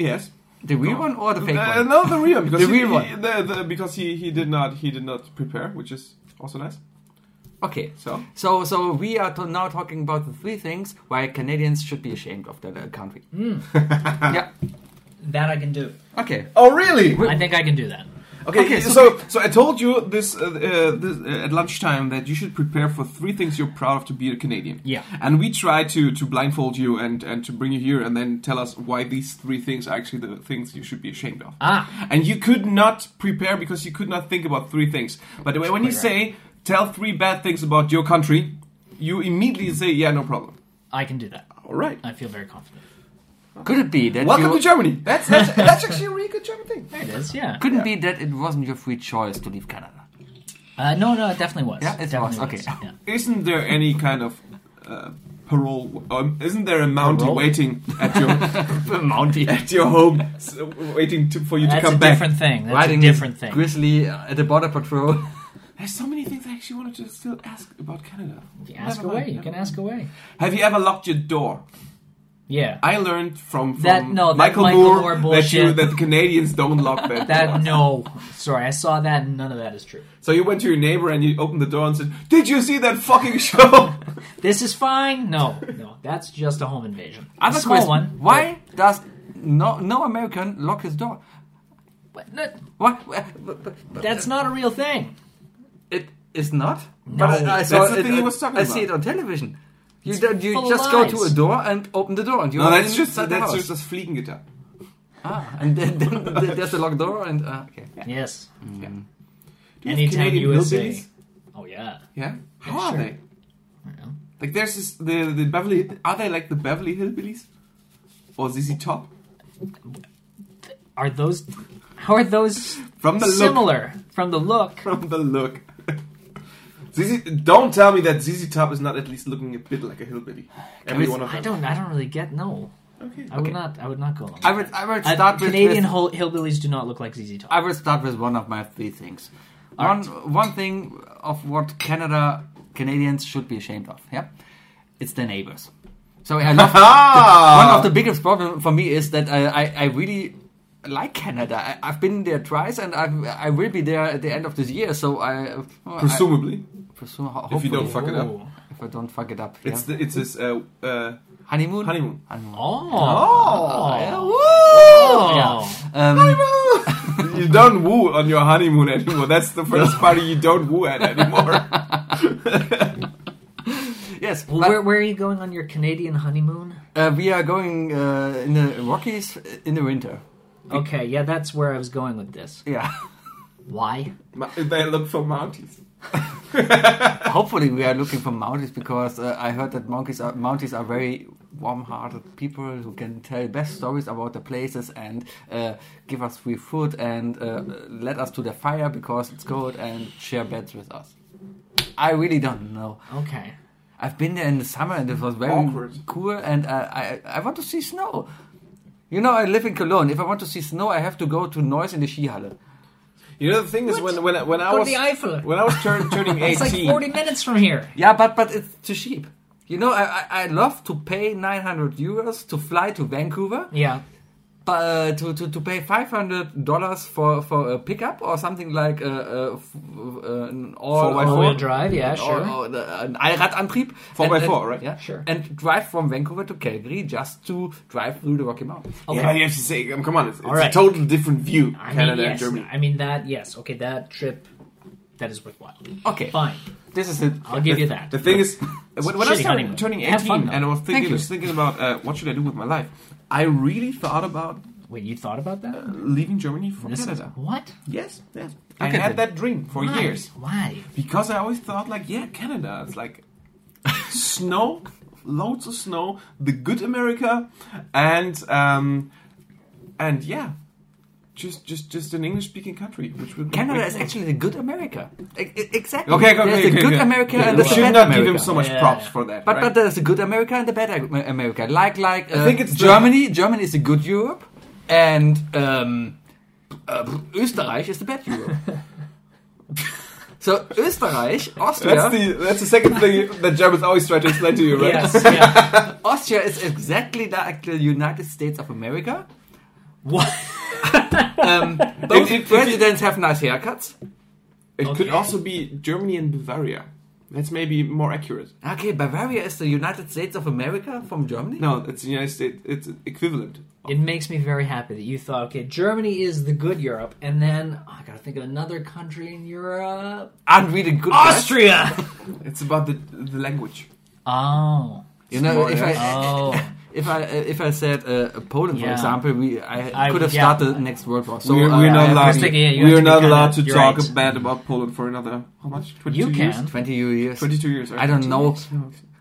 C: Yes.
B: the real one or the fake
C: Uh,
B: one?
C: no, the real because
B: The
C: he,
B: real
C: He,
B: one.
C: the, the, because he, he did not he did not prepare, which is also nice.
B: Okay.
C: So
B: So, so we are to now talking about the three things why Canadians should be ashamed of their uh, country.
C: Hmm.
B: yeah.
D: That I can do.
B: Okay.
C: oh really?
D: I think I can do that.
C: Okay,
B: Okay,
C: so,
B: so-
C: so I told you this, uh, uh, this uh, at lunchtime that you should prepare for three things you're proud of to be a Canadian.
D: Yeah.
C: and we tried to to blindfold you and and to bring you here and then tell us why these three things are actually the things you should be ashamed of.
D: Ah.
C: and you could not prepare because you could not think about three things. But when you say tell three bad things about your country, you immediately say yeah, no problem.
D: I can do that.
C: All right.
D: I feel very confident.
B: Could it be that
C: Welcome
B: you,
C: to Germany. That's that's, that's actually a really good German thing.
D: It is, yeah.
B: couldn't be that it wasn't your free choice to leave Canada?
D: Uh, no, no, it definitely was.
B: Yeah, it
D: definitely
B: was, okay.
D: Yeah.
C: Isn't there any kind of uh, parole? Um, isn't there a mountie
D: Parole?
C: waiting at your
B: Mountie.
C: at your home, s- waiting to, for you
D: That's
C: to come
D: a
C: back?
D: different thing. That's a different thing.
B: Grizzly uh, at the border patrol.
C: There's so many things I actually wanted to still ask about Canada.
D: ask
C: Never
D: away.
C: mind,
D: you can
C: never
D: ask away.
C: mind. Have you ever locked your door?
D: Yeah.
C: I learned from, from
D: That- no, that
C: Michael,
D: Michael
C: Moore,
D: Moore
C: that you
D: bullshit.
C: that the Canadians don't lock their
D: that
C: door.
D: no. Sorry, I saw that and none of that is true.
C: So you went to your neighbor and you opened the door and said, "Did you see that fucking show?"
D: This is fine. No, no, that's just a home invasion.
B: Other
D: a small
B: question.
D: one.
B: Why does no no American lock his door?
D: but- but
B: What? what- what-
D: That's not a real thing.
B: It is not.
D: No.
C: That's the thing he was talking
B: I see
C: about.
B: it on television. You, don't- you
D: full of
B: just go to a
D: lies.
B: door and open the door, and you
C: no,
B: are
C: that's just
B: inside
C: that's
B: the house.
C: just us fliegen guitar.
B: Ah, and then, then, there's the locked door, and uh, okay.
D: Yes.
C: Do you have
D: Anytime
C: Canadian
D: USA.
C: hillbillies?
D: Oh yeah.
C: Yeah. How are
D: sure.
C: they? Like there's this the the Beverly are they like the Beverly Hillbillies or ZZ Top
D: Are those? How are those
C: from the look
D: similar from the look?
C: from the look. ZZ, don't tell me that ZZ Top is not at least looking a bit like a hillbilly. Every one of them.
D: I don't. I don't really get. No.
C: Okay.
D: I would not. I would not go along.
B: I would I would
D: Uh,
B: start with,
D: Canadian
B: with
D: hill- hillbillies do not look like ZZ Top.
B: I would start with one of my three things. one one thing of what Canada Canadians should be ashamed of. Yeah, it's their neighbors. So I love
C: Ah!
B: one of the biggest problem for me is that I, I, I really like Canada. I, I've been there twice, and I've, I will be there at the end of this year. So I
C: Presumably,
B: I, presume, ho-
C: if you don't
B: hopefully.
C: fuck it up,
D: Oh.
B: if I don't fuck it up, yeah.
C: it's the, it's this uh, uh,
B: honeymoon.
C: honeymoon.
D: Oh.
B: Yeah. Um,
C: you don't woo on your honeymoon anymore. That's the first party you don't woo at anymore.
B: yes,
D: Well,
B: but-
D: where, where are you going on your Canadian honeymoon?
B: Uh, we are going uh, in the Rockies in the winter.
D: Okay, yeah, that's where I was going with this.
B: Yeah.
D: Why?
C: Ma- they look for Mounties.
B: Hopefully, we are looking for Mounties because uh, I heard that monkeys are, Mounties are very warm-hearted people who can tell best stories about the places and uh, give us free food and uh, let us to the fire because it's cold and share beds with us. I really don't know.
D: Okay.
B: I've been there in the summer and it was very
C: Awkward.
B: cool and uh, I, I want to see snow. You know, I live in Cologne. If I want to see snow, I have to go to Neuss in the Skihalle.
C: You know the thing is when when I- when I
D: Go to
C: was
D: the Eiffel.
C: when I was turn, turning
D: It's like
C: eighteen.
D: 40 minutes from here.
B: Yeah, but but it's too cheap. You know, I I, I love to pay 900 euros to fly to Vancouver,
D: Yeah.
B: but uh, to, to to pay 500 dollars for for a pickup or something like a, a f- uh, an all
C: Four
B: all-
C: by four?
D: Four-wheel drive, yeah,
B: Or,
D: sure.
B: or the, an Allradantrieb.
C: Four by
B: And-
C: four,
B: and-
C: right?
B: Yeah,
D: Sure.
B: And drive from Vancouver to Calgary just to drive through the Rocky Mountains.
D: Okay.
C: Yeah, you have to say, um, come on, it's, it's
D: right.
C: a total different view,
D: I
C: Canada
D: mean, yes.
C: and Germany.
D: I mean, that, yes. Okay, that trip, that is worthwhile.
B: Okay,
D: Fine.
B: this is it.
D: I'll give you that.
C: The thing is, when, when I
D: Shitty
C: started
D: honeymoon.
C: turning
D: Have
C: 18
D: fun, though.
C: and I was
B: Thank
C: thinking,
B: you.
C: was thinking about uh, what should I do with my life, I really thought about
D: Wait, you thought about that?
C: leaving Germany for
D: This is,
C: Uh, Canada.
D: what?
C: Yes, yes. I
B: Okay,
C: had
B: then.
C: that dream for
D: Why?
C: years
D: Why?
C: because I always thought, like, yeah, Canada. It's like snow, loads of snow, the good America, and um, and yeah, just just just an English speaking country, which would be
B: Canada
C: way
B: is
C: cool.
B: actually the good America. E- e- Exactly.
C: okay. Okay,
B: There's
C: okay,
B: the
C: okay,
B: good
C: okay.
B: America
C: Yeah,
B: and the
C: we
B: bad
C: should
B: America.
C: not give him so much
D: Yeah,
C: props
D: yeah.
C: for that.
B: But
C: right?
B: but there's the good America and the bad Am- America. Like like uh,
C: I think it's the-
B: Germany. Germany is the good Europe, and um, uh, Österreich is the bad Europe. so Österreich, Austria,
C: that's the that's the second thing that Germans always try to explain to you, right?
D: Yes. Yeah.
B: Austria is exactly like the United States of America.
D: What?
B: Um, both
C: it- if you-
B: presidents have nice haircuts.
C: It
D: Okay.
C: could also be Germany and Bavaria. That's maybe more accurate.
B: Okay, Bavaria is the United States of America from Germany.
C: No, it's the United States. It's equivalent.
D: It makes me very happy that you thought, okay, Germany is the good Europe, and then oh, I gotta think of another country in Europe.
B: aren't we the good guys?
D: Austria.
C: It's about the the language.
D: oh,
B: You know,
C: More,
B: if I,
D: oh,
B: if I if I said uh, Poland, for
D: Yeah.
B: example, we I,
D: I-
B: could have
D: yeah.
B: started the next World War. So
C: we're,
B: uh,
C: we're
B: I
C: not
B: have
C: allowed.
D: to take it, you
C: we're
D: have to
C: not
D: be
C: allowed to
D: kinda- you're
C: talk
D: right.
C: bad about Poland for another how much? Twenty-two
D: you
C: years.
D: can.
B: Twenty years.
C: Twenty-two years. right?
B: I don't know.
C: No, it's-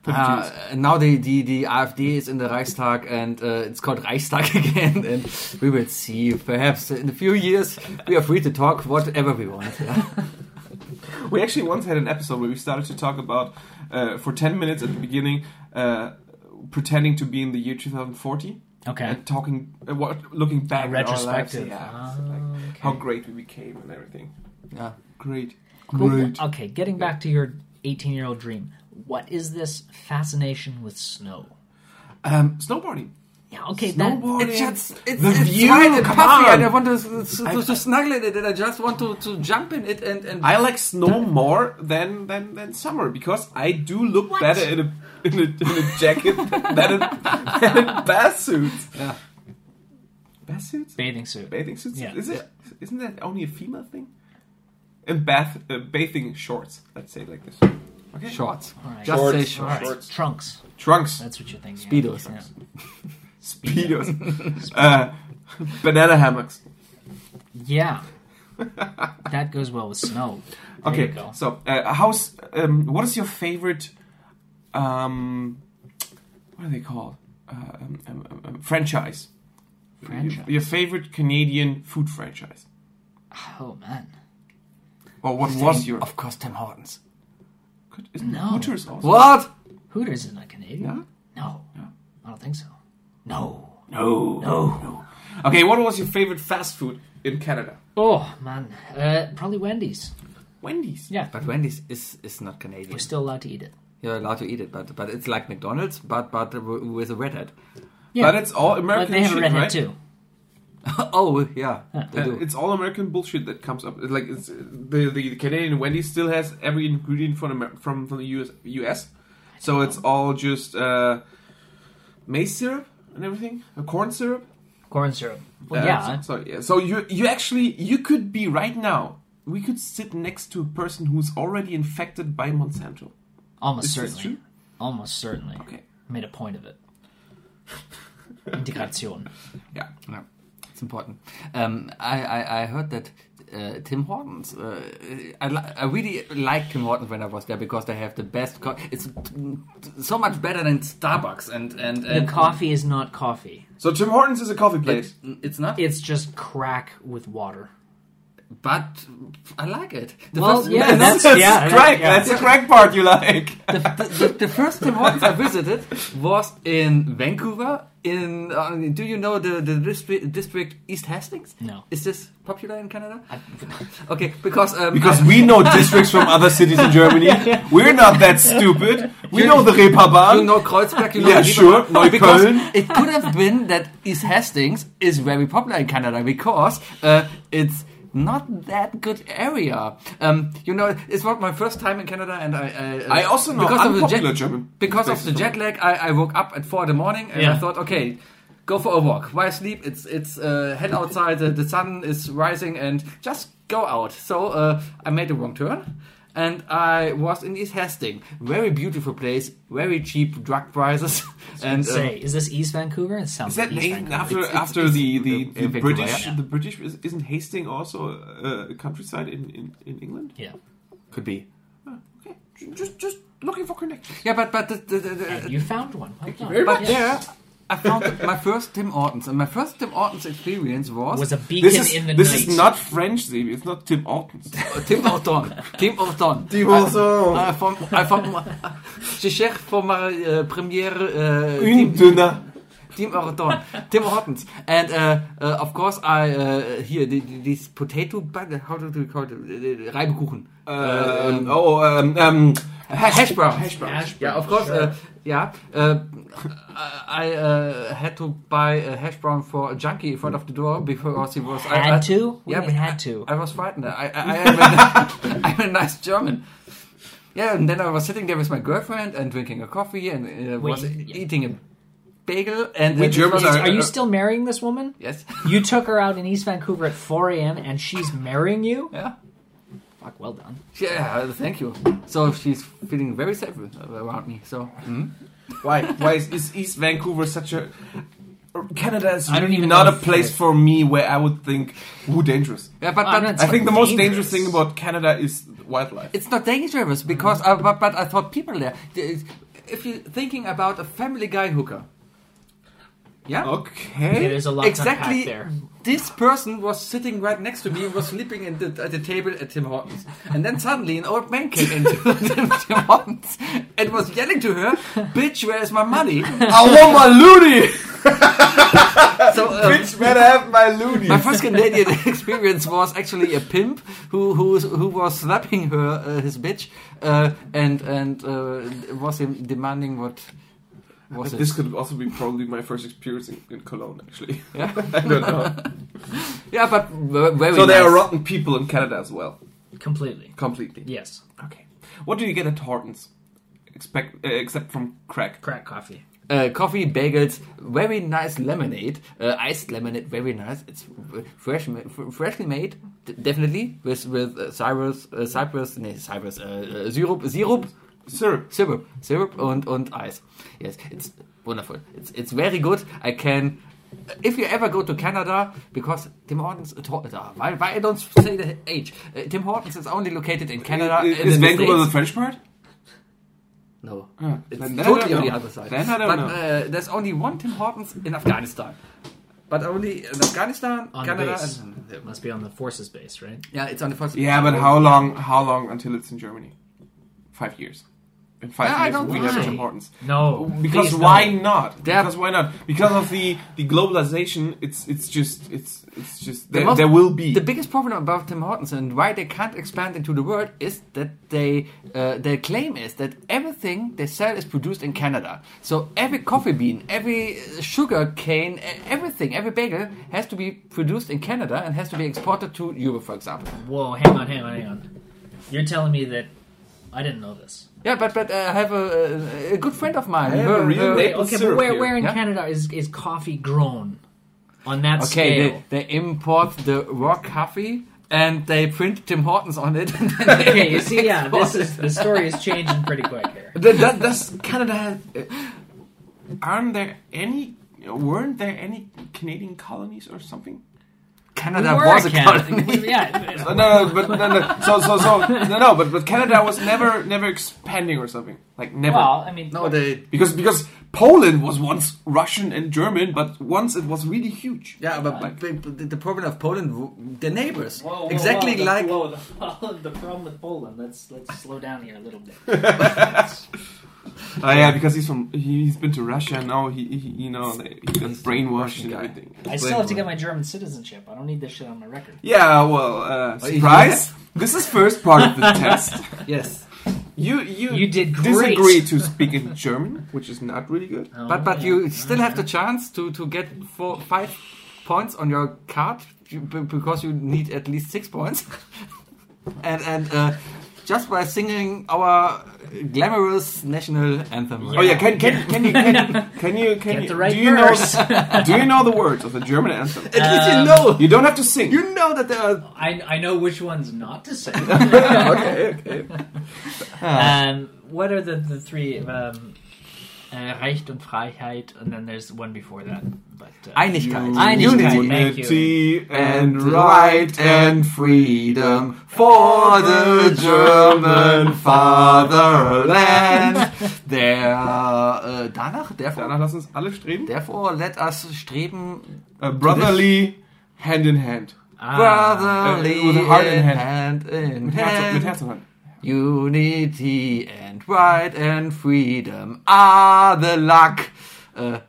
C: Twenty-two
B: Uh,
C: years.
B: now the, the the AfD is in the Reichstag and uh, it's called Reichstag again, and we will see. Perhaps in a few years we are free to talk whatever we want. Yeah.
C: We actually once had an episode where we started to talk about uh, for ten minutes at the beginning, uh, pretending to be in the year 2040
D: Okay.
C: and talking, uh, what, looking back,
D: A
C: at our lives.
D: retrospective.
C: yeah,
D: Ah,
C: so, like,
D: okay.
C: how great we became and everything.
B: Yeah.
C: Great,
D: But
C: great.
D: wh- Okay, getting back to your 18 year old dream, what is this fascination with snow?
C: Um, snowboarding.
D: Yeah, okay, that,
B: It's just it's,
C: The
B: it's
C: view,
B: white and
C: come
B: puffy,
C: on.
B: and I want to, to, to snuggle in it, and I just want to, to jump in it and and
C: I like snow more than, than, than summer because I do look
D: What?
C: better in a in a, in a jacket than in, than in bath suits.
B: Yeah.
C: Bath suits?
D: bathing suit.
C: Bathing suits?
D: Yeah.
C: Is it? Isn't that only a female thing? And bath uh, bathing shorts. Let's say it like this. Okay.
B: shorts.
D: All right.
B: Just
C: Shorts.
B: say
D: All
B: shorts.
D: right,
C: Shorts.
D: Trunks.
C: Trunks.
D: That's what you're thinking.
B: Speedos.
D: Yeah.
C: Speedos. uh, banana hammocks.
D: yeah. that goes well with snow. There you
C: Okay.
D: go.
C: So, uh, how's um, what is your favorite? Um, what are they called? Uh, um, um, um, um, franchise.
D: Franchise.
C: Your, your favorite Canadian food franchise,
D: Oh, man.
C: or what was your?
B: Of course, Tim Hortons.
C: Good, Isn't
D: No.
C: Hooters also?
B: What?
D: Hooters is not Canadian.
C: Yeah?
D: No. I don't think so. No.
C: No. No. Okay. What was your favorite fast food in Canada?
D: Oh, man. Uh, probably Wendy's.
C: Wendy's.
D: Yeah.
B: But Wendy's is is not Canadian.
D: We're still allowed to eat it.
B: You're allowed to eat it, but but it's like McDonald's, but but w- with a red hat.
D: Yeah.
C: But it's all
D: But
C: American
D: they have a
C: shit,
D: redhead,
C: right?
D: too.
B: oh yeah, they
C: Uh,
B: do.
C: it's all American bullshit that comes up. It's Like it's, the the Canadian Wendy's still has every ingredient from Amer- from, from the US, US. so it's all just uh, maize syrup and everything, uh, corn syrup.
D: Corn syrup. Well,
C: Uh, So,
D: yeah.
C: so, yeah. So you you actually you could be right now. We could sit next to a person who's already infected by Monsanto.
D: Almost
C: Is this
D: certainly.
C: true?
D: Almost certainly.
C: Okay.
D: Made a point of it. Integration.
C: Yeah.
B: Yeah, it's important. Um, I, I I heard that uh, Tim Hortons. Uh, I li- I really liked Tim Hortons when I was there because they have the best. Co- it's so much better than Starbucks and and,
D: The
B: and
D: coffee is not coffee.
C: So Tim Hortons is a coffee place.
B: It's not,
D: It's just crack with water.
B: but I like it. The
D: Well,
B: first,
D: yeah, that's- yeah,
C: crack.
D: yeah.
C: That's the crack part you like.
B: the, the, the first Tim Hortons I visited was in Vancouver. In uh, do you know the the district, district East Hastings?
D: No.
B: Is this popular in Canada? okay, because um,
C: Because
B: I-
C: we know districts from other cities in Germany. We're not that stupid. We know the Reeperbahn.
B: you know Kreuzberg, you know
C: Yeah,
B: Lieber-
C: sure,
B: Because
C: Neukölln.
B: it could have been that East Hastings is very popular in Canada because uh, it's not that good area. Um, you know, it's not my first time in Canada, and I uh, I,
C: I also know unpopular German
B: because of the
C: places.
B: jet lag. I, I woke up at four in the morning and I
D: Yeah.
B: thought, okay. Go for a walk. Why sleep? It's it's uh, head outside. The, the sun is rising, and just go out. So uh, I made the wrong turn, and I was in East Hastings. Very beautiful place. Very cheap drug prices. and uh,
D: Say, is this East Vancouver? It
C: Is
D: sounds
C: that
D: like East
C: named
D: Vancouver.
C: after
B: It's- it's-
C: after
B: it's
C: the, the,
B: the-
C: the,
B: the
C: British?
B: Victoria.
C: The British is- isn't Hastings also a, a countryside in, in, in England?
D: Yeah.
B: Could be.
C: Okay, J- just just looking for connections.
B: Yeah, but but the, the, the, the,
D: You found one. Well done.
C: very much.
D: Yeah.
B: yeah. I found that my first Tim Hortons, and my first Tim Hortons experience was,
D: was a beacon
C: This is
D: in the
C: this
D: night.
C: is not French, Zebi. It's not Tim Hortons. Uh,
B: Tim Horton. Tim Horton.
C: Tim Horton.
B: I, I found, I found my, je cherche pour ma uh, première uh,
C: Une
B: Tim,
C: donna.
B: Tim Horton. Tim Hortons. And uh, uh, of course I, uh, here, the- the- this potato, bug- how do you call it? Uh, Reibekuchen. Uh,
C: Um, oh, um, um, hash,
B: hash browns.
C: Hash browns.
D: Hash
B: Yeah, of course. Uh, yeah, uh, I uh, had to buy a hash brown for a junkie in front of the door because he was. I, I,
D: had to?
B: Yeah,
D: we
B: but
D: had to.
B: I was frightened. I, I, I am, a, I'm a nice German. Yeah, and then I was sitting there with my girlfriend and drinking a coffee and uh, was
D: Wait, yeah.
B: eating a bagel. And
C: We
B: and
C: Germans
B: was-
C: are-
D: Are you still marrying this woman?
B: uh, Yes.
D: You took her out in East Vancouver at 4 a.m. and she's marrying you?
B: Yeah.
D: Fuck, well done.
B: Yeah. Thank you. So she's feeling very safe around me. So
C: Why? Why is, is East Vancouver such a? Canada is
D: I don't
C: really
D: even
C: not
D: know
C: a
D: if-
C: place for me where I would think, "Ooh, dangerous."
B: yeah, but,
D: I'm
B: but
D: not
C: I think the most dangerous
D: Dangerous.
C: thing about Canada is wildlife.
B: it's not dangerous because I,
C: Mm-hmm.
B: but, but I thought people there. If you're thinking about a Family Guy hooker, yeah,
C: Okay.
D: Yeah, there's a lot
B: exactly.
D: to unpack there.
B: This person was sitting right next to me, was sleeping in the, at the table at Tim Hortons, and then suddenly an old man came into Tim, Tim Hortons and was yelling to her, "Bitch, where's my money?"
C: I want my loony.
B: So. um,
C: Bitch, better have my loony.
B: my first Canadian experience was actually a pimp who who who was slapping her uh, his bitch uh, and and uh, was him demanding what was it?
C: This could also be probably my first experience in, in Cologne, actually.
B: Yeah.
C: I don't know.
B: yeah, but ve- very.
C: so
B: nice.
C: there are rotten people in Canada as well,
D: Completely.
C: completely.
D: Yes.
C: Okay. What do you get at Hortons, expect, uh, except from crack?
D: Crack coffee.
B: uh, coffee bagels, very nice lemonade, uh, iced lemonade, very nice. It's fresh, ma- fr- freshly made, d- definitely with with uh, Cyrus, uh, Cypress, nee, Cypress, uh, uh, syrup, syrup,
C: Syrup.
B: syrup, syrup, and and ice. Yes, it's wonderful. It's it's very good. I can. If you ever go to Canada, because Tim Hortons, uh, why, why I don't say the age? Uh, Tim Hortons is only located in Canada.
C: Is,
B: and
C: is
B: in the
C: Vancouver
B: States.
C: the French part?
B: No. It's
C: Hmm. Then I
B: totally
C: don't
B: on the
C: know.
B: other side.
C: Then I don't
B: but
C: know.
B: Uh, there's only one Tim Hortons in Afghanistan. But only uh, in Afghanistan,
D: On the
B: Canada,
D: base.
B: and.
D: Must be on the forces base, right?
B: Yeah, it's on the first.
C: Yeah, but how long? How long until it's in Germany? Five years. In five
B: Yeah, I
C: years,
B: don't
C: we
B: think
C: have
B: so.
C: importance.
D: No.
C: Because
D: please,
C: why
D: no.
C: not?
B: There-
C: Because why not? Because of the the globalization, it's it's just it's it's just
B: The
C: there,
B: most-
C: there will be.
B: The biggest problem about Tim Hortons and why they can't expand into the world is that they uh, their claim is that everything they sell is produced in Canada. So every coffee bean, every uh, sugar cane, e- everything, every bagel has to be produced in Canada and has to be exported to Europe, for example.
D: Whoa, hang on, hang on, hang on. You're telling me that I didn't know this.
B: Yeah, but but uh, I have a, a, a good friend of mine.
C: I have
B: her-
C: a real
B: her-
C: name.
D: Okay,
C: Maple
D: okay but
C: syrup
D: where,
C: here,
D: where in
B: yeah?
D: Canada is, is coffee grown? On that
B: Okay,
D: scale.
B: they, they import the raw coffee and they print Tim Hortons on it. and then they
D: okay, you see, yeah,
B: export
D: this is the story is changing pretty quick here.
C: That, that, that's Canada. Has, uh, aren't there any? Weren't there any Canadian colonies or something?
B: Canada
D: We were
B: was a
D: Canada.
B: colony.
D: yeah,
C: No, no, but no, no. So, so, so, no, no. But, but Canada was never, never expanding or something. Like never.
D: well, I mean,
B: No, they.
C: Because because Poland was once Russian and German, but once it was really huge.
B: Yeah, but, but- but the- the problem of Poland, w- the neighbors,
D: Whoa, whoa,
B: exactly
D: whoa,
B: like.
D: whoa, the, the problem with Poland. Let's let's slow down here a little bit.
C: Oh yeah, because he's from he, he's been to Russia now. He, he you know they, he got brainwashed
B: Russian
C: and
B: guy.
C: everything.
D: I still have to get my German citizenship. I don't need this shit on my record.
C: Yeah, well, uh,
B: yeah.
C: surprise. This is first part of the test.
B: Yes,
C: You you
D: You did great.
C: disagree to speak in German, which is not really good.
B: but but you still have the chance to to get four five points on your card you- be- because you need at least six points, and and uh, just by singing our glamorous national anthem.
C: Oh yeah, can can can you can can you can
D: Get
C: you
D: the right
C: do you
D: verse.
C: know do you know the words of the German anthem? Um,
B: At least you know.
C: You don't have to sing.
B: You know that there are.
D: I I know which ones not to say.
C: okay, okay.
D: um, what are the the three? Um, uh, Recht und Freiheit, and then there's one before that. But uh,
B: Einigkeit.
D: Einigkeit.
B: Unity.
D: Thank you.
C: Unity and
B: right
C: right
B: and
C: and
B: freedom for the German fatherland. Der, äh, danach, therefore,
C: Danach lass uns alle streben.
B: therefore let us streben
C: Äh, brotherly, hand in hand.
D: Ah,
B: brotherly
C: Äh, with heart in hand.
B: hand in
C: Mit Herz, und-
B: hand.
C: mit Herz und Hand.
B: Unity and right and freedom are the luck. Äh,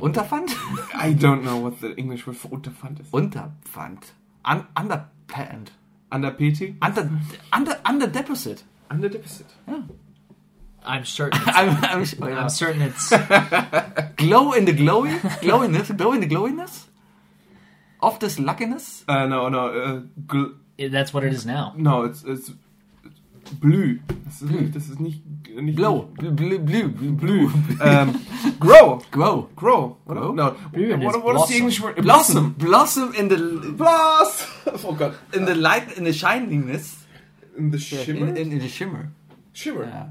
B: Unterpfand?
C: I don't know what the English word for Unterpfand is.
B: Unterpfand. Un underpand.
C: Underpeti?
B: Under, under, under deposit.
C: Underdeficit.
D: I'm certain. It's,
B: I'm, I'm, sure, yeah.
D: I'm certain it's
B: Glow in the glowy? Glowiness? Glow in the glowiness? Of this luckiness?
C: Uh, no, no, uh, gl
D: that's what it is now.
C: no, it's, it's blue. Das ist, nicht- das ist nicht, nicht
B: Glow. Blue, blue, blue,
C: blue.
B: blue.
C: um, grow,
B: Grow.
C: grow.
B: Grow?
C: No,
D: Blue and
C: what,
D: it's
C: what is the
D: blossom.
C: English word?
B: Blossom. Blossom in the
C: Blossom. Oh God.
B: in the light in the shiningness.
C: In the
B: In,
C: shimmer.
B: in, in the shimmer.
C: shimmer.
B: Yeah.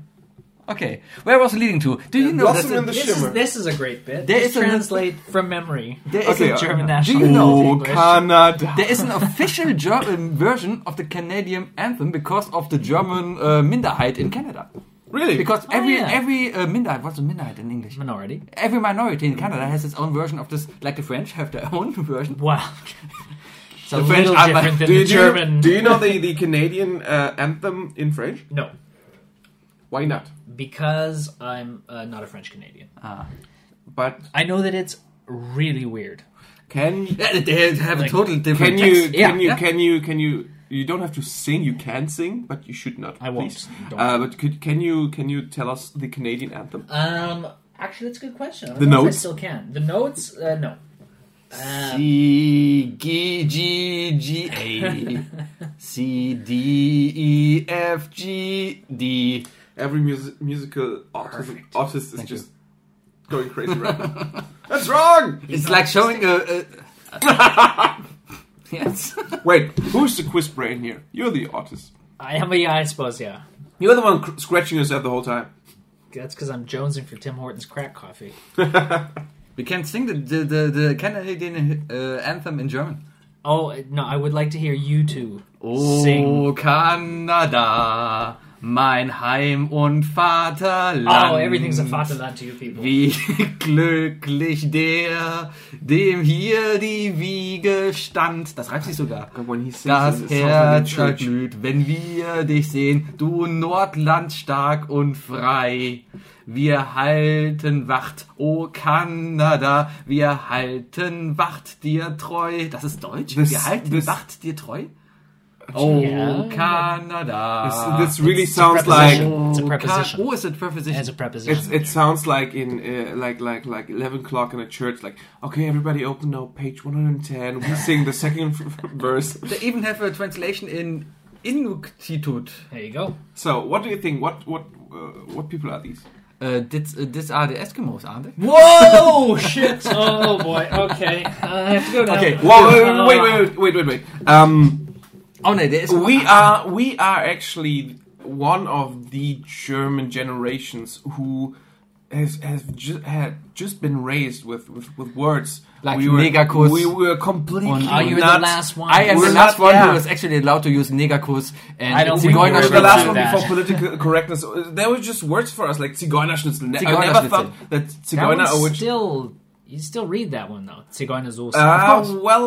B: Okay. Where was it leading to? Do you know
C: Blossom
B: that
C: in the
D: This is,
C: shimmer.
D: this is a great bit.
B: There
D: Just
B: is a-
D: translate from memory.
B: there is
C: Okay,
B: a
C: uh,
D: German
B: do
D: national.
B: you know
C: oh, Canada.
B: there is an official German version of the Canadian anthem because of the German uh, Minderheit in Canada.
C: Really?
B: Because every
D: yeah.
B: every uh, Minderheit, what's a Minderheit in English?
D: Minority.
B: Every minority in Canada has its own version of this, like the French have their own version.
D: Wow. It's a
B: The French
D: little
B: are-
D: different than
C: do,
D: the
C: you, do,
D: German.
C: you, do you know the, the Canadian uh, anthem in French?
D: No,
C: Why not?
D: because I'm uh, not a French Canadian.
C: But
D: I know that it's really weird.
C: can you
B: Yeah, they have a total different
C: can you
B: text.
C: can you
B: yeah.
C: can you can you you don't have to sing. You can sing, but you should not.
D: I won't.
C: please.
D: Don't.
C: Uh, but could, can you can you tell us the Canadian anthem?
D: Um, actually, that's a good question. I don't
C: The
D: know if
C: notes?
D: I still can. The notes? Uh, no. Um,
B: C G G G A C D E F G D.
C: Every mus- musical artist, artist is just going crazy right now. That's wrong.
B: It's like showing a. a yes.
C: Wait, who's the quiz brain here? You're the artist.
D: I have a yeah, I suppose yeah.
C: You're the one cr- scratching yourself the whole time.
D: That's because I'm jonesing for Tim Hortons crack coffee.
B: We can sing the the, the, the Canadian uh, anthem in German.
D: Oh no, I would like to hear you two sing.
B: Oh Kanada, mein Heim und Vaterland.
D: Oh, everything's a Vaterland to you people.
B: Wie glücklich der, dem hier die Wiege stand. Das reicht sich sogar.
C: When he sings,
B: Das
C: it sounds like a
B: Herz
C: church.
B: erglüht, wenn wir dich sehen, du Nordland stark und frei. Wir halten Wacht, o Kanada, wir halten Wacht dir treu. Das ist Deutsch?
C: This-
B: wir halten
C: this-
B: Wacht dir treu? Oh,
D: Yeah.
B: Kanada.
C: This, this really
D: Uh, It's a
C: sounds like
D: preposition. It's a
B: Oh,
D: preposition.
B: Kan- Oh, is it preposition?
D: As a preposition.
C: It's, it sounds like in uh, like like like eleven o'clock in a church. Like, okay, everybody, open now page one hundred and ten. We sing the second verse.
B: They even have a translation in Inuktitut.
D: there you go.
C: So, what do you think? What what uh, what people are these?
B: Uh, this, uh, this are the Eskimos, aren't they?
D: Whoa! shit! Oh boy. Okay, I have to go now.
B: Okay.
C: Well, wait, wait, wait, wait, wait, wait. Um,
B: Oh no, there is
C: we are we are actually one of the German generations who has has just had just been raised with with, with words
B: Like
C: we were,
B: Negerkuss.
C: We were completely.
B: Und
D: Are you the
C: nuts.
D: last one?
B: I am
C: We're
B: the last
C: not-
B: one
C: yeah.
B: who is actually allowed to use Negakus and
D: I don't think
B: Zigeuner
D: we're
C: the
D: allowed
C: last
D: do
C: one
D: that.
C: before political correctness. There were just words for us like Zigeunerschnitzel. Ne- I never
B: Zigeunerschnitzel.
C: thought that
D: That
C: Zigeuner
D: one's
C: or which.
D: still you still read that one though. Zigeuner's also.
C: Uh, well,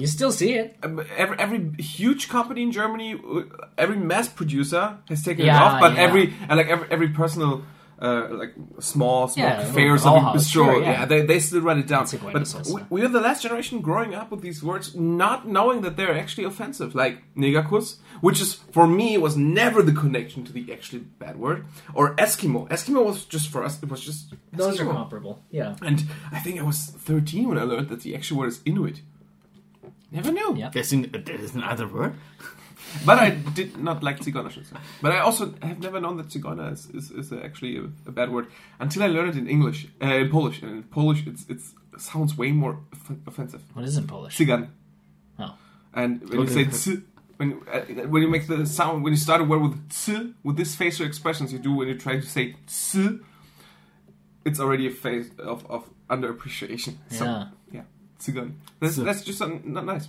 D: you still see it.
C: um, every, every huge company in Germany, uh, every mass producer has taken it
D: Yeah,
C: off, but
D: yeah.
C: every and like every, every personal. Uh, like small, small
D: Yeah,
C: fair or
D: all
C: something,
D: house,
C: bistro.
D: sure,
C: yeah.
D: yeah.
C: they they still write it down.
D: Zigeuner
C: But
D: sauce.
C: we, we are the last generation growing up with these words, not knowing that they're actually offensive. Like negakus, which is for me was never the connection to the actually bad word, or Eskimo. Eskimo was just for us. It was just
D: Those are
C: Eskimo.
D: comparable. Yeah.
C: And I think I was 13 when I learned that the actual word is Inuit. Never knew.
D: Yeah.
B: There's, an, there's another word.
C: But I did not like Zigeuner schnitzel. But I also have never known that Zigeuner is, is, is actually a, a bad word until I learned it in English, uh, in Polish. And in Polish, it's, it's, it sounds way more off- offensive.
D: What is in Polish?
C: Zigan.
D: Oh.
C: And when you say ts, when, uh, when you make the sound, when you start a word with ts, with this facial expressions you do when you try to say ts, it's already a phase of, of underappreciation. So,
D: Yeah.
C: yeah, Zigan. That's, that's just un- not nice.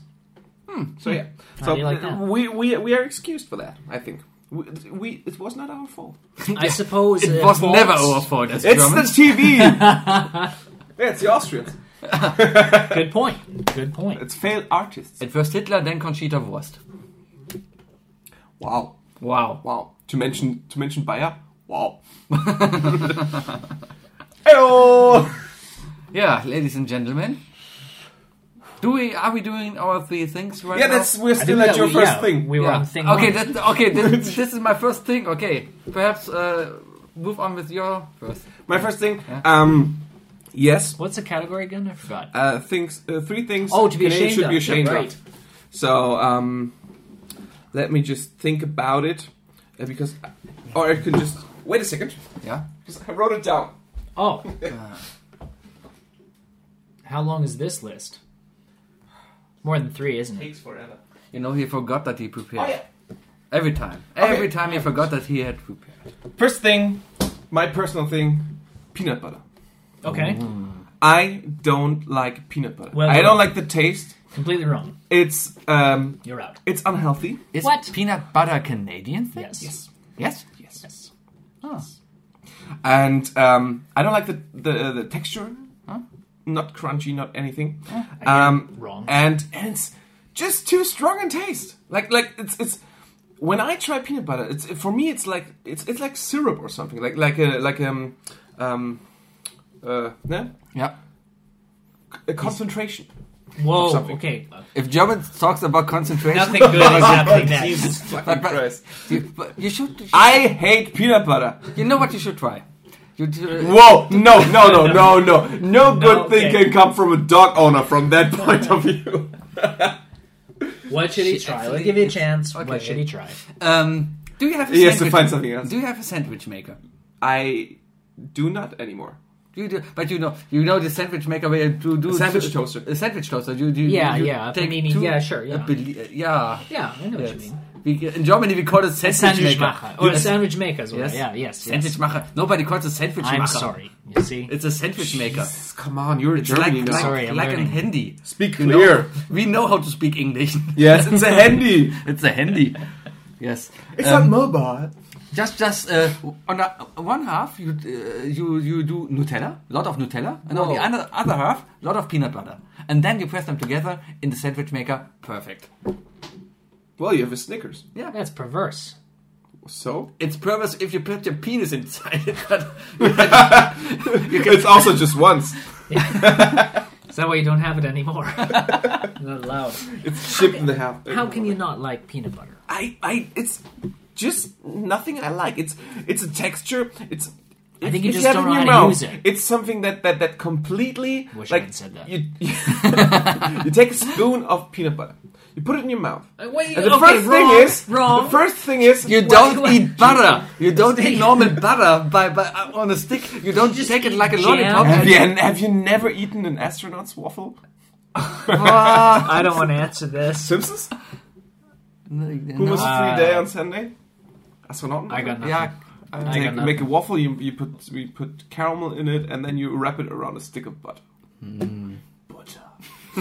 C: Hmm. So yeah,
D: How
C: so
D: do you like that?
C: we, we we are excused for that, I think. We, we it was not our fault.
D: I suppose
B: It
D: uh,
B: was
D: fault-
B: never our fault as
C: It's
B: Germans.
C: the TV. yeah, it's the Austrians.
D: Good point. Good point.
C: It's failed artists.
B: At first Hitler, then Conchita Wurst.
C: Wow,
B: Wow.
C: wow. To mention to mention Bayer. Wow. Heyo.
B: Yeah, ladies and gentlemen. Do we are we doing our three things right
C: Yeah,
B: now?
C: that's we're
D: I
C: still at
D: think that
C: your
D: we-
C: first
D: yeah,
C: thing.
D: We were
B: Yeah.
D: on thing.
B: okay,
D: one.
B: that, okay. This, this is my first thing. Okay, perhaps uh, move on with your first.
C: My first thing. Um, yes.
D: What's the category again? I forgot.
C: Uh, things. Uh, three things.
D: oh, to be
C: Canadians
D: ashamed
C: should
D: of.
C: be ashamed
D: Yeah,
C: of.
D: right.
C: So um, let me just think about it, uh, because, or I can just wait a second.
B: Yeah.
C: Because I wrote it down.
D: Oh. How long is this list? More than three, isn't it?
C: Takes forever.
B: You know, he forgot that he prepared.
C: Oh yeah.
B: Every time. Every time he forgot that he had prepared.
C: First thing, my personal thing, peanut butter.
D: Okay.
C: I don't like peanut butter.
D: Well
C: I
D: done.
C: don't like the taste.
D: Completely wrong.
C: It's um,
D: You're out.
C: it's unhealthy.
B: Is
D: What?
B: peanut butter Canadian thing?
D: Yes.
B: Yes.
D: Yes.
B: Ah.
C: and um, I don't like the uh, the, the texture. Not crunchy, not anything. Um,
D: Oh, Wrong.
C: And, and it's just too strong in taste. Like like it's it's when I try peanut butter, it's for me it's like it's it's like syrup or something. Like like a like um um uh no?
B: Yeah.
C: a concentration.
D: Whoa.
C: something.
D: Okay. Uh,
B: If German talks about concentration,
D: Nothing good is happening next.
B: But, but-
C: Christ.
B: you, but you should.
C: I hate peanut butter.
B: You know what you should try. You do-
C: Whoa! No, no, no, no, no. No good
D: okay.
C: thing can come from a dog owner from that point of view.
D: What should he try?
B: actually-
D: Let's give you a chance.
B: Okay.
D: What should he try?
B: um, do you have? A
C: He has to
B: sandwich?
C: find something else.
B: Do you have a sandwich maker?
C: I do not anymore.
B: Do you do? But you know, you know the sandwich maker where you do, do
C: A sandwich toaster.
B: A sandwich toaster. You, you,
D: Yeah,
B: you
D: yeah, a
B: Take
D: panini,
B: two,
D: yeah, sure, yeah.
B: a beli- yeah.
D: Yeah, I know what you
B: Yes.
D: mean.
B: We, in Germany, we call it sandwich,
D: Sandwich
B: maker.
D: maker. Or
B: You-
D: a sandwich maker. is what-
B: Yes.
D: Yeah. Yes.
B: Sandwich
D: Yes.
B: maker. Nobody calls it sandwich maker.
D: I'm sorry. You see.
B: It's a sandwich maker.
C: Come on, you're in
B: It's like,
C: Germany now.
B: like,
D: Sorry, I'm
B: like in
D: learning.
B: Hindi.
C: Speak
B: You
C: clear.
B: know, we know how to speak English.
C: Yes, it's a handy.
B: it's a Hindi. Yes.
C: It's
B: Um,
C: not mobile.
B: Just, just uh, on a, one half you uh, you you do Nutella, lot of Nutella, and on the
D: Whoa.
B: other, other half, lot of peanut butter, and then you press them together in the sandwich maker. Perfect.
C: Well, you have a Snickers.
D: That's perverse.
C: So?
B: It's perverse if you put your penis inside it, but
C: It's also just once.
D: Is that why you don't have it anymore? Not allowed.
C: It's shipped in the half.
D: How can you not like peanut butter?
C: I, I, it's just nothing I like. It's, it's a texture. It's.
D: I think you
C: if
D: just
C: have
D: don't
C: in
D: know
C: your
D: how to
C: mouth,
D: use it.
C: It's something that that that completely
D: Wish I
C: like
D: hadn't said that.
C: You, you take a spoon of peanut butter. You put it in your mouth.
D: Uh, Wait,
C: And the first
D: wrong,
C: thing is
D: wrong.
C: The first thing is
B: you don't eat butter. You don't eat normal butter by, by uh, on a stick. You don't
D: Just
B: take it
D: eat
B: like a
D: jam.
B: lollipop.
C: Have
B: and-
C: you, have you never eaten an astronaut's waffle?
B: Ah.
D: I don't want to answer this.
C: Simpsons? Who
B: No.
C: was
D: Uh,
C: free day on Sunday? Astronaut.
D: I got nothing.
B: Yeah,
D: I
C: Take-
D: got nothing.
C: make a waffle. You, you put we put caramel in it, and then you wrap it around a stick of butter.
D: Hmm.
C: Butter.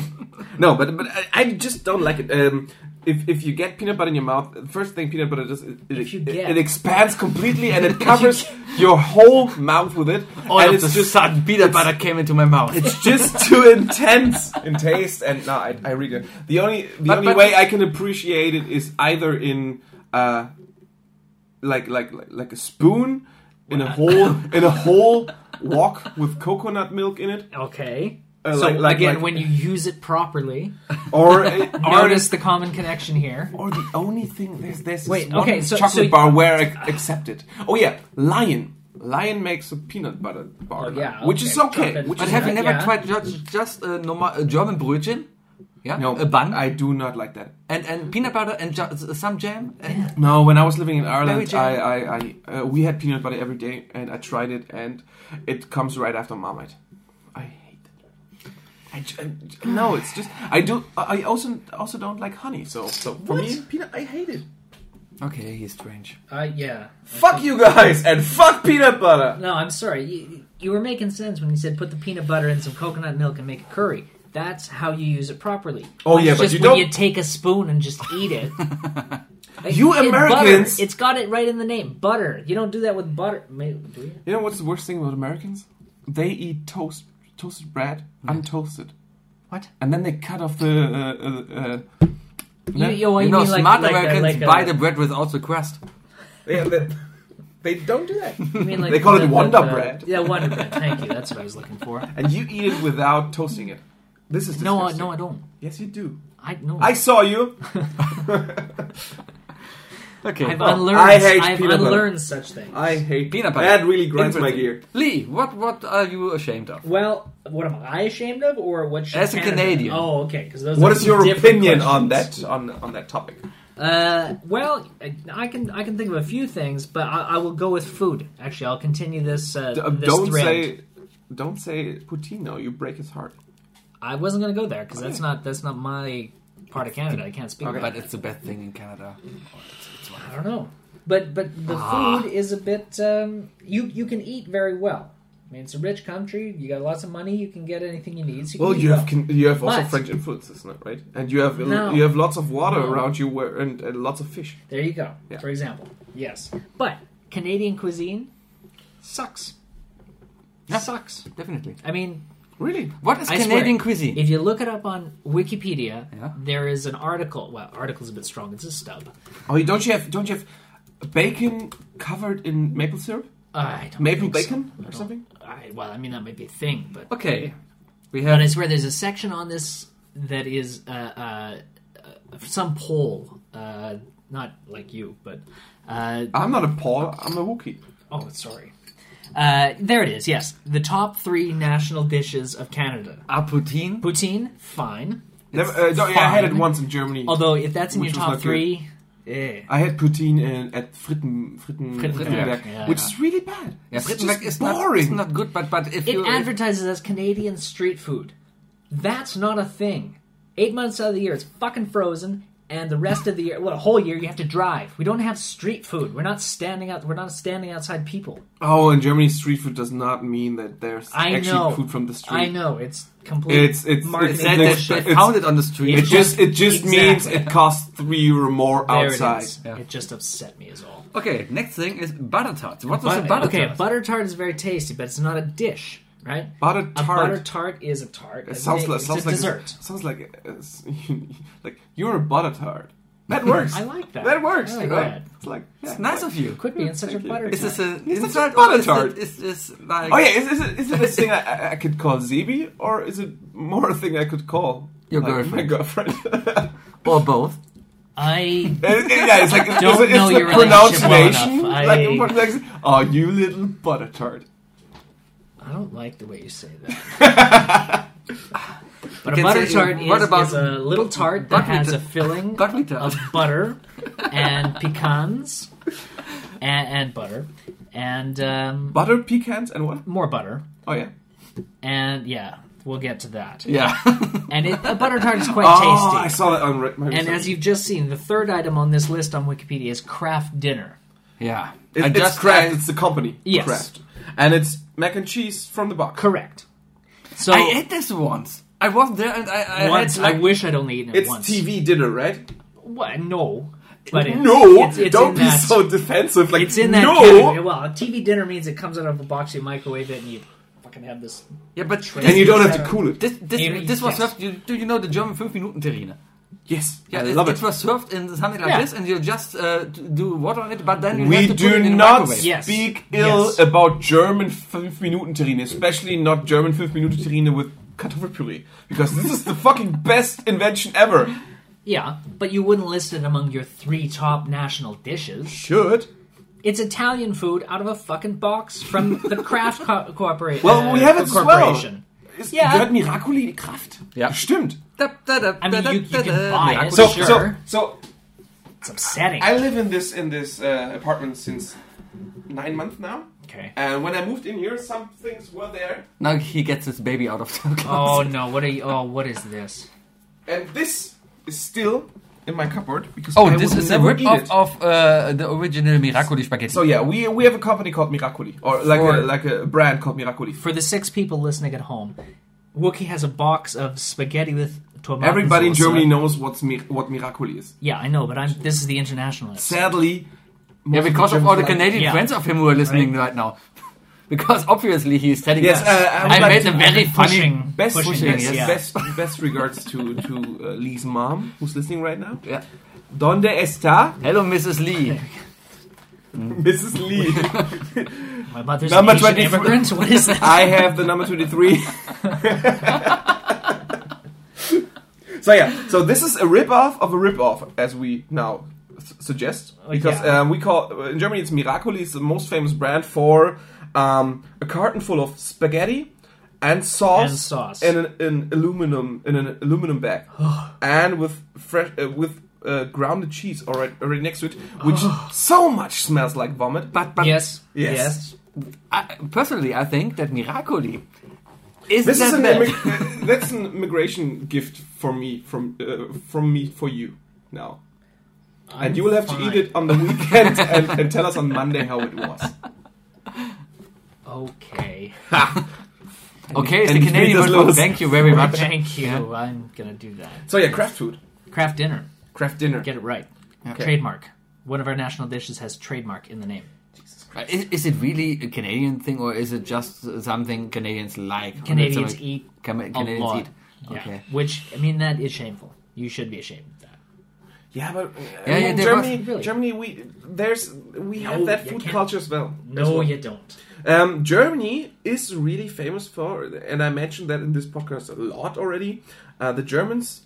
C: no, but but I, I just don't like it. Um, if if you get peanut butter in your mouth, the first thing peanut butter does it, it,
D: If you
C: it,
D: get-
C: it expands completely and it covers your whole mouth with it,
B: all
C: and
B: of
C: it's
B: Oh, the
C: just
B: sudden peanut butter came into my mouth.
C: it's just too intense in taste, and no, I, I really don't. The only the
B: But-
C: only
B: but-
C: way I can appreciate it is either in uh, like like like, like a spoon in a whole in a whole wok with coconut milk in it,
D: Okay.
C: Uh,
D: so
C: like- like-
D: again,
C: like-
D: when you use it properly,
C: or or
D: notice the common connection here.
C: or Oh, the only thing there's there's this
D: Wait,
C: one
D: okay, so-
C: chocolate
D: so you-
C: bar where I accept it. Oh yeah, lion. Lion makes a peanut butter bar,
D: Oh, yeah,
C: which
D: okay,
C: is okay.
D: chocolate.
C: Which
B: But
C: is
B: have you
D: Yeah.
B: never tried just, just a, normal, a German Brötchen? Yeah,
C: no,
B: a bun
C: I do not like that.
B: and
D: Mm-hmm.
B: and peanut butter and ju- uh, some jam. And
C: No, when I was living in
B: Berry
C: Ireland,
B: jam.
C: I, I, I uh, we had peanut butter every day, and I tried it, and it comes right after Marmite. I hate it. I, j- I- no, it's just I do. I I also also don't like honey. So so for me, peanut, I hate it.
B: Eh. Okay, he's strange.
D: Uh, yeah.
C: Fuck you guys and fuck peanut butter.
D: No, I'm sorry. You, you were making sense when you said put the peanut butter in some coconut milk and make a curry. That's how you use it properly.
C: Oh,
D: It's
C: yeah, but
D: just
C: you
D: when
C: don't-
D: you take a spoon and just eat it. Like,
C: You
D: it's
C: Americans-
D: butter. It's got it right in the name. Butter. You don't do that with butter. May- do you?
C: You know what's the worst thing about Americans? They eat toast, toasted bread, untoasted,
D: What?
C: and then they cut off the. Uh, uh, uh,
D: You, you,
B: You
D: oh, you
B: know,
D: mean like-
B: smart
D: like a-
B: Americans
D: like a-
B: buy the bread without the crust.
C: yeah, they, they don't do that.
D: you mean like
C: they call
D: the-
C: it
D: the-
C: Wonder
D: the-
C: Bread,
D: Yeah, Wonder Bread. Thank you. That's what I was looking for.
C: and you eat it without toasting it. This is
D: No, I,
C: disgusting.
D: no, I don't.
C: Yes, you do.
D: I no.
C: I saw you.
B: Okay.
D: have unlearned.
C: I hate
D: I've
C: peanut butter.
D: unlearned such things.
C: I hate
B: Peanut butter.
C: That really grinds my
B: Everything.
C: gear.
B: Lee, what what are you ashamed of?
D: Well, what am I ashamed of, or what? Should
B: As a
D: Canada-
B: Canadian.
D: Oh, okay. Because those.
C: What
D: are
C: is
D: two
C: your
D: different
C: opinion on
D: questions.
C: that on on that topic?
D: Uh, well, I- I can I can think of a few things, but I, I will go with food. Actually, I'll continue this. Uh,
C: D- uh,
D: this
C: don't
D: thread.
C: say, don't say Putin. No, you break his heart.
D: I wasn't going to go there because that's not that's not my part of Canada. I can't speak about
B: But it's the best thing in Canada.
D: I don't know. But but the
C: Ah.
D: food is a bit. Um, you you can eat very well. I mean, it's a rich country. You got lots of money. You can get anything you need. So you
C: Well,
D: can eat
C: you have
D: well.
C: can, you have also
D: But-
C: French influences, no, right? And you have
D: No.
C: you have lots of water
D: No.
C: around you where, and, and lots of fish.
D: There you go.
C: Yeah.
D: For example, yes. But Canadian cuisine sucks. Sucks.
B: Definitely.
D: I mean,
C: Really?
B: What is
D: I
B: Canadian
D: swear,
B: cuisine?
D: If you look it up on Wikipedia,
B: Yeah.
D: there is an article. Well, article's a bit strong. It's a stub.
C: Oh, you- don't you have don't you have bacon covered in maple syrup,
D: I don't
C: maple
D: think so.
C: bacon
D: I
C: or
D: don't-
C: something?
D: I, well, I mean that might be a thing, but
B: okay. We
D: But
B: have
D: I swear there's a section on this that is uh, uh, uh, some poll, uh, not like you, but uh,
C: I'm not a Paul. I'm a Wookie.
D: oh, sorry. Uh, there it is. Yes, the top three national dishes of Canada:
B: a Ah, poutine.
D: poutine, fine.
C: Never, uh, no, yeah, I had it
D: fine.
C: once in Germany.
D: Although if that's in
C: Which
D: your
C: was
D: top
C: not
D: three, eh.
C: I had poutine in, at Fritten Fritten,
D: Fritten-
C: Frittenberg,
D: yeah,
C: which
D: yeah.
C: is really bad.
B: Yeah,
C: it's
B: Frittenberg
C: just
B: is not-
C: boring.
B: it's not good, but but if
D: it
B: you
D: advertises as Canadian street food. That's not a thing. Eight months out of the year, it's fucking frozen, and the rest of the year, well, a whole year, you have to drive. We don't have street food. We're not standing out. We're not standing outside people.
C: oh, in Germany, street food does not mean that there's
D: I
C: actually
D: know.
C: food from the street.
D: I know it's complete.
C: It's it's,
D: marketing
C: it's,
B: They,
C: it's-
B: they,
D: bullshit.
B: they
C: it's-
B: found it on the street.
C: It just it just
D: Exactly.
C: means it costs three euro more
D: There
C: outside.
D: It, is.
B: Yeah.
D: it just upset me is all.
B: okay, next thing is butter tarts. What was a
D: But-
B: butter
D: okay,
B: tart?
D: butter tart is very tasty, but it's not a dish, right?
C: Butter
D: A
C: tart.
D: butter tart is a tart.
C: It sounds like
D: it's
C: sounds
D: a
C: like
D: dessert.
C: sounds like it's- like you're a butter tart. That works.
D: I like that.
C: That works.
D: I like
C: you know?
D: that.
C: It's like
B: It's nice of you.
D: Could be in such a
C: Thank you.
D: butter.
C: Is
B: Is this
D: tart.
B: an
C: It's a
B: insult
C: butter
B: or is
C: tart.
B: it, is this like
C: Oh yeah, is, is it is it a thing I, I could call Zibi or is it more a thing I could call
B: Your
C: like, My
B: girlfriend.
C: girlfriend.
B: or both?
D: I
C: It- it- yeah, it's like it's,
D: Don't
C: it's
D: know
C: the
D: your relationship well
C: pronunciation.
D: enough. I-
C: Like, what- like, oh, you little butter tart.
D: I don't like the way you say that.
B: You
D: but a
B: can
D: butter
B: say-
D: tart is,
B: what about
D: is a little tart that
B: buckwheat
D: has a
B: tart?
D: filling
B: Buckwheat tart.
D: of butter and pecans and, and butter and um,
C: Butter pecans and what?
D: more butter
C: Oh yeah,
D: and yeah, we'll get to that.
C: yeah.
D: And it, a butter tart is quite
C: oh, I
D: tasty.
C: saw that on re- my
D: And as you've just seen, the third item on this list on Wikipedia is craft dinner.
B: Yeah.
C: It-
B: I
C: it's
B: just
C: Kraft.
B: I-
C: it's the company.
D: Yes.
C: Kraft. And it's mac and cheese from the box.
D: Correct. So
B: I ate this once. I was there and I, I
D: once
B: had like,
D: I wish I'd only eaten it
C: It's
D: once.
C: TV dinner, right?
D: Well, no, but it's,
C: no,
D: it's, it's
C: don't
D: in
C: be
D: that-
C: so defensive. Like
D: It's in that category.
C: no,
D: Well, a TV dinner means it comes out of a box, you microwave it, and you fucking have this.
B: yeah, but
C: and you don't have to
D: Sarah.
C: cool it.
B: This this,
D: You-
B: this was
D: yes.
B: served. You, do you know the German five Minuten Terrine?
C: Yes,
B: Yeah,
C: I
B: it,
C: love
B: it
C: it.
B: was served in something like
D: Yeah.
B: this, and you just uh, d- do water on it. But then you
C: We
B: have to put it
C: do
B: in the
C: not
B: microwave.
D: Yes.
C: speak ill
D: Yes.
C: about German five minuten terrine, especially not German five minuten terrine with Kartoffelpüree, because this is the fucking best invention ever.
D: Yeah, but you wouldn't list it among your three top national dishes.
C: Should
D: It's Italian food out of a fucking box from the Kraft co- Corporation.
C: well, we have it as well.
D: corporation.
C: Ist-
D: Yeah.
C: Gehört Miracoli die Kraft?
B: Ja.
C: Stimmt.
B: Da, da, da,
D: I mean,
B: da,
D: you-
B: da,
D: you can
B: da,
D: buy
B: da.
D: it.
C: So,
D: Sure.
C: so, so
D: It's upsetting.
C: I live in this in this uh, apartment since nine months now,
D: okay.
C: and when I moved in here, some things were there,
B: Now he gets his baby out of the closet.
D: Oh no! What are you? Oh, what is this?
C: and this is still in my cupboard because
B: Oh,
C: I
B: this
C: would
B: is a
C: never
B: rip
C: eat
B: off of
C: it.
B: uh, the original Miracoli spaghetti.
C: So yeah, we we have a company called Miracoli, or like a,
B: For-
C: like a brand called Miracoli.
D: For the six people listening at home, Wookie has a box of spaghetti with Tomaten
C: Everybody in
D: sauce,
C: Germany
D: right?
C: knows what's mi- what Miracoli is.
D: Yeah, I know, but I'm. This is the international. list.
C: Sadly,
B: Yeah, because of all the Canadian
D: Yeah.
B: friends of him who are listening right, now. because obviously he's telling
C: Yes,
B: us.
C: uh, I would
B: I
C: like
B: made
C: to-
B: a very funny.
D: pushing,
C: best
D: pushing,
B: pushing,
D: things,
C: best,
D: yeah.
C: best, best regards to to uh, Lee's mom who's listening right now.
B: Yeah.
C: Donde está
B: Hello, Mrs. Lee.
C: Mrs. Lee?
D: My mother's
C: Number
D: Number an Asian
C: 23.
D: immigrant. What is that?
C: I have the number 23. so yeah, so this is a rip-off of a rip-off, as we now s- suggest. Because
D: yeah.
C: um, we call, in Germany it's Miracoli, it's the most famous brand for um, a carton full of spaghetti and sauce,
D: And sauce.
C: in an, in aluminum in an aluminum bag, and with fresh uh, with uh, grounded cheese already, already next to it, which so much smells like vomit. But
B: But, but
D: yes.
C: Yes.
D: Yes.
B: I, personally, I think that Miracoli is
C: This
B: that
C: is an
B: bad.
C: immig- that's an immigration gift for me from uh, from me for you now, and you will have to eat it on the weekend and, and tell us on Monday how it was.
D: Okay.
B: Okay, it's
C: And
B: the Canadian
C: Peter's
B: word for
C: Lewis.
B: thank you very much.
D: Thank you. I'm gonna do that.
C: So yeah, craft food,
D: Craft dinner.
C: craft dinner.
D: Get it right. Trademark. One of our national dishes has trademark in the
C: Oh,
D: name.
B: Is, is it really a Canadian thing or is it just something Canadians like? Or
D: Canadians
B: it's like-
D: eat
B: Cam-
D: a
B: Canadians
D: lot.
B: eat.
D: Yeah.
B: Okay.
D: Which I mean, that is shameful. You should be ashamed of that.
C: Yeah, but uh,
B: Yeah, yeah,
C: in
B: there
C: Germany,
D: was- really.
C: Germany, we there's we
D: No,
C: have that
D: you
C: food
D: can't.
C: culture as well. as
D: No,
C: well.
D: you don't.
C: Um, Germany is really famous for, and I mentioned that in this podcast a lot already. Uh, the Germans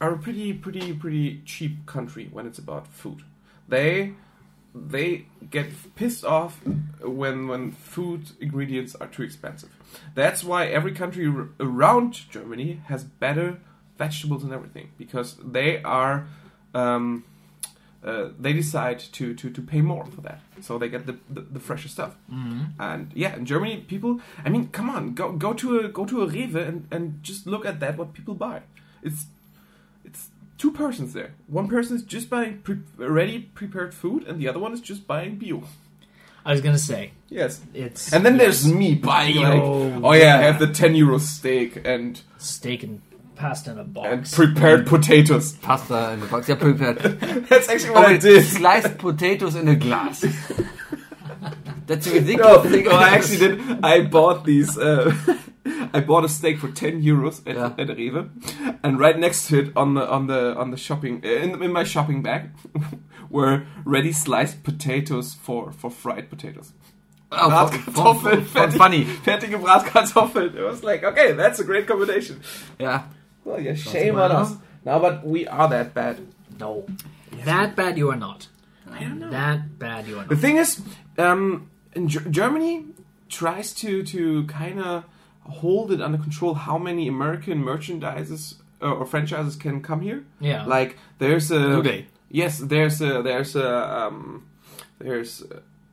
C: are a pretty, pretty, pretty cheap country when it's about food. They they get pissed off when when food ingredients are too expensive. That's why every country r- around Germany has better vegetables and everything because they are. Um, uh, they decide to, to, to pay more for that, so they get the, the, the fresher stuff. And yeah, in Germany, people. I mean, come on, go go to a go to a Rewe and, and just look at that what people buy. It's it's two persons there. One person is just buying pre- already prepared food, and the other one is just buying bio.
D: I was gonna say
C: Yes.
D: it's.
C: And then
D: yes,
C: there's me buying like,
D: Bio,
C: oh yeah, I have the ten euro steak and
D: steak and pasta in a box.
C: and prepared potatoes.
B: Pasta in the box. Yeah, prepared.
C: That's actually
B: Oh,
C: what I
B: wait,
C: did.
B: sliced potatoes in a glass. That's a ridiculous.
C: No,
B: thing.
C: no, I actually did. I bought these. Uh, I bought a steak for ten euros at,
B: Yeah.
C: at Rewe, and right next to it on the on the on the shopping uh, in, in my shopping bag were ready sliced potatoes for for fried potatoes.
B: Oh, von- von-
C: Bratkartoffeln,
B: von funny.
C: fertige Bratkartoffeln. It was like, okay, that's a great combination.
B: Yeah.
C: Well, yeah, shame on us. Now, but we are that bad.
D: No, that bad you are not.
C: I don't know.
D: That bad you are
C: The
D: not.
C: thing is, um, in Ger- Germany tries to to kind of hold it under control how many American merchandises uh, or franchises can come here.
D: Yeah.
C: like there's a
B: Do they?
C: yes, there's a there's a um, there's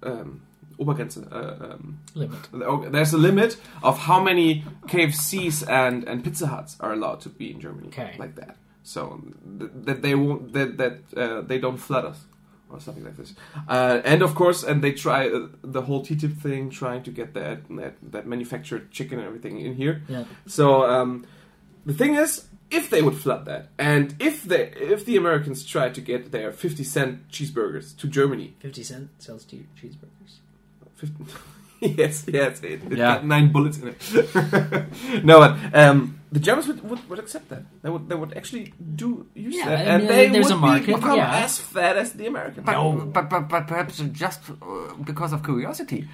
C: uh, um, Obergrenze. Uh, um,
D: Limit.
C: oh, there's a limit of how many KFCs and, and Pizza Huts are allowed to be in Germany,
D: Okay.
C: like that. So th- that they won't that that uh, they don't flood us or something like this. Uh, and of course, and they try uh, the whole TTIP thing, trying to get that that, that manufactured chicken and everything in here.
D: Yeah.
C: So um, the thing is, if they would flood that, and if they if the Americans try to get their fifty cent cheeseburgers to Germany,
D: Fifty cent sells two cheeseburgers.
C: 15 yes, yes, it, it
B: Yeah.
C: got nine bullets in it. no, but um, the Germans would, would, would accept that. They would they would actually do use
D: Yeah,
C: that,
D: I
C: and
D: mean,
C: they
D: there's
C: would
D: a market,
C: be, become
D: yeah.
C: as fat as the Americans.
B: But, but, but, but perhaps just uh, because of curiosity.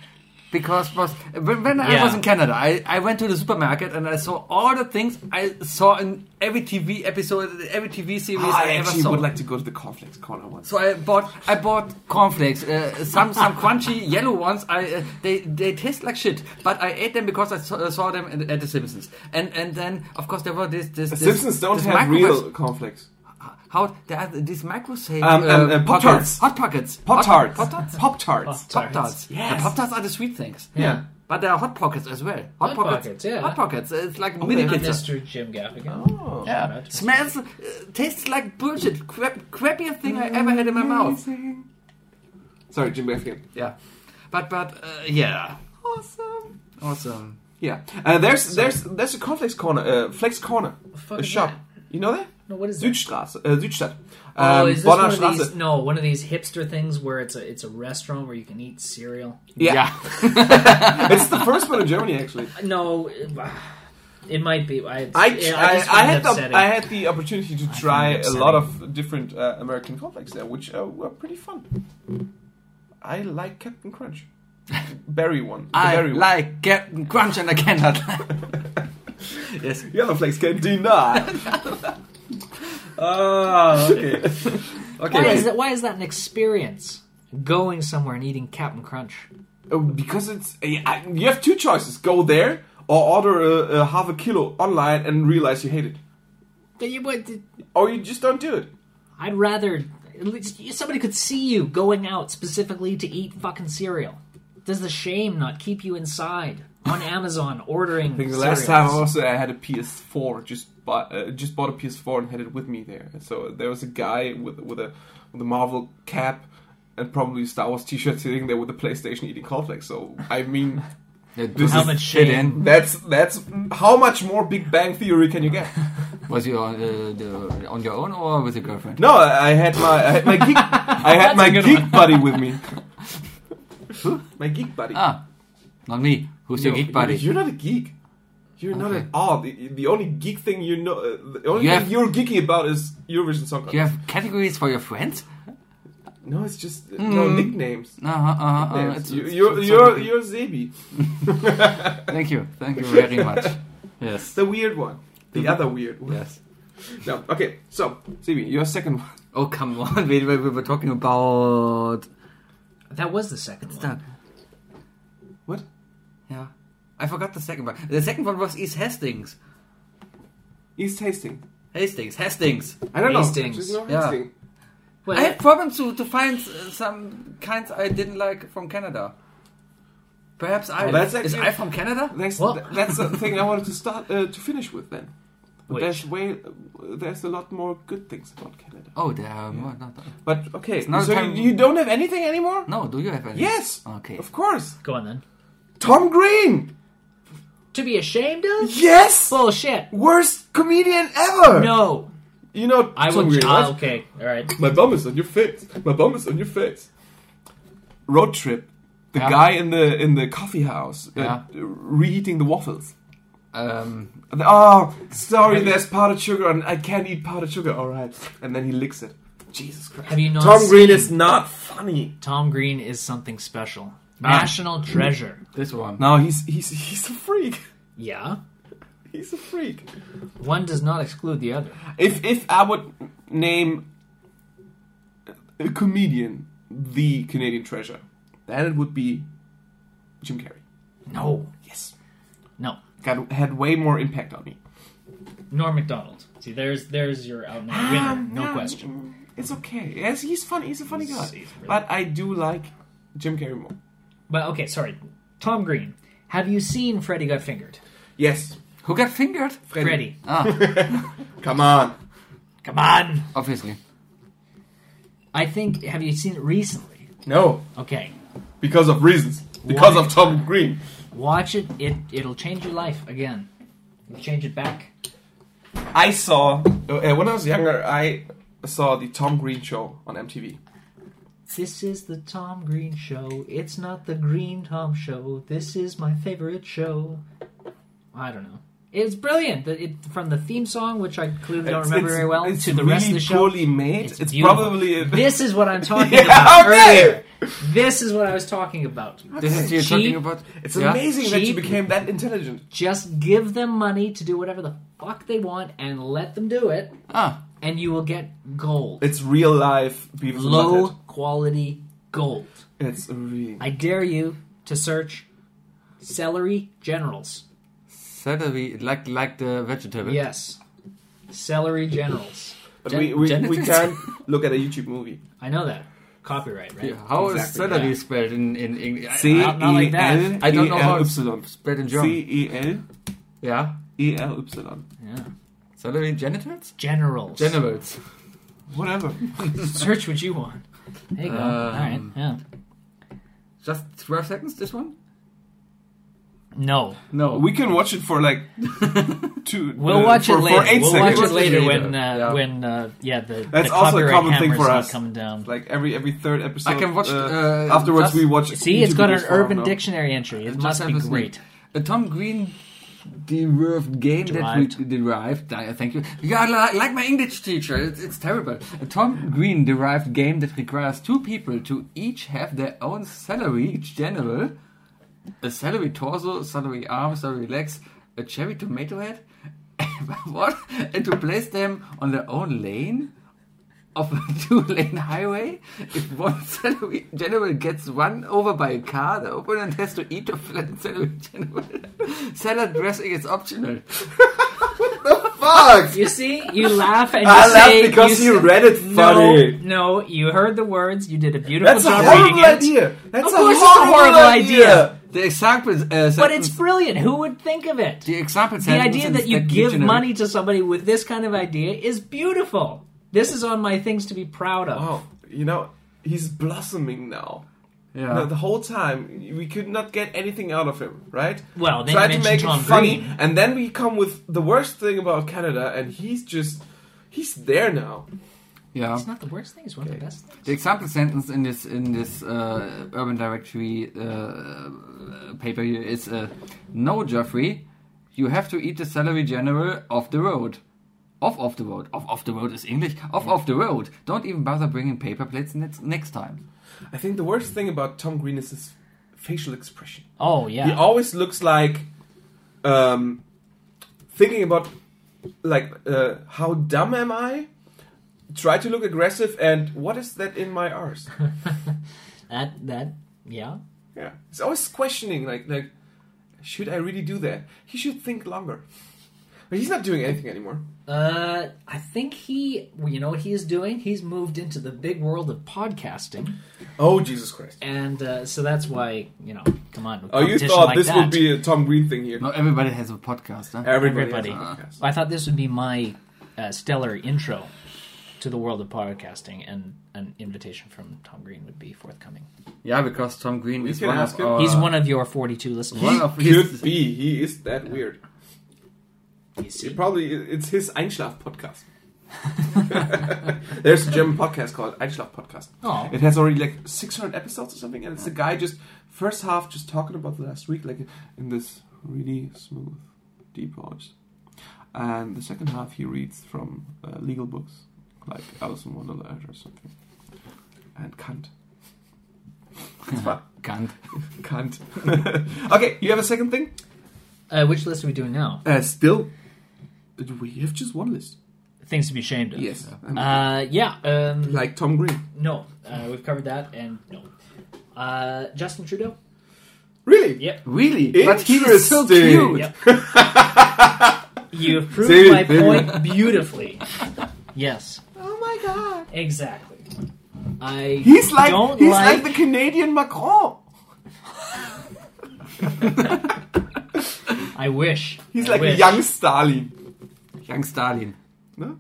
B: Because was, when, when I
D: Yeah.
B: was in Canada, I, I went to the supermarket and I saw all the things I saw in every TV episode, every TV series
C: Ah,
B: I,
C: I
B: ever
C: actually
B: saw.
C: would like to go to the cornflakes corner once.
B: so I bought I bought cornflakes, uh, some some crunchy yellow ones. I uh, they they taste like shit, but I ate them because I saw, uh, saw them at, at the Simpsons. And and then of course there were this this,
C: the
B: this
C: Simpsons don't
B: this
C: have
B: microwaves-
C: real cornflakes.
B: how they have these microwave
C: Um, um, uh, Pop Tarts.
B: hot pockets,
C: Pop tarts,
B: hot tarts,
C: pop tarts.
B: Pop tarts.
C: Yes.
B: Yeah, Pop tarts are the sweet things.
C: Yeah.
B: But there are hot pockets as well. Hot,
D: Hot pockets, yeah.
B: Hot pockets. It's like mini
D: And
B: pizza.
D: Mr. Jim Gaffigan.
B: Yeah. Smells, uh, tastes like bullshit. Crap, crappiest thing I ever had in my
C: Mm.
B: mouth.
C: Sorry, Jim Gaffigan.
B: Yeah. But but uh, yeah.
C: Awesome.
B: Awesome.
C: Yeah, uh, there's there's there's a complex corner, uh, flex corner,
D: fuck
C: a
D: is
C: shop.
D: that?
C: You know that?
D: No, what is that?
C: Südstraße, uh, Südstadt.
D: Oh,
C: Um,
D: is this
C: Bonner
D: one of
C: Straße.
D: these? No, one of these hipster things where it's a it's a restaurant where you can eat cereal.
C: Yeah, it's the first one in Germany actually.
D: Uh, No, it, it might be. I,
C: I,
D: yeah,
C: I, I
D: just find it
C: had the,
D: upsetting.
C: I had the opportunity to try
D: it
C: a lot of different uh, American conflicts there, which uh, were pretty fun. I like Captain Crunch, berry one, the
B: I
C: berry one.
B: like Captain Crunch and I cannot. yes.
C: Yellow flakes can deny. Uh,
B: Oh, okay. okay.
D: why, is that, why is that an experience? Going somewhere and eating Captain Crunch.
C: Uh, because it's uh, I- you have two choices: go there or order a, a half a kilo online and realize you hate it,
D: But you would-
C: or Oh, you just don't do it.
D: I'd rather at least somebody could see you going out specifically to eat fucking cereal. Does the shame not keep you inside on Amazon ordering?
C: I think the
D: cereals?
C: last time also I had a PS4. Just bought uh, just bought a PS4 and had it with me there. And so there was a guy with with a with a Marvel cap and probably a Star Wars T-shirt sitting there with a PlayStation eating cornflakes. So I mean,
B: This
D: How
B: is
D: much
B: shit
D: shame.
B: in.
C: that's that's how much more Big Bang Theory can you get?
B: Was you on, uh, the, on your own or with a girlfriend?
C: No, I I had my I had my geek I had my geek buddy with me. my geek buddy.
B: Ah, not me. Who's your
C: No,
B: geek buddy?
C: You're not a geek. You're not
B: Okay.
C: at all. The, the only geek thing you know, uh, the only
B: You
C: thing
B: have-
C: you're geeky about is Eurovision Song Contest.
B: you have categories for your friends?
C: No, it's just uh, no nicknames.
B: Uh huh, uh huh.
C: Nicknames. you, you're, you're, you're Zebi,
B: Thank you, thank you very much. yes.
C: the weird one, the other weird one.
B: Yes.
C: No, okay. So Zebi, your second one.
B: Oh, come on, we, we, we were talking about.
D: That was the second one.
B: Done.
C: What?
B: Yeah. I forgot the second one. The second one was East Hastings.
C: East Hastings.
B: Hastings, Hastings.
C: I don't
D: Hastings,
C: know. Just know.
B: yeah.
C: Hastings.
D: Well,
B: I had problems to, to find uh, some kinds I didn't like from Canada. Perhaps I.
C: Well, Oh, that's
B: is
C: actually-
B: I from Canada?
C: That's,
D: Well-
C: th- that's the thing I wanted to start uh, to finish with. Then But
D: Which?
C: there's way, uh, there's a lot more good things about Canada.
B: Oh, there are more. Not,
C: But okay,
B: not a
C: so
B: time-
C: you, you don't have anything anymore?
B: no, do you have any?
C: Yes.
B: Okay.
C: Of course.
D: go on then.
C: Tom Green.
D: To be ashamed of?
C: Yes.
D: Bullshit.
C: Worst comedian ever.
D: No,
C: You know
D: I
C: Tom
D: will.
C: Green,
D: ah,
C: right?
D: okay, all right.
C: My bum is on your face. My bum is on your face. Road trip. The
B: Yeah.
C: guy in the in the coffee house uh,
B: Yeah.
C: reheating the waffles.
B: Um,
C: And, oh, sorry, there's powdered sugar and I can't eat powdered sugar. All right, and then he licks it. Jesus Christ!
D: Have you not
C: Tom Green
D: seen-
C: is not funny.
D: Tom Green is something special.
C: Ah.
D: National treasure.
B: this one.
C: No, he's he's he's a freak.
D: Yeah.
C: He's a freak.
D: One does not exclude the other.
C: If if I would name a comedian the Canadian treasure, then it would be Jim Carrey.
D: No.
C: Yes.
D: No.
C: got had way more impact on me.
D: Norm McDonald. See, there's there's your out and
C: Ah,
D: out winner. No
C: yeah,
D: question.
C: mm, It's okay. Yes, he's funny. He's a funny guy.
D: he's really-
C: But I do like Jim Carrey more.
D: But okay, sorry. Tom Green. Have you seen Freddy Got Fingered?
C: Yes,
B: Who got fingered?
C: Freddy. Uh.
D: Freddy.
C: Come on.
D: Come on.
B: Obviously.
D: I think. Have you seen it recently?
C: No,
D: Okay.
C: because of reasons. Because
D: Why?
C: of Tom Green.
D: Watch it. It it'll change your life again. It'll change it back.
C: I saw uh, when I was younger. I saw the Tom Green show on MTV.
D: This is the Tom Green show. It's not the Green Tom show. This is my favorite show. I don't know. It's brilliant. The- It, from the theme song, which I clearly don't
C: It's-
D: remember
C: it's-
D: very well,
C: it's
D: to the rest of
C: really
D: the show.
C: poorly made. It's
D: beautiful.
C: probably a-
D: this is what I'm talking
C: Yeah,
D: about
C: okay.
D: earlier. This is what I was talking about.
B: This is you're
D: Cheap.
B: talking about.
C: It's
B: Yeah.
C: amazing that you
D: Cheap.
C: became that intelligent.
D: Just give them money to do whatever the fuck they want and let them do it,
B: Ah,
D: and you will get gold.
C: It's real life. Beavis and
D: Low
C: Butthead.
D: quality gold.
C: It's really.
D: I dare you to search celery generals.
B: celery, like like the vegetable.
D: Yes. Celery generals.
C: But
B: Gen-
C: we, we, we
B: genitals?
C: can't look at a YouTube movie.
D: I know that. Copyright, right?
B: Yeah, How is
C: Exactly,
B: celery
D: yeah.
B: spelled in in English?
C: C E
D: not- not like that.
C: L
B: I don't know
C: E
B: how
C: L
B: it's
C: Y.
B: spelled in German.
C: C E L
B: Yeah,
C: E L Y.
D: Yeah.
B: celery genitals.
D: Generals.
B: Genitals.
C: Whatever.
D: Search what you want. There you go.
B: Um,
D: All right. Yeah.
B: Just twelve seconds. This one.
D: No,
B: No.
C: We can watch it for like two.
D: we'll
C: uh,
D: watch
C: for,
D: it
C: For eight
D: later. We'll
C: seconds.
D: watch it later
B: Later,
D: when uh,
B: yeah.
D: when uh, yeah the
C: That's
D: the
C: also a
D: copyright
C: common thing
D: hammer's
C: for
D: not
C: us.
D: coming down.
C: Like every every third episode.
B: I can watch, uh,
C: afterwards,
B: just-
C: we watch.
D: See, it's
C: YouTube
D: got an
C: videos for
D: Urban
C: now.
D: Dictionary entry. It
B: Just
D: must be
B: emphasis.
D: great.
B: A Tom Green derived game that we
D: Derived.
B: derived. I- Thank you. Yeah, I li- like my English teacher. It's, it's terrible. A Tom Green derived game that requires two people to each have their own salary general, a salary torso, salary arm, salary legs, a cherry tomato head, what? And to place them on their own lane of a two-lane highway. If one salary general gets run over by a car, the opponent has to eat a flat salary general. Salad dressing is optional.
C: Fuck!
D: You see, you laugh and you
C: I laugh
D: say
C: because
D: you,
C: you
D: s-
C: read it funny.
D: No, no, you heard the words. You did a beautiful
C: That's a
D: job
C: horrible
D: reading it.
C: idea. That's
D: Of
C: a
D: course
C: horrible,
D: it's a horrible idea.
B: The example, uh,
D: But
B: sentence-
D: it's brilliant. Who would think of it?
B: the example.
D: The idea that you give money to somebody with this kind of idea is beautiful. This is on my things to be proud of.
C: Oh, you know, he's blossoming now.
B: Yeah.
C: No, the whole time we could not get anything out of him, right?
D: Well, then
C: try
D: you
C: to
D: mentioned
C: make
D: Tom
C: it funny,
D: Green.
C: and then we come with the worst thing about Canada, and he's just he's there now.
B: yeah.
D: It's not the worst thing. It's one of the best things.
B: The example sentence in this in this uh, Urban Directory uh, paper here is uh, no, Geoffrey, you have to eat the salary general off the road. Off off the road. Off off the road is English. Off off the road. Don't even bother bringing paper plates next, next time.
C: I think the worst thing about Tom Green is his facial expression.
D: Oh
C: He
D: yeah.
C: always looks like um, thinking about like uh, how dumb am I? Try to look aggressive, and what is that in my arse?
D: That that yeah.
C: Yeah, he's always questioning, like, like, should I really do that? He should think longer. But he's not doing anything anymore.
D: Uh, I think he. well, You know what he is doing? He's moved into the big world of podcasting,
C: Oh Jesus Christ!
D: and uh, so that's why you know. Come on.
C: Oh, you
D: competition
C: thought
D: like
C: this
D: that.
C: would be a Tom Green thing here?
B: Not everybody has a podcast. Huh?
C: Everybody,
D: everybody.
C: Has a podcast.
D: I thought this would be my uh, stellar intro to the world of podcasting, and an invitation from Tom Green would be forthcoming.
B: Yeah, because Tom Green is
C: can
B: one of
C: ask him.
B: our.
D: He's one of your 42 listeners.
B: One of
C: He
B: his-
C: could be. He is that weird.
D: You
C: He
D: see?
C: probably it's his Einschlaf podcast. There's a German podcast called Einschlaf Podcast.
D: Oh.
C: It has already like 600 episodes or something, and it's a guy just first half just talking about the last week, like in this really smooth, deep voice, and the second half he reads from uh, legal books like Alice in Wonderland or something, and Kant. It's fun.
B: Kant.
C: Kant. okay, you have a second thing.
D: Uh, which list are we doing now?
C: Uh, still, we have just one list.
D: Things to be ashamed of.
C: Yes.
D: Uh, yeah. Um,
C: like Tom Green.
D: no, uh, we've covered that, and no. Uh, Justin Trudeau.
C: Really?
D: Yep.
B: Really? But he is so
C: Interesting.
B: cute.
D: Yep. You've proved
C: See,
D: my
C: baby.
D: point beautifully. Yes,
C: Oh my god.
D: exactly. I
C: He's like
D: don't
C: he's like,
D: like,
C: the Canadian Macron.
D: I wish
C: He's
D: I
C: like a
D: wish.
C: young Stalin.
B: Young Stalin.
C: No?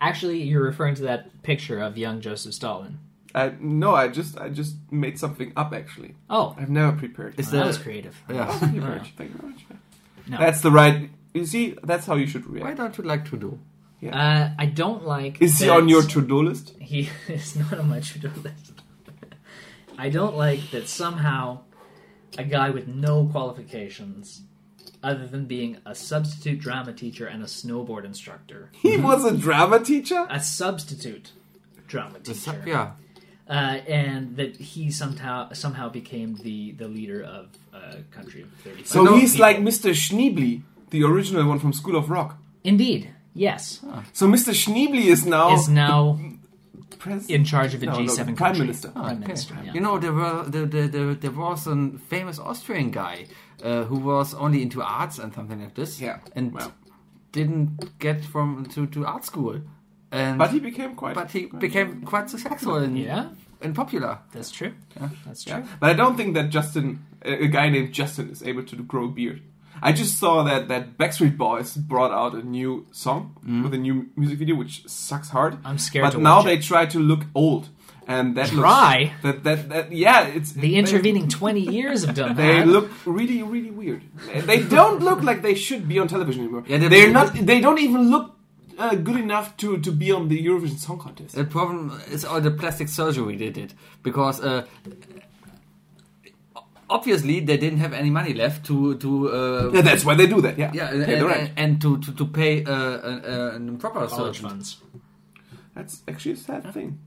D: Actually, you're referring to that picture of young Joseph Stalin.
C: I, no, I just I just made something up actually.
D: Oh,
C: I've never prepared.
B: Is
D: that
B: that-
D: was creative.
B: Yeah.
C: Thank you very much. Thank you very much.
D: No.
C: That's the right. You see, that's how you should
B: Why
C: react.
B: don't you like to do?
D: Uh, I don't like.
C: Is he
D: that-
C: on your to-do list?
D: He is not on my to-do list. I don't like that somehow a guy with no qualifications, other than being a substitute drama teacher and a snowboard instructor,
C: He was a drama teacher.
D: a substitute drama teacher,
B: Yeah.
D: uh, and that he somehow somehow became the the leader of a country of thirty.
C: So
B: No,
C: he's
B: he-
C: like Mr. Schneebly, the original one from School of Rock.
D: Indeed, yes,
C: So Mr. Schneebly is now
D: is now
C: president.
D: in charge of a
C: Oh. No, no,
D: G7
C: Prime
D: country.
C: Minister.
D: Prime Minister, yeah.
B: You know, there were there, there, there, there was a famous Austrian guy uh, who was only into arts and something like this.
C: Yeah.
B: and
C: Well.
B: didn't get from to, to art school. And
C: But he became quite.
B: but he became quite successful and
D: Yeah.
B: and popular.
D: That's true. That's true.
C: Yeah. But I don't think that Justin, a a guy named Justin, is able to grow a beard. I just saw that that Backstreet Boys brought out a new song with a new music video, which sucks hard.
D: Mm-hmm. I'm scared
C: But
D: to
C: now
D: watch
C: they
D: it.
C: try to look old, and that
D: Try?
C: Looks, that, that that yeah, it's
D: The
C: they-
D: intervening 20 years have done
C: They
D: that.
C: look really, really weird. They don't look like they should be on television anymore.
B: Yeah,
C: they're,
B: they're-
C: not. They don't even look uh, good enough to, to be on the Eurovision Song Contest.
B: The problem is all the plastic surgery they did because uh, obviously they didn't have any money left to to uh,
C: Yeah, that's why they do that. Yeah,
B: yeah, and,
C: yeah they're right.
B: and, and to, to to pay uh, uh, uh, a proper
D: college
B: surgeon.
D: funds.
C: That's actually a sad thing.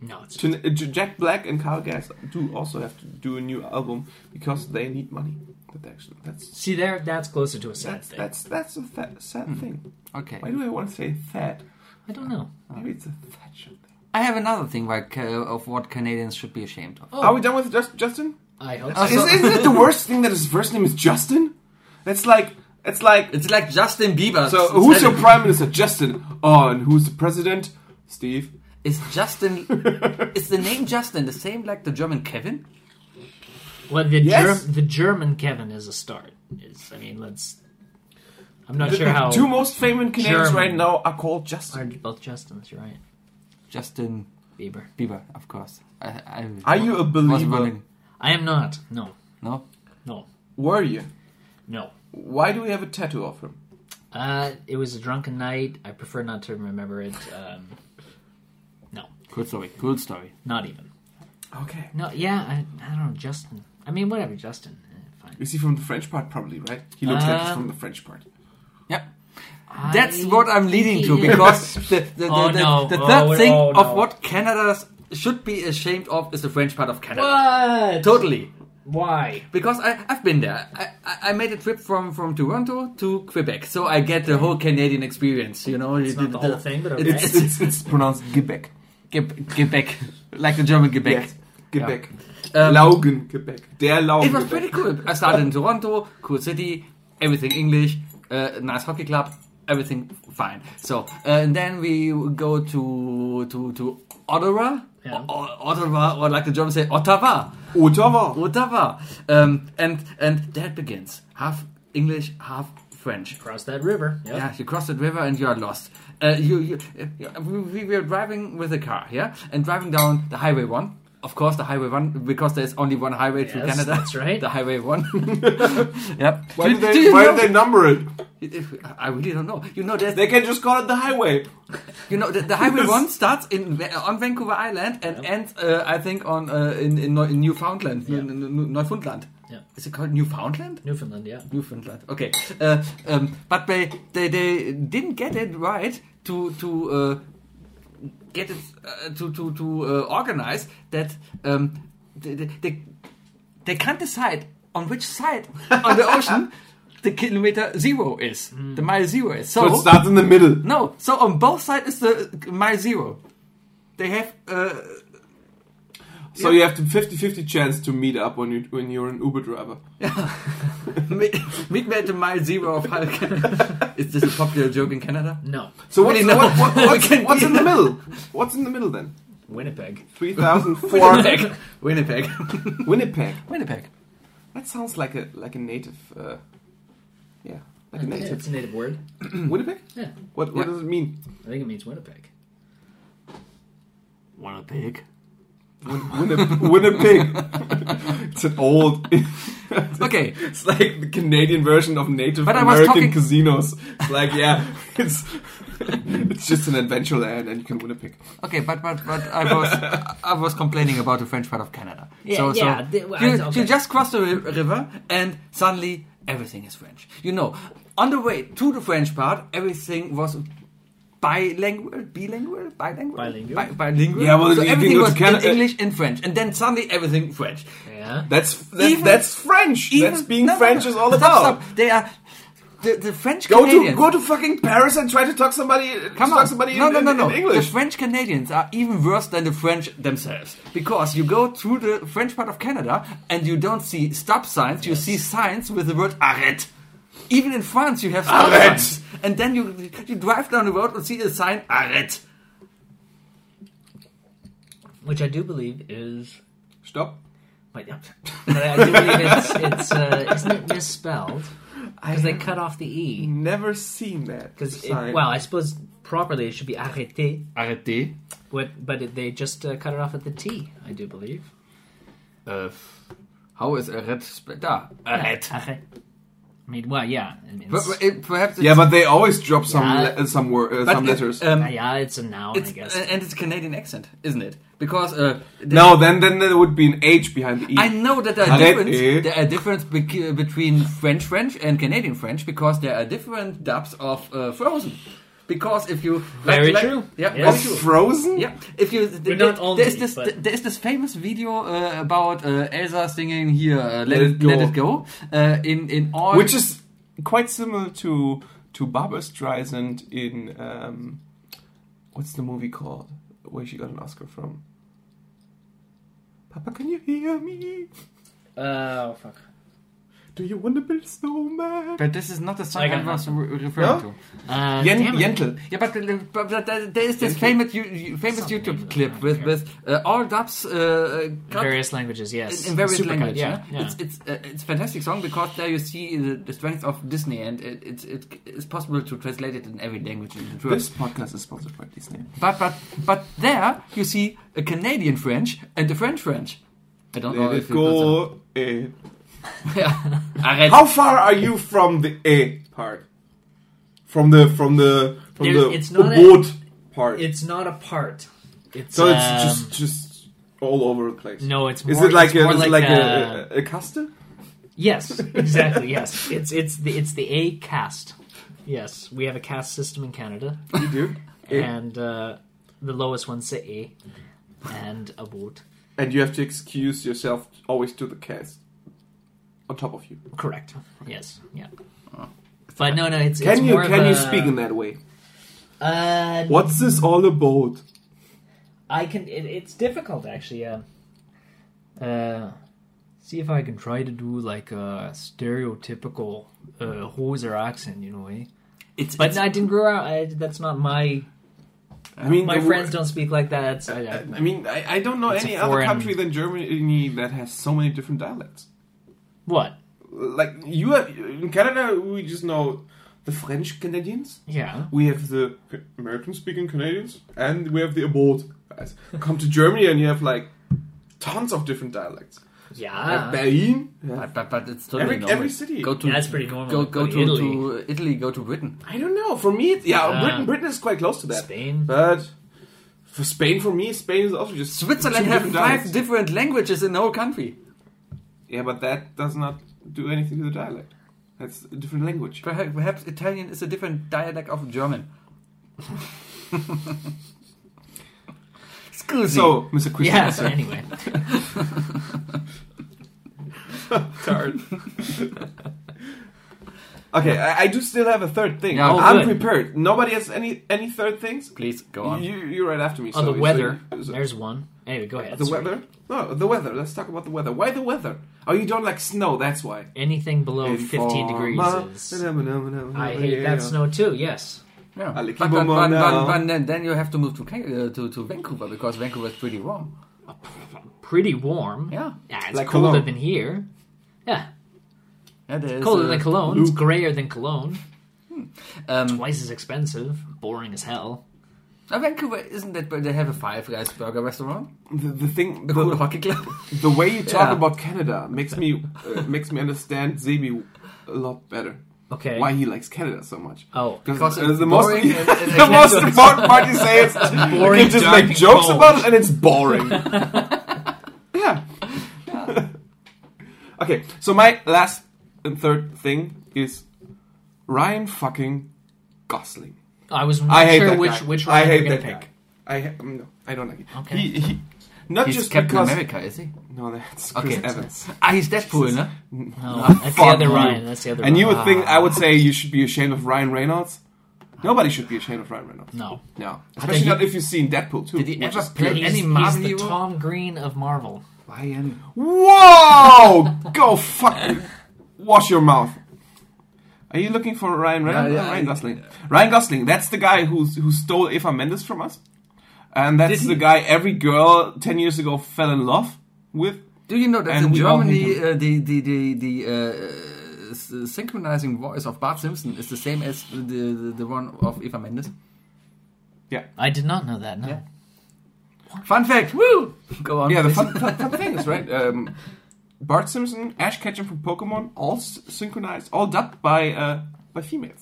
D: No, it's
C: To, uh, Jack Black and Kyle Gass do also have to do a new album because they need money. That actually, that's
D: See there, that's closer to a sad
C: that's
D: thing.
C: that's that's a tha- sad thing.
B: Okay,
C: Why do I want to say that?
D: I don't know.
C: Maybe it's a Thatcher thing.
B: I have another thing why, ca- of what Canadians should be ashamed
D: Oh.
B: of.
C: Are we done with just, Justin?
D: I hope
B: Uh,
D: so.
C: Oh, Is, isn't it the worst thing that his first name is Justin? That's like it's like
B: It's like Justin Bieber.
C: So who's your prime minister? Justin. Oh, and who's the president? Steve.
B: Is Justin? is the name Justin the same like the German Kevin?
D: Well, the,
C: Yes.
D: Germ- the German Kevin is a start. Is I mean, let's. I'm not sure
C: the
D: how.
C: two most famous Canadians
D: German.
C: right now are called
D: are
C: Justin.
D: both Justins, you're right.
B: Justin
D: Bieber.
B: Bieber, of course. I, I
C: Are you a
B: was
C: believer?
B: wondering.
D: I am not. No.
B: No.
D: No.
C: Were you?
D: No.
C: Why do we have a tattoo of him?
D: Uh, it was a drunken night. I prefer not to remember it. Um, no.
B: Cool story. Cool story.
D: Not even.
C: Okay.
D: No, yeah, I, I don't know. Justin. I mean, whatever, Justin. eh, Fine.
C: You see from the French part, probably, right? He looks like he's
D: Um,
C: from the French part.
B: Yeah. That's
D: I
B: what I'm leading to
D: think he
B: because the, the, the,
D: Oh,
B: the,
D: no.
B: the
D: Oh,
B: third
D: we-
B: thing
D: oh,
B: of
D: no.
B: what Canada should be ashamed of is the French part of Canada.
D: What?
B: Totally.
D: Why?
B: Because I, I've been there. I, I, I made a trip from, from Toronto to Quebec, so I get the whole Canadian experience, you know. It's
D: not the whole thing, but okay.
B: It's,
C: It's,
B: it's
C: it's, it's pronounced Quebec.
B: Quebec, Quebec, like the German Quebec.
C: Yes. Quebec.
B: Um,
C: Laugen, Quebec. Der Laugen.
B: It was pretty cool. I started in Toronto, cool city, everything English, uh, nice hockey club, everything fine. So uh, and then we go to to to Ottawa,
D: Yeah.
B: or, Ottawa, or like the Germans say, Ottawa,
C: Ottawa.
B: Ottawa, um, and and that begins half English, half French.
D: Cross that river. Yep.
B: Yeah, you cross the river and you are lost. Uh, you, you, uh, we, we were driving with a car, yeah, and driving down the highway one. Of course, the highway one because there's only one highway to
D: Yes,
B: Canada.
D: that's right.
B: The highway one. yep.
C: Why
B: do,
C: did
B: do
C: they,
B: you
C: why
B: know-
C: did they number it?
B: I really don't know. You know there's
C: They can just call it the highway.
B: you know the, the highway one starts in on Vancouver Island and ends uh, I think on uh, in in, Neu- in Newfoundland,
D: Yeah.
B: N- N- Neufundland.
D: Yeah.
B: Is it called Newfoundland?
D: Newfoundland, yeah.
B: Newfoundland. Okay, uh, um, but they, they they didn't get it right to to uh, get it uh, to to to uh, organize that um, they, they- they they can't decide on which side on the ocean the kilometer zero is, the mile zero is. So
C: So it starts in the middle.
B: no, so on both sides is the mile zero. They have uh,
C: So you have to 50-50 chance to meet up when you when you're an Uber driver.
B: meet, meet me at the mile zero of Hulk. is this a popular joke in Canada?
D: No.
C: So what's,
B: Really, no.
C: what, what, what's,
B: Can
C: what's
B: be-
C: in the middle? What's in the middle then?
D: Winnipeg.
C: 3,400
B: Winnipeg.
C: Winnipeg.
B: Winnipeg.
C: That sounds like a like a native. Uh, yeah, like a native.
D: It's a native word.
C: Winnipeg.
D: Yeah.
C: What what
B: Yeah.
C: does it mean?
D: I think it means Winnipeg.
B: Winnipeg.
C: Winnipeg. Winnipeg. it's an old.
B: Okay.
C: It's like the Canadian version of Native
B: But I was
C: American
B: talking-
C: casinos. It's like yeah, it's it's just an adventure land, and you can Winnipeg.
B: Okay, but but but I was I was complaining about the French part of Canada.
D: Yeah,
B: so, so
D: yeah, the- well,
B: you,
D: I- okay.
B: you just cross the ri- river and suddenly everything is French. You know, on the way to the French part, everything was bilingual, bilingual, bilingual,
D: Bilingual.
B: Bi- bilingual.
C: Yeah, well,
B: so
C: you can
B: everything
C: go to
B: was in
C: Canada-
B: English and French, and then suddenly everything French.
D: Yeah.
C: That's that,
B: Even-
C: that's French. that's
B: Even-
C: being
B: no, no,
C: French
B: no.
C: is all
B: Stop,
C: about.
B: Stop. They are the, the French
C: Go to
B: Canadians.
C: go to fucking Paris and try to talk somebody
B: Come
C: talk
B: on.
C: somebody
B: no,
C: in,
B: no, no,
C: in-
B: no.
C: in
B: The
C: English.
B: French Canadians are even worse than the French themselves. Because you go through the French part of Canada and you don't see stop signs, you see signs with the word arrête. Even in France, you have stop
C: Arrête.
B: signs. And then you, you drive down the road and see a sign arrête.
D: Which I do believe is.
C: Stop.
D: Wait, yeah. But I do believe it's. it's uh, isn't it misspelled? Because they cut off the
B: Mm.
D: E.
C: Never seen that.
D: Because,
C: sign.
D: well, I suppose properly it should be arrêté.
B: Arrêtez.
D: What, but it, they just uh, cut it off at the T, I do believe.
C: Uh,
B: Äh, how is a red sp- da?
C: Ah,
B: A red.
D: I mean, well, yeah. I mean,
B: But-
D: it's,
B: but it- Perhaps it's,
C: Yeah, but they always drop some
D: Yeah.
C: le- uh, some wor- uh,
B: but
C: some
B: it-
C: letters.
B: um,
D: yeah, it's a noun, I
B: it's,
D: guess.
B: uh, and it's Canadian accent, isn't it? Because uh,
C: no, then then there would be an H behind the E.
B: I know that there are
C: Red E.
B: difference, there are difference bec- between French French and Canadian French because there are different dubs of uh, Frozen. Because if you
D: Very true.
B: yeah,
D: Yes.
B: very true.
C: Of Frozen.
B: Yeah, if you th-
D: not
B: th-
D: only,
B: there's this
D: but-
B: there's this famous video uh, about uh, Elsa singing here uh, let,
C: Let
B: it,
C: It
B: let
C: Go.
B: it go uh, in in all
C: which is quite similar to to Barbara Streisand in um, what's the movie called where she got an Oscar from? Papa, can you hear me?
B: uh,
D: oh, fuck.
C: Do you want to build a snowman?
B: but this is not the song
D: Like
B: I
D: a-
B: was re- referring
C: No?
B: to.
D: Uh,
C: Yen-
D: damn it.
C: Yentl.
B: Yeah, but, uh, but, but there there is this famous you- you- famous
D: Something
B: YouTube
D: like
B: clip
D: that,
B: with
D: yeah.
B: with uh, all dubs uh, cut
D: various languages, yes.
B: in, in various
D: Supercut,
B: languages.
D: yeah.
B: yeah.
D: yeah.
B: It's it's uh, it's a fantastic song because there you see the, the strength of Disney and it, it's it, it's possible to translate it in every language. In the
C: This podcast is sponsored by Disney.
B: But but but there you see a Canadian French and a French French. I
D: Oh,
B: don't know
C: Let
B: if
C: it
B: you know
C: go. eh.
B: some- Yeah. Arrête.
C: How far are you from the A part? From the from the from
D: There's-
C: the
D: it's not a-
C: boat part.
D: It's not a part. It's,
C: so it's
D: um,
C: just just all over the place.
D: No, it's more,
C: Is it like
D: it's
C: a,
D: more
C: is it
D: like,
C: like
D: a,
C: a, a, a custom?
D: Yes, exactly. Yes, it's it's the it's the A cast. Yes, we have a caste system in Canada,
C: You do.
D: and uh, the lowest one's a A, and a vote.
C: and you have to excuse yourself always to the cast on top of you.
D: Correct. Yes. Yeah. But no, no. It's it's
C: Can you
D: more of
C: can you
D: a-
C: speak in that way?
D: Uh,
C: What's this all about?
D: I can. It, it's difficult actually. Uh, uh, see if I can try to do like a stereotypical uh, Hoser accent, you know. Eh?
B: It's,
D: But
B: it's-
D: I didn't grow out. I, that's not my.
C: I mean,
D: My
C: the- Uh,
D: friends don't speak like that. It's- I- I-
C: I I mean, I, I don't know
D: It's a
C: any other
D: foreign-
C: country than Germany that has so many different dialects.
D: what?
C: Like you are, in Canada, we just know the French Canadians.
D: Yeah.
C: We have the American-speaking Canadians, and we have the abroad guys. Come to Germany, and you have like tons of different dialects.
D: Ah. Yeah.
C: Berlin,
B: but, but, but it's totally
C: Every-
B: normal.
C: every city.
B: Go to
D: Yeah, it's pretty normal.
B: Go go
D: But
B: to
D: Italy.
B: to Italy. Go to Britain.
C: I don't know. For me, it's, yeah,
D: Yeah.
C: Britain. Britain is quite close to that.
D: Spain.
C: but for Spain, for me, Spain is also just
B: Switzerland
C: two
B: have
C: different
B: five
C: dialects.
B: different languages in the whole country.
C: yeah, but that does not do anything to the dialect. That's a different language.
B: Perhaps, perhaps Italian is a different dialect of German. Excuse me.
C: So, Mr. Christian,
D: Yeah.
C: sir.
D: anyway,
C: Tired. okay, I, I do still have a third thing.
B: Yeah, oh,
C: I'm
D: good.
C: prepared. Nobody has any any third things.
B: please go on.
C: You, you're right after me.
D: oh,
C: so
D: the weather.
C: so- so-
D: There's one. Anyway, go ahead.
C: the
D: sorry.
C: weather. No, the weather. Let's talk about the weather. Why the weather? Oh, you don't like snow. That's why.
D: Anything below 15 Oh, degrees is. I hate that snow too. Yes.
B: Yeah.
C: I'll keep
B: But, but,
C: them
B: but,
C: on now.
B: but, but then, then you have to move to, Ca- uh, to to Vancouver because Vancouver is pretty warm.
D: Pretty warm.
B: Yeah.
D: it's
C: Like
D: colder
C: Cologne.
D: than here. Yeah,
B: Yeah, there is,
D: colder
B: uh,
D: than Cologne. It's grayer than Cologne.
C: Hmm.
B: Um,
D: Twice as expensive. Boring as hell.
B: now Uh, Vancouver isn't that? But they have a Five Guys burger restaurant,
C: The, the thing,
B: a
C: the,
B: cool hockey club.
C: the way you talk
B: Yeah.
C: about Canada makes me uh, makes me understand Zebi a lot better.
D: Okay.
C: Why he likes Canada so much?
D: Oh.
C: because
B: Because
C: uh,
B: it's
C: the most
B: boring and- and
C: the
B: I
C: most
B: can't-
C: important part you say is you
D: boring,
C: can just
D: dark,
C: make jokes
D: cold.
C: about it and it's boring. yeah. okay, so my last and third thing is Ryan fucking Gosling.
D: I was not
C: I hate
D: sure
C: that
D: which
C: guy.
D: which
C: I
D: one
C: hate
D: you're
C: that
D: gonna
C: guy.
D: pick.
C: I ha- mm, no, I don't like it.
D: Okay.
C: He, he, not
B: He's
C: just
B: Captain
C: because
B: America, is he?
C: no, that's Chris
B: Okay.
C: Evans.
B: Ah, he's Deadpool, ne?
D: No, Oh, that's the
C: Fuck
D: other
C: you.
D: Ryan. That's the other.
C: And you
D: Ryan.
C: would
D: Ah.
C: think I would say you should be ashamed of Ryan Reynolds. Nobody should be ashamed of Ryan Reynolds.
D: No.
C: No, especially not if you've seen Deadpool too.
B: Did he
C: which
B: ever
C: is-
B: play
D: He's,
B: any
D: he's
B: Marvel
D: the
B: hero?
D: Tom Green of Marvel.
B: Ryan.
C: Whoa! Go fuck. Wash your mouth. Are you looking for Ryan Reynolds?
B: Yeah, yeah,
C: or Ryan
B: I-
C: Gosling. Ryan Gosling. That's the guy who's who stole Eva Mendes from us, and that's the guy every girl ten years ago fell in love with.
B: Do you know that
C: And
B: in
C: we all hate
B: Germany uh, the the the the uh, s- uh, synchronizing voice of Bart Simpson is the same as the the, the one of Eva Mendes?
D: I did not know that. No.
B: Fun fact. Woo! Go on.
C: Yeah, the
B: please.
C: fun, fun, fun thing is, right? Um, Bart Simpson, Ash Ketchum from Pokemon, all s- synchronized, all dubbed by uh, by females.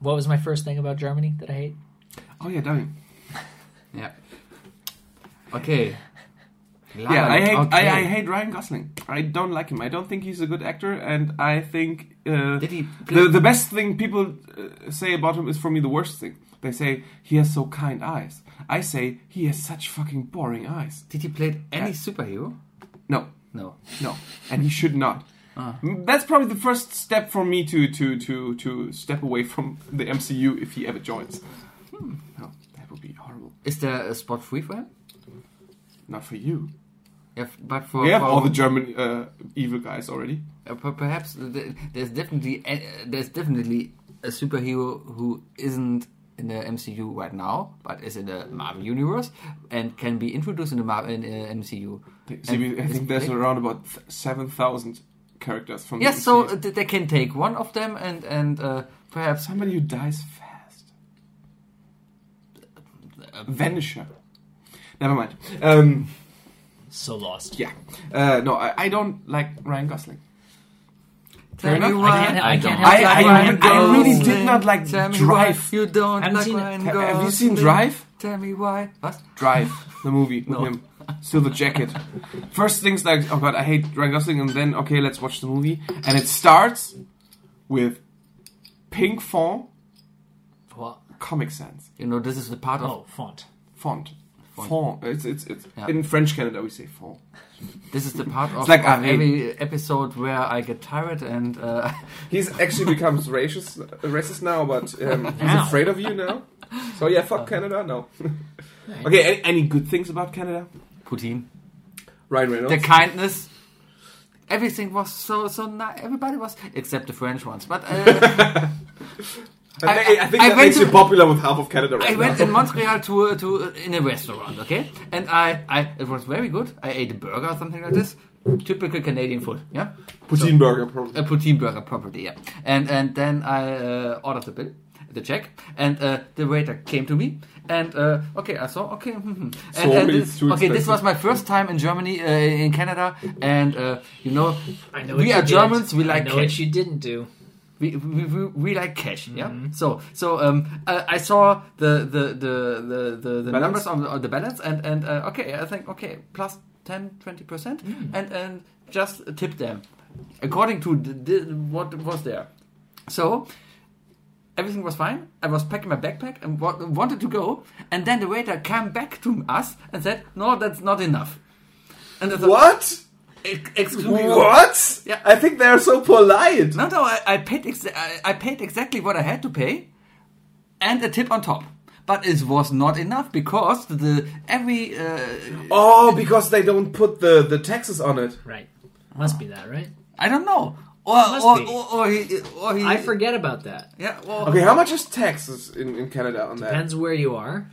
D: What was my first thing about Germany that I hate?
C: Oh yeah, dubbing.
B: Yeah. Okay.
C: Yeah, I hate
B: Okay.
C: I, I hate Ryan Gosling. I don't like him. I don't think he's a good actor, and I think uh,
B: Did he
C: the the best thing people uh, say about him is for me the worst thing. They say he has so kind eyes. I say he has such fucking boring eyes.
B: Did he play any superhero?
C: No,
B: No.
C: No, and he should not.
B: Ah.
C: That's probably the first step for me to to to to step away from the MCU if he ever joins.
B: Hmm.
C: No, that would be horrible.
B: Is there a spot free for him?
C: Not for you.
B: Yeah, f- but for
C: We have
B: for-
C: all the German uh, evil guys already.
B: uh, per- perhaps th- there's definitely a, there's definitely a superhero who isn't in the MCU right now, but is in the Marvel universe and can be introduced in the Marvel in, uh, MCU.
C: See, we- I
B: And-
C: think there's around about seven thousand characters from.
B: yes,
C: the
B: so
C: MCU.
B: uh, th- they can take one of them and and uh, perhaps
C: somebody who dies fast. Vanisher. Never mind. Um,
D: So lost.
C: yeah. Uh, no, I, I don't like Ryan Gosling.
B: tell
C: enough.
B: me
C: I
B: why
D: can't- I
B: you
D: can't
B: don't
D: help
B: like
D: it. I- I-
B: Ryan
D: I really did
B: Gosling.
C: not like
B: tell me
C: Drive.
B: Why you don't
D: Haven't
B: like
D: seen it.
B: Ryan
C: Have-
B: Gosling.
C: have you seen Drive?
B: Tell me why. What?
C: Drive, the movie with him. Silver Jacket. First things like, oh god, I hate Ryan Gosling, and then okay, let's watch the movie. And it starts with pink font,
B: What?
C: Comic Sans
B: You know, this is the part of
D: Oh, font.
C: font. Font. It's it's it's
B: Yeah.
C: in French Canada we say font.
B: This is the part of,
C: like
B: of
C: Ari.
B: every episode where I get tired and uh,
C: He's actually becomes racist racist now, but um, he's
D: Now.
C: afraid of you now. So yeah, fuck Canada. No. okay. Any, any good things about Canada?
B: Putin.
C: Ryan
B: The
C: Reynolds.
B: kindness. Everything was so so nice. Everybody was except the French ones. But uh,
C: I,
B: I-
C: think- I think
B: I went
C: that makes
B: to-
C: you popular with half of Canada right
B: I
C: now.
B: went in Montreal to to in a restaurant, okay, and I, I it was very good. I ate a burger or something like this, typical Canadian food. Yeah,
C: Poutine burger, probably.
B: a poutine burger property, yeah. And and then I uh, ordered the bill, the check, and uh, the waiter came to me. And uh, okay, I saw okay. hmm, hmm. And,
C: So
B: and
C: it's
B: this,
C: too
B: okay, this
C: expensive.
B: was my first time in Germany, uh, in Canada, and uh, you know,
D: I know
B: we
D: what
B: are
D: you
B: Germans.
D: Did.
B: We like
D: I know
B: cash.
D: what you didn't do.
B: we, we, we, we like cash.
C: Mm-hmm.
B: Yeah. So so um, uh, I saw the the the the the, the
C: Balance?
B: numbers on the, on the balance, and and uh, okay, I think okay, plus 10 20 percent,
C: Mm.
B: and and just tip them according to the, the, what was there. So everything was fine. I was packing my backpack and wa- wanted to go, and then the waiter came back to us and said, "No, that's not enough." And I thought,
C: What?
B: "Ex- Excuse me,
C: What?
B: Yeah.
C: I think they are so polite.
B: No, no, I, I paid exa- I, I paid exactly what I had to pay, and a tip on top. But it was not enough because the every uh,
C: Oh, because they don't put the, the taxes on it.
D: Right. Must be that, right?
B: I don't know or
D: Must
B: or,
D: be.
B: or, or he or he
D: I forget about that.
B: yeah or,
C: Okay, how much is taxes in, in Canada on that?
D: Depends where you are.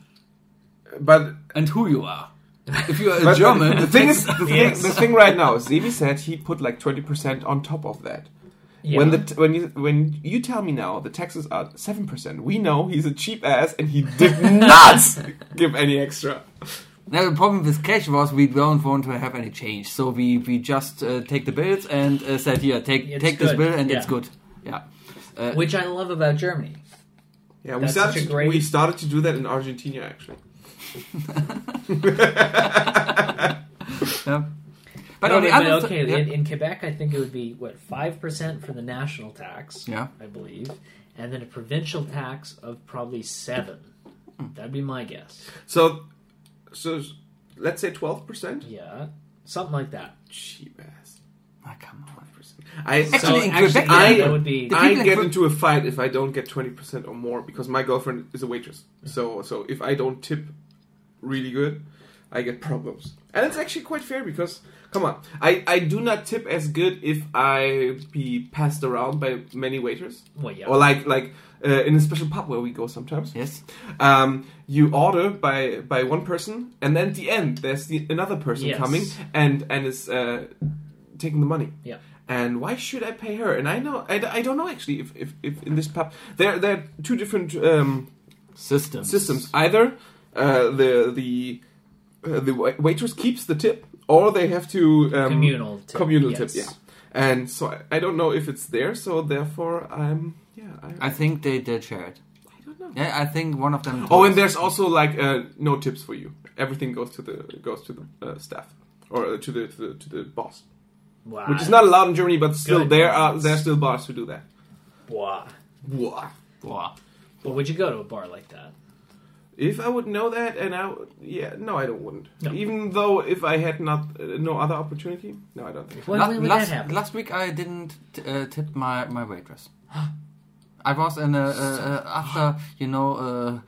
C: But,
B: and who you are. If you are a
C: but
B: German,
C: the
B: it
C: thing
B: takes-
C: is, the, thing, the thing right now, Zebi said he put like twenty percent on top of that.
D: Yeah.
C: When the t- when you when you tell me now the taxes are seven percent, we know he's a cheap ass and he did not give any extra.
B: Now the problem with cash was we don't want to have any change, so we we just uh, take the bills and uh, said here take
D: It's
B: take this
D: good.
B: bill and
D: Yeah.
B: it's good. Yeah, uh,
D: Which I love about Germany.
C: Yeah, we
D: That's
C: started
D: such a
C: to,
D: great-
C: we started to do that in Argentina actually.
B: yeah. But
D: No,
B: on the
D: but- but
B: other
D: okay,
B: side, yeah.
D: in, in Quebec, I think it would be what five percent for the national tax.
B: Yeah.
D: I believe, and then a provincial tax of probably seven.
B: Hmm.
D: That'd be my guess.
C: So, so let's say twelve percent.
D: Yeah, something like that.
C: Cheap ass.
B: Ah, come on.
C: I
B: Actually,
D: so
B: in
D: actually,
B: Quebec,
D: yeah,
C: I-
D: that would be.
B: The
C: I
B: people in
C: get
B: Quebec-
C: into a fight if I don't get twenty percent or more because my girlfriend is a waitress. So so if I don't tip really good, I get problems. And it's actually quite fair because come on, I I do not tip as good if I be passed around by many waiters
D: Well, yeah.
C: or like like. Uh, in a special pub where we go sometimes,
B: Yes.
C: um, you order by by one person, and then at the end there's the, another person
D: Yes.
C: coming and and is uh, taking the money.
D: Yeah.
C: And why should I pay her? And I know I, I don't know actually if, if, if in this pub there there are two different um,
B: System.
C: systems. Either uh, the the uh, the wait- waitress keeps the tip, or they have to um,
D: Communal tip,
C: Communal tip,
D: yes.
C: yeah. And so I, I don't know if it's there, so therefore I'm yeah. I,
B: I think they did share it.
C: don't know.
B: Yeah, I think one of them.
C: Oh,
B: told
C: and
B: us.
C: there's also like uh, no tips for you. Everything goes to the goes to the uh, staff or uh, to the to the to the boss,
D: Wow.
C: which is not allowed in Germany, but still
D: Good
C: there are
D: riddance.
C: there are still bars who do that.
D: Wow.
C: Wah.
B: Wow.
D: But would you go to a bar like that?
C: If I would know that, and I would, yeah, no, I don't wouldn't.
D: No.
C: Even though if I had not uh, no other opportunity, no, I don't think.
D: Why
B: La-
D: would
B: last,
D: that happen?
B: last week I didn't t- uh, tip my, my waitress. I was in a, uh, uh, after, you know,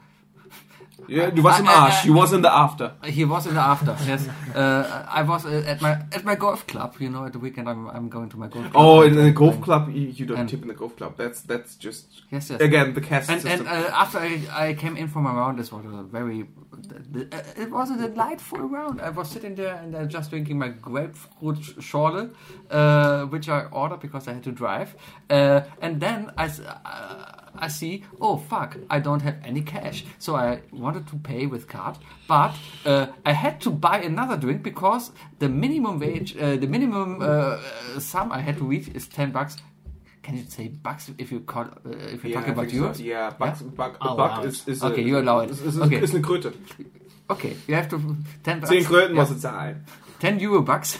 C: Yeah, du warst im
B: I- I-
C: Arsch.
B: I-
C: You was in the after.
B: uh, he was in the after, yes. Uh, I was uh, at my at my golf club, you know, at the weekend I'm, I'm going to my golf club.
C: Oh, in the golf club, you, you don't
B: And-
C: tip in the golf club. That's that's just
B: Yes, yes.
C: again the caste
B: And, and
C: system.
B: uh, after I, I came in for my round, this was a very. Uh, it was a delightful round. I was sitting there and uh, just drinking my grapefruit sh- schorle, uh, which I ordered because I had to drive. Uh, and then I, s- uh, I see, oh fuck, I don't have any cash. So I wanted to pay with card, but uh, I had to buy another drink because the minimum wage, uh, the minimum uh, uh, sum I had to reach is 10 bucks. Can you say bucks if you call, uh, if you
C: yeah,
B: talk about
C: I think so.
B: euros?
C: Yeah, buck, buck,
D: I'll
C: buck
D: allow it.
C: is, is
B: Okay,
C: a,
B: you allow it.
C: Is, is,
B: Okay.
C: is eine Kröte.
B: Okay, you have to ten bucks.
C: Zehn Kröten
B: yeah,
C: was it's ein.
B: ten euro bucks.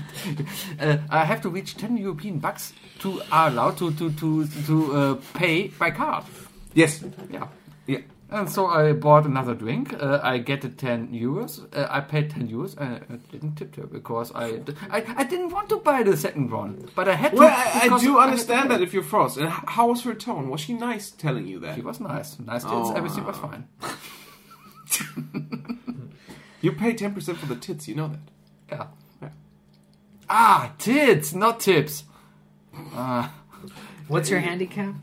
B: uh, I have to reach ten European bucks to are allowed to to to to uh, pay by card.
C: Yes.
B: Yeah, yeah. And so I bought another drink. Uh, I get the ten euros. Uh, I paid ten euros. and I didn't tip her because I, I I didn't want to buy the second one, but I had to.
C: Well, I, I
B: because
C: do
B: had to
C: understand
B: pay.
C: that if you're frost. And h- how was her tone? Was she nice telling you that?
B: She was nice, nice. tits,
C: Oh.
B: everything was fine.
C: You pay ten percent for the tits. You know that.
B: Yeah. Ah, tits, not tips. Ah.
D: What's your handicap?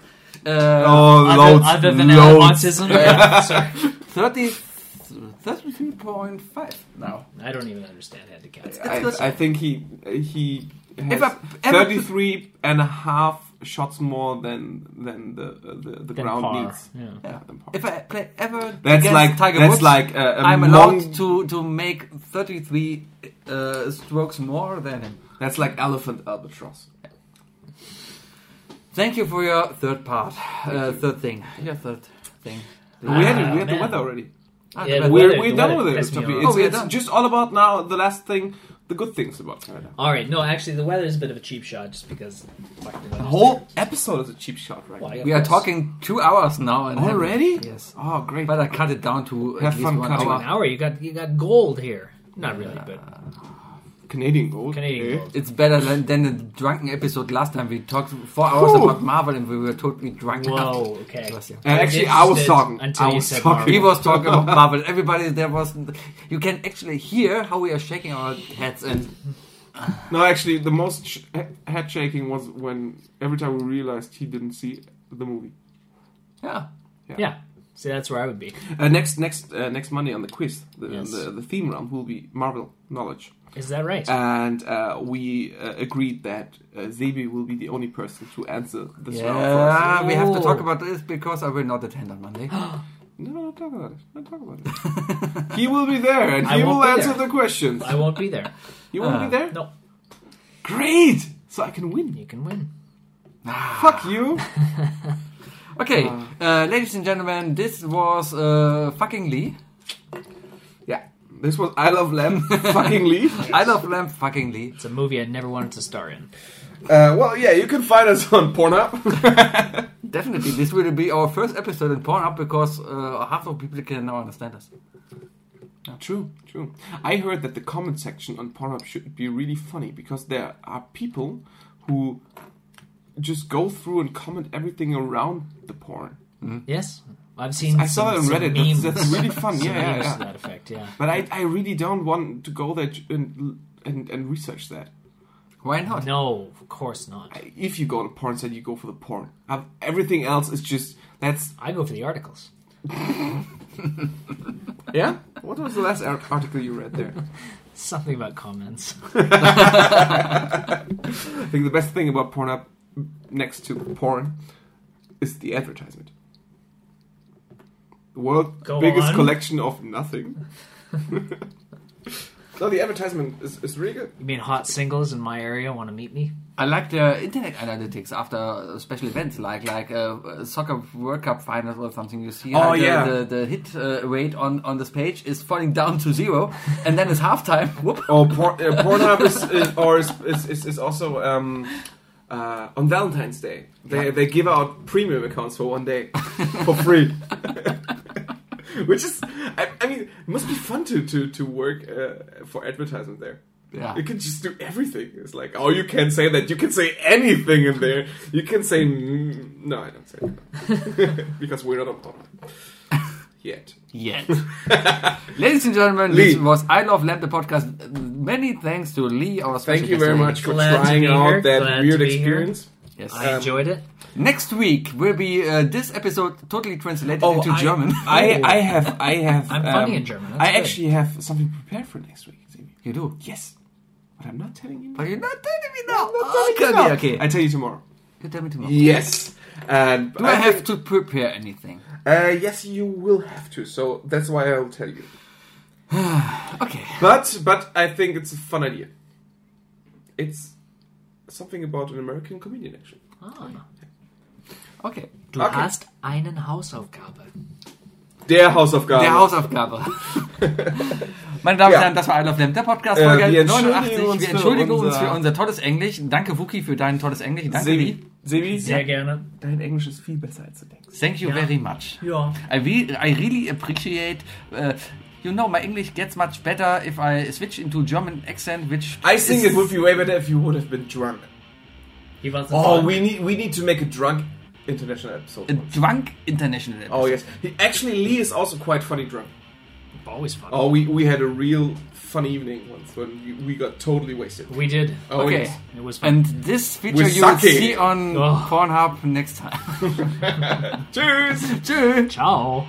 B: Uh,
C: Oh,
D: Other, other than autism? Yeah, sorry.
B: 30, 33.5 now.
D: I don't even understand handicaps.
C: I, I think he he
B: If
C: has
B: I- if I-
C: 33 and a half shots more than than the uh, the, the
D: Than
C: ground
D: par,
C: needs.
D: yeah.
C: Yeah, than par.
B: If I play ever
C: That's
B: against
C: like
B: Tiger
C: that's
B: Woods,
C: like uh, a
B: I'm
C: monk-
B: allowed to, to make 33 uh, strokes more than him.
C: That's like elephant albatross.
B: Thank you for your third part, uh, third thing. Your third thing.
C: we had it. We had the
D: Ah, man.
C: weather already.
B: Ah,
D: Yeah,
B: the-
D: the
C: We're,
D: weather-
C: we're
D: the
C: done
D: weather
C: with it.
D: pissed me
C: Topi.
D: off.
B: Oh,
C: It's,
B: we're
C: it's
B: done.
C: just all about now the last thing, the good things about Canada.
D: All right, no, actually, the weather is a bit of a cheap shot just because. Fuck, the weather's
C: The whole episode is a cheap shot, right?
D: Why,
C: now.
D: of
B: we are
D: course.
B: talking two hours now. And
C: Already?
B: Yes.
C: Oh, great.
B: But I cut it down to
C: Have
B: at least
C: fun
B: one
C: cutting
D: to
B: hour.
D: an hour. You got you got gold here. Not really, but
C: Canadian gold.
D: Canadian
C: eh?
D: gold.
B: It's better than, than the drunken episode last time. We talked four hours
C: Whew.
B: about Marvel and we were totally drunk.
D: Whoa, okay.
B: It was, yeah.
C: Uh, actually, I was talking. I was talking.
B: He was talking about Marvel. Everybody there was. You can actually hear how we are shaking our heads and
C: No, actually, the most sh- head shaking was when every time we realized he didn't see the movie.
B: yeah.
D: Yeah. See, that's where I would be.
C: Uh, next, next, uh, next Monday on the quiz, the,
D: Yes.
C: the, the theme round will be Marvel knowledge,
D: Is that right?
C: and uh, we uh, agreed that uh, Zebi will be the only person to answer this round.
B: Yeah, uh, we have to talk about this because I will not attend on Monday.
C: For us. No, no, talk about it. No, talk about it. he will be there, Uh, and
D: I
C: he
D: won't
C: will
D: be
C: answer
D: there.
C: the questions.
D: I won't be there.
C: You won't be there?
D: No,
C: Great. So I can win.
D: you can win.
C: Fuck you.
B: Okay, uh, ladies and gentlemen, this was uh, fucking Lee.
C: Yeah. This was I love Lamb. fucking Lee.
B: I love Lamb fucking Lee.
D: It's a movie I never wanted to star in.
C: Uh, well, yeah, you can find us on Pornhub.
B: Definitely, this will be our first episode in Pornhub because uh, half of people can now understand us.
C: True, true. I heard that the comment section on Pornhub should be really funny because there are people who just go through and comment everything around the porn.
D: Yes, I've seen.
C: I saw
D: some-
C: that on
D: some
C: Reddit. That's-
D: Memes.
C: that's really fun.
D: Some
C: Yeah, yeah,
D: memes
C: yeah.
D: to that effect. Yeah.
C: But I, I really don't want to go there and, and and research that.
B: Why not?
D: No, of course not.
C: If you go to porn site, you go for the porn. Uh, everything else is just that's
D: I go for the articles.
C: yeah. What was the last ar- article you read there?
D: Something about comments.
C: I think the best thing about Pornhub, next to porn, is the advertisement. The world's
D: Go
C: biggest
D: on.
C: collection of nothing. No, the advertisement is, is really good.
D: You mean hot singles in my area want to meet me?
B: I like the internet analytics after uh, special events, like like uh, soccer World Cup finals or something. You see, how
C: Oh,
B: the,
C: yeah.
B: the the hit uh, rate on on this page is falling down to zero, and then it's halftime. Whoop.
C: Oh, por- uh, Pornhub is, is or is, is, is, is also um, uh, on Valentine's Day. They they give out premium accounts for one day for free, which is I, I mean it must be fun to to to work uh, for advertisement there.
B: Yeah.
C: You can just do everything. It's like, oh, you can say that. You can say anything in there. You can say mm, no. I don't say that. because we're not on Pornhub yet.
B: Yet. Ladies and gentlemen,
C: Lee.
B: this was I Love Lamp the podcast. Many thanks to Lee, our special
C: Thank you
B: guest
C: very
B: today.
C: much for
D: Glad to
C: trying
D: be
C: out
D: here.
C: that
D: Glad to
C: weird
D: be here.
C: experience.
B: Yes.
D: I enjoyed it.
B: Next week will be uh, this episode totally translated into
C: Oh, I,
B: German.
C: I, I have, I have. um,
D: I'm funny in German, that's
C: I
D: good.
C: actually have something prepared for next week. Xavier.
B: you do.
C: Yes, but I'm not telling you.
B: But you're not telling me now.
C: I'm not telling you now. Oh,
B: okay, okay.
C: I tell you tomorrow.
B: you tell me tomorrow.
C: Yes, and
B: Do I have to prepare anything?
C: Uh, yes, you will have to. So that's why I'll tell you.
B: Okay.
C: But but I think it's a fun idea. It's something about an American comedian actually.
B: Okay.
D: Du
C: Okay.
D: hast Ah. einen Hausaufgabe.
C: Der Hausaufgabe.
B: Der Hausaufgabe. Meine Damen und
C: Ja.
B: Herren, das war I Love Lamp, der Podcast,
C: Äh,
B: Folge
C: wir entschuldigen
B: 89.
C: uns
B: wir
C: für
B: entschuldigen uns
C: unser-
B: für unser tolles Englisch. Danke, Wookie, für dein tolles Englisch. Danke, Lee.
C: Sebi, Sebi,
D: Sehr gerne.
C: dein Englisch ist viel besser als du denkst.
B: Thank you very much.
D: Ja.
B: I, re I really appreciate... Uh, you know, my English gets much better if I switch into German accent, which...
C: I think
B: is-
C: it would be way better if you would have been drunk.
D: He was
C: Oh, we need we need to make a drunk international episode.
B: A drunk international.
C: Oh yes, he, actually Lee is also quite funny drunk.
D: always fun.
C: Oh, we we had a real funny evening once when we, we got totally wasted.
D: We did.
C: Oh
B: Okay.
C: yes.
D: It was fun.
B: And this feature
C: With
B: you will
C: sake.
B: see on
D: Oh.
B: Pornhub next time.
C: Cheers.
B: Tschüss.
D: Ciao.